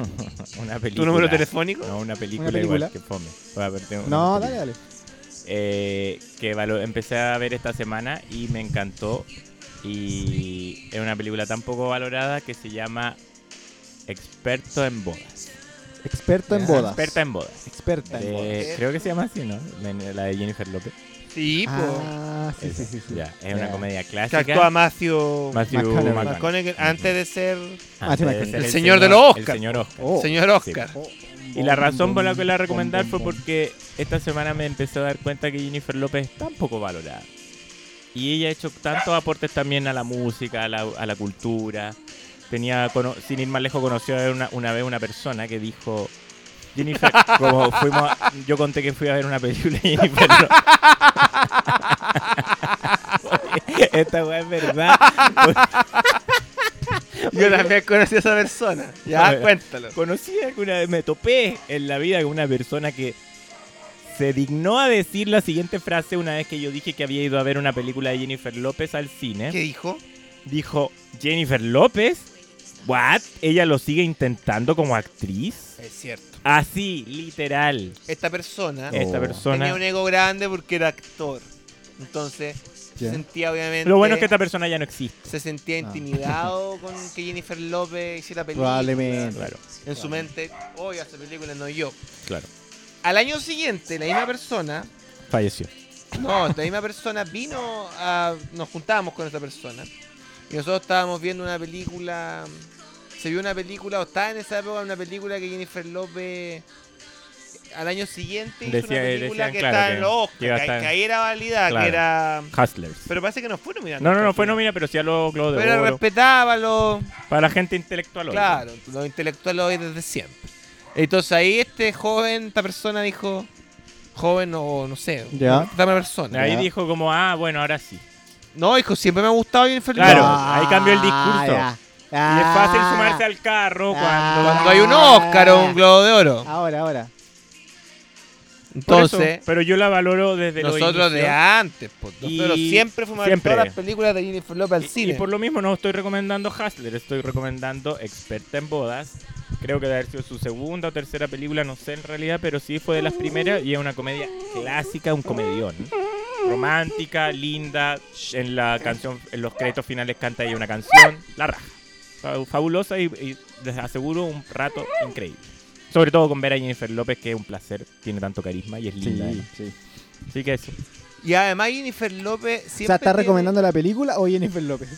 [SPEAKER 5] una película.
[SPEAKER 6] número telefónico?
[SPEAKER 5] No, una película,
[SPEAKER 7] Una película.
[SPEAKER 5] igual que fome. Voy a ver, tengo una
[SPEAKER 7] No,
[SPEAKER 5] película.
[SPEAKER 7] dale, dale.
[SPEAKER 5] Eh, que valo- empecé a ver esta semana y me encantó. Y es una película tan poco valorada que se llama Experto en bodas. Ah,
[SPEAKER 7] Experto en
[SPEAKER 6] Ya,
[SPEAKER 7] bodas.
[SPEAKER 5] Experta en bodas.
[SPEAKER 7] Experta en
[SPEAKER 5] Eh,
[SPEAKER 7] bodas.
[SPEAKER 5] creo que se llama así, ¿no? La, la de Jennifer López.
[SPEAKER 6] Sí,
[SPEAKER 7] Ah, sí, sí,
[SPEAKER 5] Esa.
[SPEAKER 7] sí. sí.
[SPEAKER 5] Ya, es una
[SPEAKER 7] Ya.
[SPEAKER 5] comedia
[SPEAKER 6] Que
[SPEAKER 5] clásica.
[SPEAKER 6] actúa Matthew,
[SPEAKER 5] Matthew
[SPEAKER 7] McConaughey.
[SPEAKER 5] McConaughey.
[SPEAKER 6] McConaughey antes de ser
[SPEAKER 5] Antes de ser
[SPEAKER 7] El
[SPEAKER 6] señor de los Oscar.
[SPEAKER 5] El señor Oscar.
[SPEAKER 7] Oh.
[SPEAKER 6] señor Oscar.
[SPEAKER 7] Oh,
[SPEAKER 5] Y la razón por la que la recomendar fue porque esta semana me empecé a dar cuenta que Jennifer López es tan poco valorada. Y ella ha hecho tantos aportes también a la música, a la, a la cultura. Tenía, cono- sin ir más lejos, conoció a una, una vez una persona que dijo... Jennifer, como fuimos, a- yo conté que fui a ver una película y Jennifer López. Esta weá es verdad.
[SPEAKER 6] Yo también conocí a esa persona.
[SPEAKER 5] A
[SPEAKER 6] Ya,
[SPEAKER 5] ver.
[SPEAKER 6] cuéntalo.
[SPEAKER 5] Conocí alguna vez, me topé en la vida con una persona que se dignó a decir la siguiente frase una vez que yo dije que había ido a ver una película de Jennifer López al cine.
[SPEAKER 6] ¿Qué dijo?
[SPEAKER 5] Dijo, ¿Jennifer López? ¿What? ¿Ella lo sigue intentando como actriz?
[SPEAKER 6] Es cierto.
[SPEAKER 5] Así, literal.
[SPEAKER 6] Esta persona
[SPEAKER 5] Esta
[SPEAKER 7] Oh.
[SPEAKER 5] persona...
[SPEAKER 6] Ah, tenía un ego grande porque era actor. Entonces,
[SPEAKER 7] Ya.
[SPEAKER 6] sentía obviamente.
[SPEAKER 5] Lo bueno es que esta persona ya no existe.
[SPEAKER 6] se sentía
[SPEAKER 7] Ah.
[SPEAKER 6] intimidado con que Jennifer López hiciera películas.
[SPEAKER 7] Probablemente.
[SPEAKER 5] Claro,
[SPEAKER 6] En su mente, hoy hace películas, no yo.
[SPEAKER 5] claro.
[SPEAKER 6] Al año siguiente, la misma persona,
[SPEAKER 5] Falleció.
[SPEAKER 6] no, la misma persona vino a. Nos juntábamos con esta persona. Y nosotros estábamos viendo una película. Se vio una película, o estaba en esa época una película que Jennifer López. Al año siguiente hizo
[SPEAKER 5] Decía-
[SPEAKER 6] una película
[SPEAKER 5] decían,
[SPEAKER 6] que
[SPEAKER 5] claro,
[SPEAKER 6] estaba
[SPEAKER 5] que-
[SPEAKER 6] en los Oscar,
[SPEAKER 5] que iba a
[SPEAKER 6] que,
[SPEAKER 5] estar en-
[SPEAKER 6] que ahí era válida,
[SPEAKER 5] Claro.
[SPEAKER 6] que era.
[SPEAKER 5] Hustlers.
[SPEAKER 6] Pero parece que no fue nominada.
[SPEAKER 5] no, no, no,
[SPEAKER 6] nunca
[SPEAKER 5] fue
[SPEAKER 6] al final.
[SPEAKER 5] nómina, pero sí a los Globos de
[SPEAKER 6] Pero
[SPEAKER 5] Oro.
[SPEAKER 6] respetaba los.
[SPEAKER 5] Para la gente intelectual. hoy.
[SPEAKER 6] Claro, los intelectuales hoy desde siempre. Entonces ahí este joven, esta persona dijo, joven o no sé,
[SPEAKER 7] Ya.
[SPEAKER 6] esta persona.
[SPEAKER 5] Ahí
[SPEAKER 7] Ya.
[SPEAKER 5] dijo como, ah, bueno, ahora sí.
[SPEAKER 6] No, dijo, siempre me ha gustado Jennifer López.
[SPEAKER 5] Claro,
[SPEAKER 7] Ah,
[SPEAKER 5] ahí cambió el discurso. Y es fácil sumarse al carro
[SPEAKER 7] Ah.
[SPEAKER 5] cuando...
[SPEAKER 6] Cuando hay un Oscar o un Globo de Oro.
[SPEAKER 7] Ahora, ahora.
[SPEAKER 5] Por eso,
[SPEAKER 6] Entonces,
[SPEAKER 5] pero yo la valoro desde los
[SPEAKER 6] nosotros de
[SPEAKER 5] inicios.
[SPEAKER 6] antes, pues, nosotros
[SPEAKER 5] Y
[SPEAKER 6] siempre fuimos
[SPEAKER 5] siempre.
[SPEAKER 6] a ver todas las películas de Jennifer López al
[SPEAKER 5] Y-
[SPEAKER 6] cine.
[SPEAKER 5] Y, por lo mismo no estoy recomendando Hustler, estoy recomendando Experta en Bodas. Creo que debe haber sido su segunda o tercera película, no sé en realidad, pero sí fue de las primeras y es una comedia clásica, un comedión. Romántica, linda, en la canción, en los créditos finales canta ella una canción, la raja. Fa- Fabulosa y, y les aseguro un rato increíble. Sobre todo con ver a Jennifer López, que es un placer, tiene tanto carisma y es linda.
[SPEAKER 7] Sí,
[SPEAKER 5] además.
[SPEAKER 7] sí.
[SPEAKER 5] Así que eso,
[SPEAKER 6] Y además Jennifer López siempre...
[SPEAKER 7] O sea, ¿estás
[SPEAKER 6] tiene-
[SPEAKER 7] recomendando la película o Jennifer López?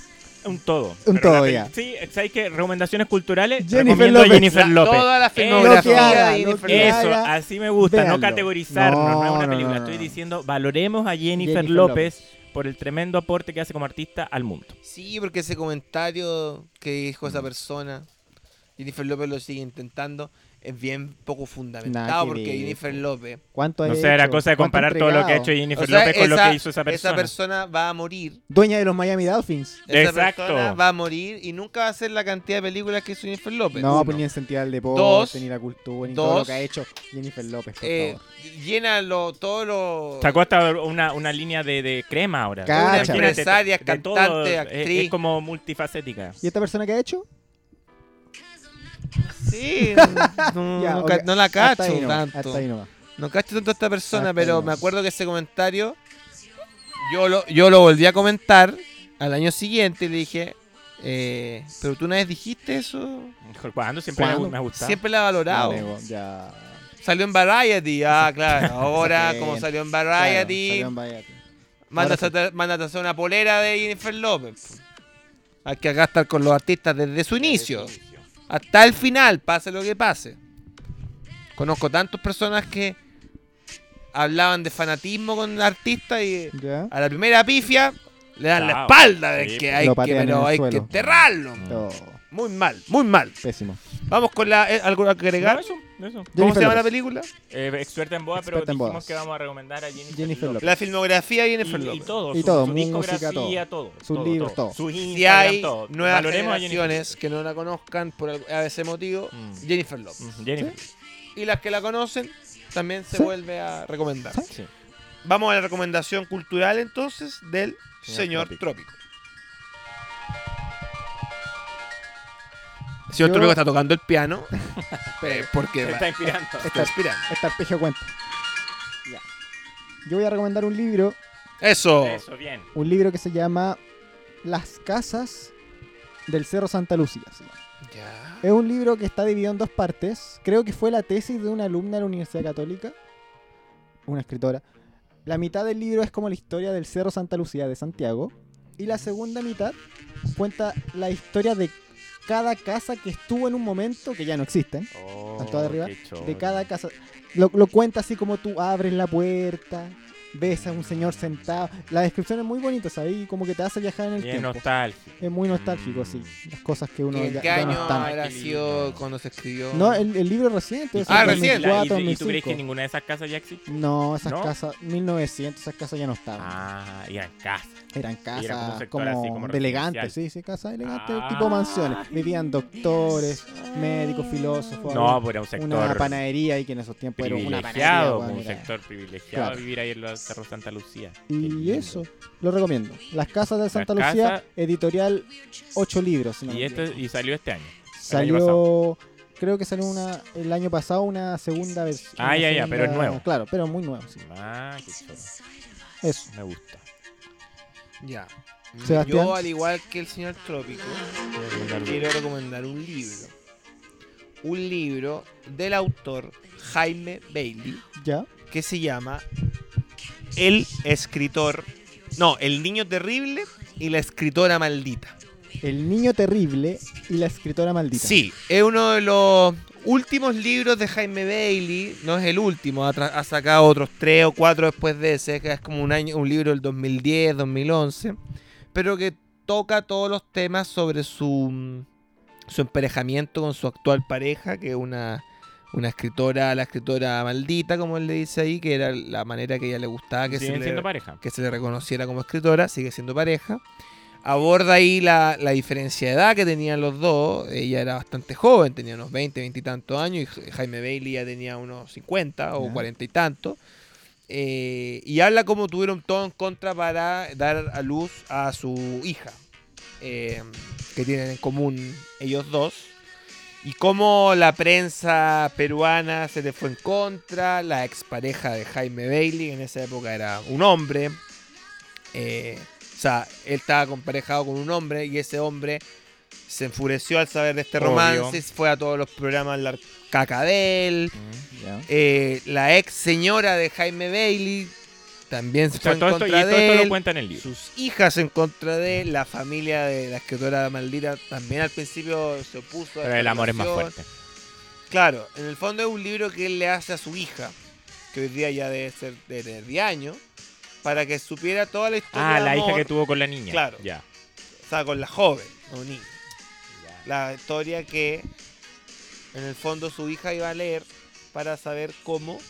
[SPEAKER 5] Un todo.
[SPEAKER 7] Un
[SPEAKER 5] Pero
[SPEAKER 7] todo,
[SPEAKER 5] la peli-
[SPEAKER 7] ya.
[SPEAKER 5] Sí, ¿sabes qué? Recomendaciones culturales.
[SPEAKER 7] Jennifer
[SPEAKER 5] recomiendo
[SPEAKER 7] López.
[SPEAKER 5] A Jennifer
[SPEAKER 6] La-
[SPEAKER 5] López. Eh,
[SPEAKER 6] Toda la
[SPEAKER 7] Lo que
[SPEAKER 6] filmografía de
[SPEAKER 7] haga, lo
[SPEAKER 6] Jennifer
[SPEAKER 7] que
[SPEAKER 6] López.
[SPEAKER 5] Eso,
[SPEAKER 7] haga,
[SPEAKER 5] así me gusta,
[SPEAKER 7] véanlo.
[SPEAKER 5] no categorizarnos, no, es
[SPEAKER 7] No,
[SPEAKER 5] una
[SPEAKER 7] no,
[SPEAKER 5] película.
[SPEAKER 7] no, no.
[SPEAKER 5] Estoy diciendo, valoremos a Jennifer,
[SPEAKER 7] Jennifer
[SPEAKER 5] López,
[SPEAKER 7] López.
[SPEAKER 5] por el tremendo aporte que hace como artista al mundo.
[SPEAKER 6] Sí, porque ese comentario que dijo esa persona. Jennifer López lo sigue intentando, es bien poco
[SPEAKER 7] Nada
[SPEAKER 6] fundamentado
[SPEAKER 7] que
[SPEAKER 6] porque
[SPEAKER 7] ver,
[SPEAKER 6] Jennifer
[SPEAKER 7] po.
[SPEAKER 6] López
[SPEAKER 7] ¿Cuánto
[SPEAKER 5] No
[SPEAKER 7] has
[SPEAKER 5] sé, era
[SPEAKER 7] Pues hecho?
[SPEAKER 5] cosa de
[SPEAKER 7] ¿Cuánto
[SPEAKER 5] comparar todo lo que ha
[SPEAKER 7] entregado?
[SPEAKER 5] hecho Jennifer
[SPEAKER 6] O sea,
[SPEAKER 5] López con lo que hizo esa persona.
[SPEAKER 6] esa persona va a morir.
[SPEAKER 7] Dueña de los Miami Dolphins.
[SPEAKER 6] Esa
[SPEAKER 5] Exacto.
[SPEAKER 6] persona va a morir y nunca va a hacer la cantidad de películas que hizo Jennifer López.
[SPEAKER 7] No,
[SPEAKER 6] Uno.
[SPEAKER 7] pues ni incentivar el deporte,
[SPEAKER 6] Dos.
[SPEAKER 7] ni la cultura, ni todo
[SPEAKER 6] Dos.
[SPEAKER 7] lo que ha hecho Jennifer López, por
[SPEAKER 6] Eh,
[SPEAKER 7] favor.
[SPEAKER 6] llena lo, todo lo...
[SPEAKER 5] Sacó hasta una, una línea de, de crema ahora.
[SPEAKER 7] Cacha.
[SPEAKER 5] Imagínate,
[SPEAKER 6] Una empresaria,
[SPEAKER 5] de todo, eh,
[SPEAKER 6] cantante,
[SPEAKER 5] es-
[SPEAKER 6] actriz.
[SPEAKER 5] Es, como multifacética.
[SPEAKER 7] ¿Y esta persona que ha hecho?
[SPEAKER 6] Sí, no,
[SPEAKER 7] Ya,
[SPEAKER 6] no
[SPEAKER 7] ok.
[SPEAKER 6] ca- mm, no la
[SPEAKER 7] Hasta
[SPEAKER 6] cacho
[SPEAKER 7] ahí nomás,
[SPEAKER 6] tanto.
[SPEAKER 7] Hasta ahí nomás.
[SPEAKER 6] No cacho tanto a esta persona,
[SPEAKER 7] Hasta
[SPEAKER 6] pero
[SPEAKER 7] ahí
[SPEAKER 6] me
[SPEAKER 7] nomás.
[SPEAKER 6] acuerdo que ese comentario yo lo, yo lo volví a comentar al año siguiente y le dije, eh, pero tú una vez dijiste eso,
[SPEAKER 5] Cuando siempre me ha-
[SPEAKER 7] ¿Cuándo?
[SPEAKER 5] me ha gustado.
[SPEAKER 6] siempre la ha valorado.
[SPEAKER 7] Nego, Ya.
[SPEAKER 6] Salió en Variety, ah, claro. Ahora,
[SPEAKER 7] Sí.
[SPEAKER 6] como salió en
[SPEAKER 7] Claro,
[SPEAKER 6] Variety,
[SPEAKER 7] salió en Variety.
[SPEAKER 6] mándate,
[SPEAKER 7] Ahora
[SPEAKER 6] a- mándate a hacer una polera de Jennifer López. Hay que acá estar con los artistas desde su inicio hasta el final, pase lo que pase. Conozco tantas personas que hablaban de fanatismo con artistas y
[SPEAKER 7] Ya.
[SPEAKER 6] a la primera pifia le dan la
[SPEAKER 5] Chao.
[SPEAKER 6] espalda de
[SPEAKER 5] Sí,
[SPEAKER 6] que
[SPEAKER 5] pues.
[SPEAKER 6] hay
[SPEAKER 7] Lo
[SPEAKER 6] que,
[SPEAKER 7] patean en
[SPEAKER 6] pero
[SPEAKER 7] el
[SPEAKER 6] hay que
[SPEAKER 7] suelo.
[SPEAKER 6] enterrarlo.
[SPEAKER 7] Oh,
[SPEAKER 6] Muy mal, muy mal.
[SPEAKER 7] pésimo.
[SPEAKER 6] Vamos con la eh, algo que agregar.
[SPEAKER 5] No, eso, eso.
[SPEAKER 6] ¿Cómo
[SPEAKER 7] Jennifer
[SPEAKER 6] se llama la
[SPEAKER 7] Lopez.
[SPEAKER 6] película?
[SPEAKER 5] Eh, experta en boda, pero
[SPEAKER 7] Experta en
[SPEAKER 5] dijimos
[SPEAKER 7] bodas.
[SPEAKER 5] que vamos a recomendar a Jennifer,
[SPEAKER 7] Jennifer
[SPEAKER 5] Lopez.
[SPEAKER 7] Lopez.
[SPEAKER 6] La filmografía de Jennifer
[SPEAKER 5] Y, y
[SPEAKER 6] Lopez.
[SPEAKER 5] todo,
[SPEAKER 7] Y
[SPEAKER 5] su,
[SPEAKER 7] todo,
[SPEAKER 5] su
[SPEAKER 7] música,
[SPEAKER 5] discografía, todo.
[SPEAKER 7] Sus
[SPEAKER 5] todo,
[SPEAKER 7] libros, todo.
[SPEAKER 5] Su
[SPEAKER 6] Si
[SPEAKER 5] Instagram,
[SPEAKER 6] hay
[SPEAKER 5] todo.
[SPEAKER 6] nuevas
[SPEAKER 5] Valoremos a Jennifer
[SPEAKER 6] generaciones que no la conozcan por al- a ese motivo,
[SPEAKER 5] Mm.
[SPEAKER 6] Jennifer Lopez.
[SPEAKER 5] Lopez. Mm, Jennifer.
[SPEAKER 6] Y las que la conocen también se
[SPEAKER 7] Sí.
[SPEAKER 6] vuelve a recomendar.
[SPEAKER 5] Sí.
[SPEAKER 6] Vamos a la recomendación cultural entonces del señor,
[SPEAKER 5] Señor
[SPEAKER 6] Trópico. El señor
[SPEAKER 7] Yo-
[SPEAKER 6] Trópico está tocando el piano eh, porque
[SPEAKER 5] Se
[SPEAKER 6] va-
[SPEAKER 5] está inspirando.
[SPEAKER 6] está inspirando.
[SPEAKER 7] Estarpejo cuenta. Ya. Yo voy a recomendar un libro,
[SPEAKER 6] Eso.
[SPEAKER 5] Eso, bien.
[SPEAKER 7] un libro que se llama Las casas del Cerro Santa Lucía. se llama.
[SPEAKER 6] Ya.
[SPEAKER 7] Es un libro que está dividido en dos partes. Creo que fue la tesis de una alumna de la Universidad Católica, una escritora. La mitad del libro es como la historia del Cerro Santa Lucía de Santiago. Y la segunda mitad cuenta la historia de cada casa que estuvo en un momento, que ya no existen, Están
[SPEAKER 5] Oh,
[SPEAKER 7] todas arriba, de cada casa. Lo, lo cuenta así como tú abres la puerta, ves a un señor sentado. La descripción es muy bonita, ¿sabes? Y como que te hace viajar en el
[SPEAKER 5] Bien
[SPEAKER 7] tiempo.
[SPEAKER 5] nostálgico.
[SPEAKER 7] Es muy nostálgico,
[SPEAKER 5] Mm.
[SPEAKER 7] sí. Las cosas que uno
[SPEAKER 6] ¿En
[SPEAKER 7] ya,
[SPEAKER 6] qué
[SPEAKER 7] ya no
[SPEAKER 6] año
[SPEAKER 7] están.
[SPEAKER 6] habrá sido cuando se escribió?
[SPEAKER 7] No, el, el libro es reciente. es
[SPEAKER 6] Ah,
[SPEAKER 7] el
[SPEAKER 6] recién.
[SPEAKER 7] 2004,
[SPEAKER 5] ¿Y, y tú crees que
[SPEAKER 7] 2005.
[SPEAKER 5] ninguna de esas casas ya existe?
[SPEAKER 7] No, esas
[SPEAKER 5] ¿No?
[SPEAKER 7] casas, 1900, esas casas ya no estaban.
[SPEAKER 5] Ah, y eran casas.
[SPEAKER 7] Eran
[SPEAKER 5] como un
[SPEAKER 7] casas
[SPEAKER 5] sector
[SPEAKER 7] como,
[SPEAKER 5] así, como
[SPEAKER 7] de elegantes,
[SPEAKER 5] residencial.
[SPEAKER 7] sí, sí, casas elegantes,
[SPEAKER 5] Ah.
[SPEAKER 7] tipo mansiones. Vivían doctores, médicos, filósofos.
[SPEAKER 5] No,
[SPEAKER 7] había
[SPEAKER 5] pero era un
[SPEAKER 7] una
[SPEAKER 5] sector
[SPEAKER 7] panadería y que en esos tiempos era una panadería.
[SPEAKER 5] privilegiado.
[SPEAKER 7] weón,
[SPEAKER 5] Un
[SPEAKER 7] era-
[SPEAKER 5] sector privilegiado
[SPEAKER 7] Claro.
[SPEAKER 5] vivir ahí en los Cerros Santa Lucía. Qué
[SPEAKER 7] Y
[SPEAKER 5] lindo.
[SPEAKER 7] eso, lo recomiendo. Las Casas de Santa
[SPEAKER 5] Las
[SPEAKER 7] Lucía,
[SPEAKER 5] Casas-
[SPEAKER 7] editorial 8 libros. si no me
[SPEAKER 5] Y, esto,
[SPEAKER 7] equivoco.
[SPEAKER 5] y salió este año. año
[SPEAKER 7] salió, creo que salió una, el año pasado una segunda versión.
[SPEAKER 5] Ah, ya, ya, pero es nuevo.
[SPEAKER 7] Claro, pero muy nuevo. sí.
[SPEAKER 5] Ah, qué chulo.
[SPEAKER 7] Eso.
[SPEAKER 5] Me gusta.
[SPEAKER 6] Ya.
[SPEAKER 7] Sebastián.
[SPEAKER 6] Mm, Yo, al igual que el señor Trópico, quiero recomendar un libro. Un libro del autor Jaime Bailey.
[SPEAKER 7] Ya,
[SPEAKER 6] que se llama El escritor. No, El niño terrible y la escritora maldita.
[SPEAKER 7] El niño terrible y la escritora maldita.
[SPEAKER 6] Sí, es uno de los últimos libros de Jaime Bailey. No es el último, ha, tra- ha sacado otros tres o cuatro después de ese. que Es como un, año, un libro del 2010, 2011. Pero que toca todos los temas sobre su, mm, su emparejamiento con su actual pareja, que es una, una escritora, la escritora maldita, como él le dice ahí, que era la manera que a ella le gustaba que se
[SPEAKER 5] Siguen
[SPEAKER 6] le-
[SPEAKER 5] siendo pareja.
[SPEAKER 6] que se le reconociera como escritora, sigue siendo pareja. Aborda ahí la, la diferencia de edad que tenían los dos. Ella era bastante joven, tenía unos 20, 20 y tantos años, y Ja- Jaime Bailey ya tenía unos 50 o
[SPEAKER 7] Ya.
[SPEAKER 6] 40 y tantos. Eh, y habla cómo tuvieron todo en contra para dar a luz a su hija, eh, que tienen en común ellos dos. Y cómo la prensa peruana se le fue en contra, la expareja de Jaime Bailey, que en esa época era un hombre. eh, o sea, él estaba comparejado con un hombre y ese hombre se enfureció al saber de este
[SPEAKER 5] Obvio.
[SPEAKER 6] romance, fue a todos los programas la caca de él.
[SPEAKER 5] Mm.
[SPEAKER 7] Ya.
[SPEAKER 6] Eh, la ex señora de Jaime Bailey también se
[SPEAKER 5] O sea,
[SPEAKER 6] fue
[SPEAKER 5] todo
[SPEAKER 6] en
[SPEAKER 5] esto, y
[SPEAKER 6] contra
[SPEAKER 5] todo
[SPEAKER 6] de
[SPEAKER 5] esto
[SPEAKER 6] él
[SPEAKER 5] lo cuenta en el libro.
[SPEAKER 6] sus hijas en contra de él, la familia de la escritora maldita también al principio se opuso a
[SPEAKER 5] Pero
[SPEAKER 6] esta
[SPEAKER 5] el amor es más
[SPEAKER 6] relación.
[SPEAKER 5] fuerte.
[SPEAKER 6] Claro, en el fondo es un libro que él le hace a su hija, que hoy día ya debe ser de tener 10 años, para que supiera toda la historia.
[SPEAKER 5] Ah,
[SPEAKER 6] de
[SPEAKER 5] la hija
[SPEAKER 6] amor,
[SPEAKER 5] que tuvo con la niña.
[SPEAKER 6] Claro.
[SPEAKER 5] Ya.
[SPEAKER 6] O sea, con la joven, no niña. La historia que En el fondo su hija iba a leer para saber cómo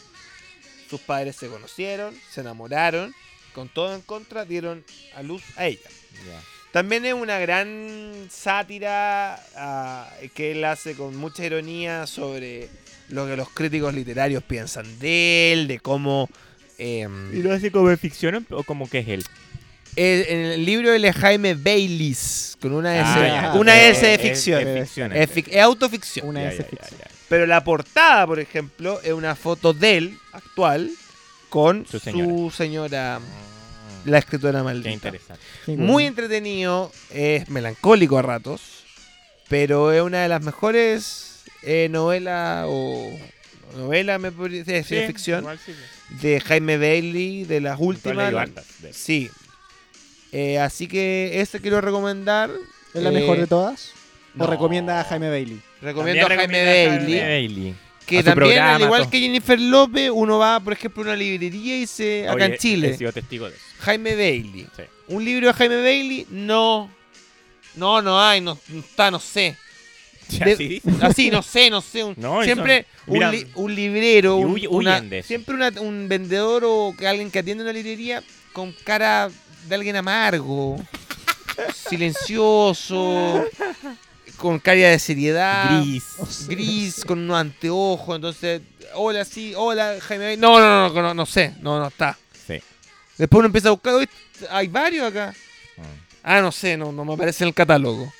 [SPEAKER 6] sus padres se conocieron, se enamoraron, con todo en contra dieron a luz a ella.
[SPEAKER 5] Ya.
[SPEAKER 6] También es una gran sátira ah, que él hace con mucha ironía sobre lo que los críticos literarios piensan de él, de cómo... em,
[SPEAKER 5] ¿Y lo hace como de ficción o como que es él?
[SPEAKER 6] eh, en el libro él es Jaime Baylis, con una S,
[SPEAKER 7] Ah, ya,
[SPEAKER 6] una
[SPEAKER 7] pero
[SPEAKER 6] S de
[SPEAKER 5] Eh, es-
[SPEAKER 6] ficción.
[SPEAKER 5] Es,
[SPEAKER 6] Es,
[SPEAKER 5] ficción.
[SPEAKER 6] fic- es autoficción.
[SPEAKER 7] Una
[SPEAKER 5] Ya,
[SPEAKER 7] S
[SPEAKER 5] ya,
[SPEAKER 7] ficción.
[SPEAKER 5] ya, ya.
[SPEAKER 6] Pero la portada, por ejemplo, es una foto de él actual con su
[SPEAKER 5] Su señora. Mm.
[SPEAKER 6] señora, la escritora
[SPEAKER 5] Qué
[SPEAKER 6] maldita.
[SPEAKER 5] interesante.
[SPEAKER 7] Sí,
[SPEAKER 6] Muy
[SPEAKER 7] bueno.
[SPEAKER 6] entretenido, es melancólico a ratos, pero es una de las mejores eh, novelas o novela, me podría decir, de ficción,
[SPEAKER 5] igual sí, sí.
[SPEAKER 6] de Jaime Bailey, de las
[SPEAKER 5] Igual
[SPEAKER 6] últimas.
[SPEAKER 5] leí hartas de-
[SPEAKER 6] Sí. Eh, así que esta quiero recomendar.
[SPEAKER 7] ¿Es la
[SPEAKER 6] Eh,
[SPEAKER 7] mejor de todas?
[SPEAKER 6] no.
[SPEAKER 7] ¿O recomienda a Jaime Bailey?
[SPEAKER 6] Recomiendo a
[SPEAKER 5] También
[SPEAKER 6] Jaime
[SPEAKER 5] recomiendo a
[SPEAKER 6] Bailey.
[SPEAKER 5] Jaime Bailey. A
[SPEAKER 6] Que
[SPEAKER 5] su
[SPEAKER 6] también, al
[SPEAKER 5] programa,
[SPEAKER 6] igual
[SPEAKER 5] todo.
[SPEAKER 6] que Jennifer López, uno va, por ejemplo, a una librería y se. acá
[SPEAKER 5] Oye,
[SPEAKER 6] en Chile.
[SPEAKER 5] He sido testigo de eso.
[SPEAKER 6] Jaime Bailey.
[SPEAKER 5] Sí.
[SPEAKER 6] ¿Un libro de Jaime Bailey? No. No, no hay, no, no está, no sé. De-
[SPEAKER 5] Así dice.
[SPEAKER 6] Así, no sé, no sé. un-
[SPEAKER 5] No, y
[SPEAKER 6] siempre un,
[SPEAKER 5] son- mira,
[SPEAKER 6] li- un librero,
[SPEAKER 5] y
[SPEAKER 6] un-
[SPEAKER 5] huy-
[SPEAKER 6] una-
[SPEAKER 5] huyen de eso.
[SPEAKER 6] siempre una- un vendedor o que alguien que atiende una librería con cara de alguien amargo, silencioso, con cara de seriedad,
[SPEAKER 5] Gris.
[SPEAKER 6] gris, con unos anteojos. Entonces, hola, sí, hola, Jaime. No, no, no, no, no, no sé, no, no está.
[SPEAKER 5] Sí.
[SPEAKER 6] Después uno empieza a buscar, "Oye, hay varios acá.
[SPEAKER 5] Mm.
[SPEAKER 6] Ah, no sé, no, no me aparece en el catálogo.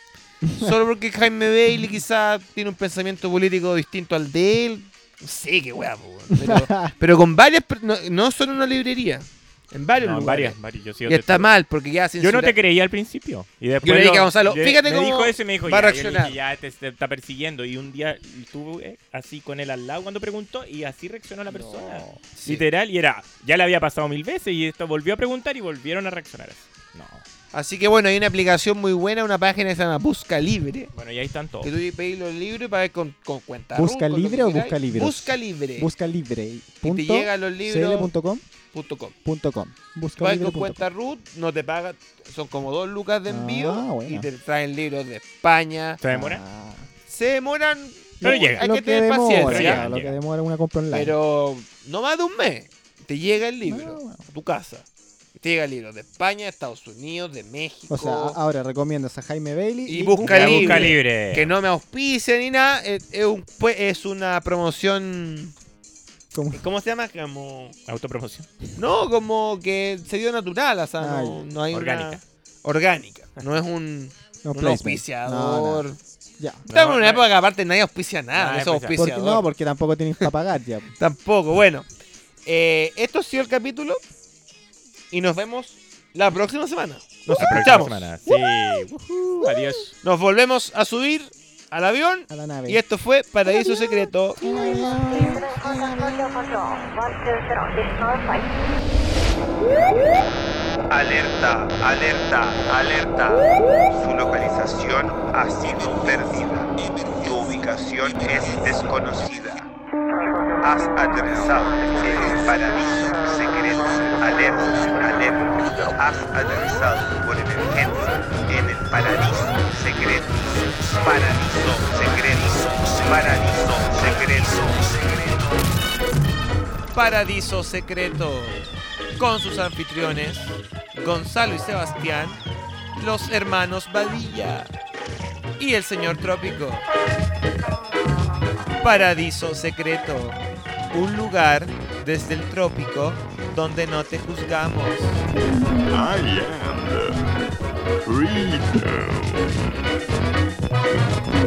[SPEAKER 6] Solo porque Jaime Bailey quizá tiene un pensamiento político distinto al de él. No sé qué weá, po, weón. pero, pero con varias, per- no, no solo en una librería, en varios
[SPEAKER 5] No,
[SPEAKER 6] lugares.
[SPEAKER 5] varias, varias. Yo, he sido
[SPEAKER 6] Y está
[SPEAKER 5] testigo.
[SPEAKER 6] mal, porque ya sin
[SPEAKER 5] Yo no te creía al principio. Y después
[SPEAKER 6] Yo le dije
[SPEAKER 5] lo-
[SPEAKER 6] a Gonzalo,
[SPEAKER 5] yo-
[SPEAKER 6] fíjate
[SPEAKER 5] me
[SPEAKER 6] cómo
[SPEAKER 5] dijo eso y me dijo,
[SPEAKER 6] va
[SPEAKER 5] ya,
[SPEAKER 6] a
[SPEAKER 5] yo le dije,
[SPEAKER 6] reaccionar.
[SPEAKER 5] ya te, te está persiguiendo. Y un día estuve así con él al lado cuando preguntó y así reaccionó la persona.
[SPEAKER 6] Sí.
[SPEAKER 5] Literal, y era, ya le había pasado mil veces y esto volvió a preguntar y volvieron a reaccionar así. No.
[SPEAKER 6] Así que bueno, hay una aplicación muy buena, una página que se llama Busca Libre.
[SPEAKER 5] Bueno, y ahí están todos.
[SPEAKER 6] Que tú pedís los libros para ver con, con cuenta.
[SPEAKER 7] ¿Busca
[SPEAKER 6] root, con lo
[SPEAKER 7] Libre
[SPEAKER 6] que
[SPEAKER 7] o
[SPEAKER 6] queráis.
[SPEAKER 7] Busca Libros?
[SPEAKER 6] Busca Libre.
[SPEAKER 7] Busca libre.
[SPEAKER 6] y te
[SPEAKER 7] punto
[SPEAKER 6] llegan los libros.com.
[SPEAKER 7] cl.com, punto com. Busca
[SPEAKER 6] Vas
[SPEAKER 7] libre
[SPEAKER 6] con
[SPEAKER 7] punto com.
[SPEAKER 6] cuenta root, no te pagan, son como dos lucas de envío
[SPEAKER 7] Ah, bueno.
[SPEAKER 6] y te traen libros de España.
[SPEAKER 5] ¿Se demora?
[SPEAKER 7] Ah.
[SPEAKER 6] Se demoran,
[SPEAKER 5] Pero
[SPEAKER 6] hay
[SPEAKER 5] llega.
[SPEAKER 7] lo
[SPEAKER 6] que tener
[SPEAKER 7] demora,
[SPEAKER 6] paciencia, ¿eh?
[SPEAKER 5] llega.
[SPEAKER 7] Lo que demora una compra online.
[SPEAKER 6] pero no más de un mes. Te llega el libro
[SPEAKER 7] Ah, bueno.
[SPEAKER 6] a tu casa. Te llega el libro de España, de Estados Unidos, de México.
[SPEAKER 7] o sea, ah, a- ahora recomiendas a Jaime Bailey
[SPEAKER 6] Y busca
[SPEAKER 5] Ya,
[SPEAKER 6] libre.
[SPEAKER 5] busca libre.
[SPEAKER 6] que no me auspicia ni nada, es, es un- pues, es una promoción.
[SPEAKER 7] como-
[SPEAKER 6] ¿Cómo se llama? Como,
[SPEAKER 5] Autopromoción.
[SPEAKER 6] no, como que se dio natural, o sea,
[SPEAKER 7] Ah,
[SPEAKER 6] no, no hay una-
[SPEAKER 5] Orgánica.
[SPEAKER 6] orgánica. No es un,
[SPEAKER 7] no,
[SPEAKER 6] un
[SPEAKER 7] placement.
[SPEAKER 6] auspiciador.
[SPEAKER 7] No, no, Ya.
[SPEAKER 6] Estamos en una
[SPEAKER 5] No,
[SPEAKER 6] época que aparte nadie auspicia nada,
[SPEAKER 5] Nadie
[SPEAKER 6] no somos
[SPEAKER 5] auspicia.
[SPEAKER 7] Porque,
[SPEAKER 6] auspiciadores.
[SPEAKER 7] no, porque tampoco tienes para pagar ya.
[SPEAKER 6] Tampoco, bueno. eh, esto ha sido el capítulo y nos vemos la próxima semana. Nos
[SPEAKER 5] La próxima
[SPEAKER 6] escuchamos.
[SPEAKER 5] semana. Sí. Ujú. Adiós.
[SPEAKER 6] Nos volvemos a subir al avión
[SPEAKER 7] A la nave.
[SPEAKER 6] y esto fue Paraíso Secreto.
[SPEAKER 2] Alerta, alerta, alerta. Su localización ha sido perdida. Tu ubicación es desconocida. Has aterrizado en el paraíso secreto. Alerta, alerta. Has aterrizado por emergencia en el paraíso secreto. Paraíso secreto. Paraíso secreto. secreto.
[SPEAKER 6] Paradiso Secreto con sus anfitriones Gonzalo y Sebastián, los hermanos Badilla y el señor Trópico. Paradiso Secreto, un lugar desde el trópico donde no te juzgamos.
[SPEAKER 3] I am the reader.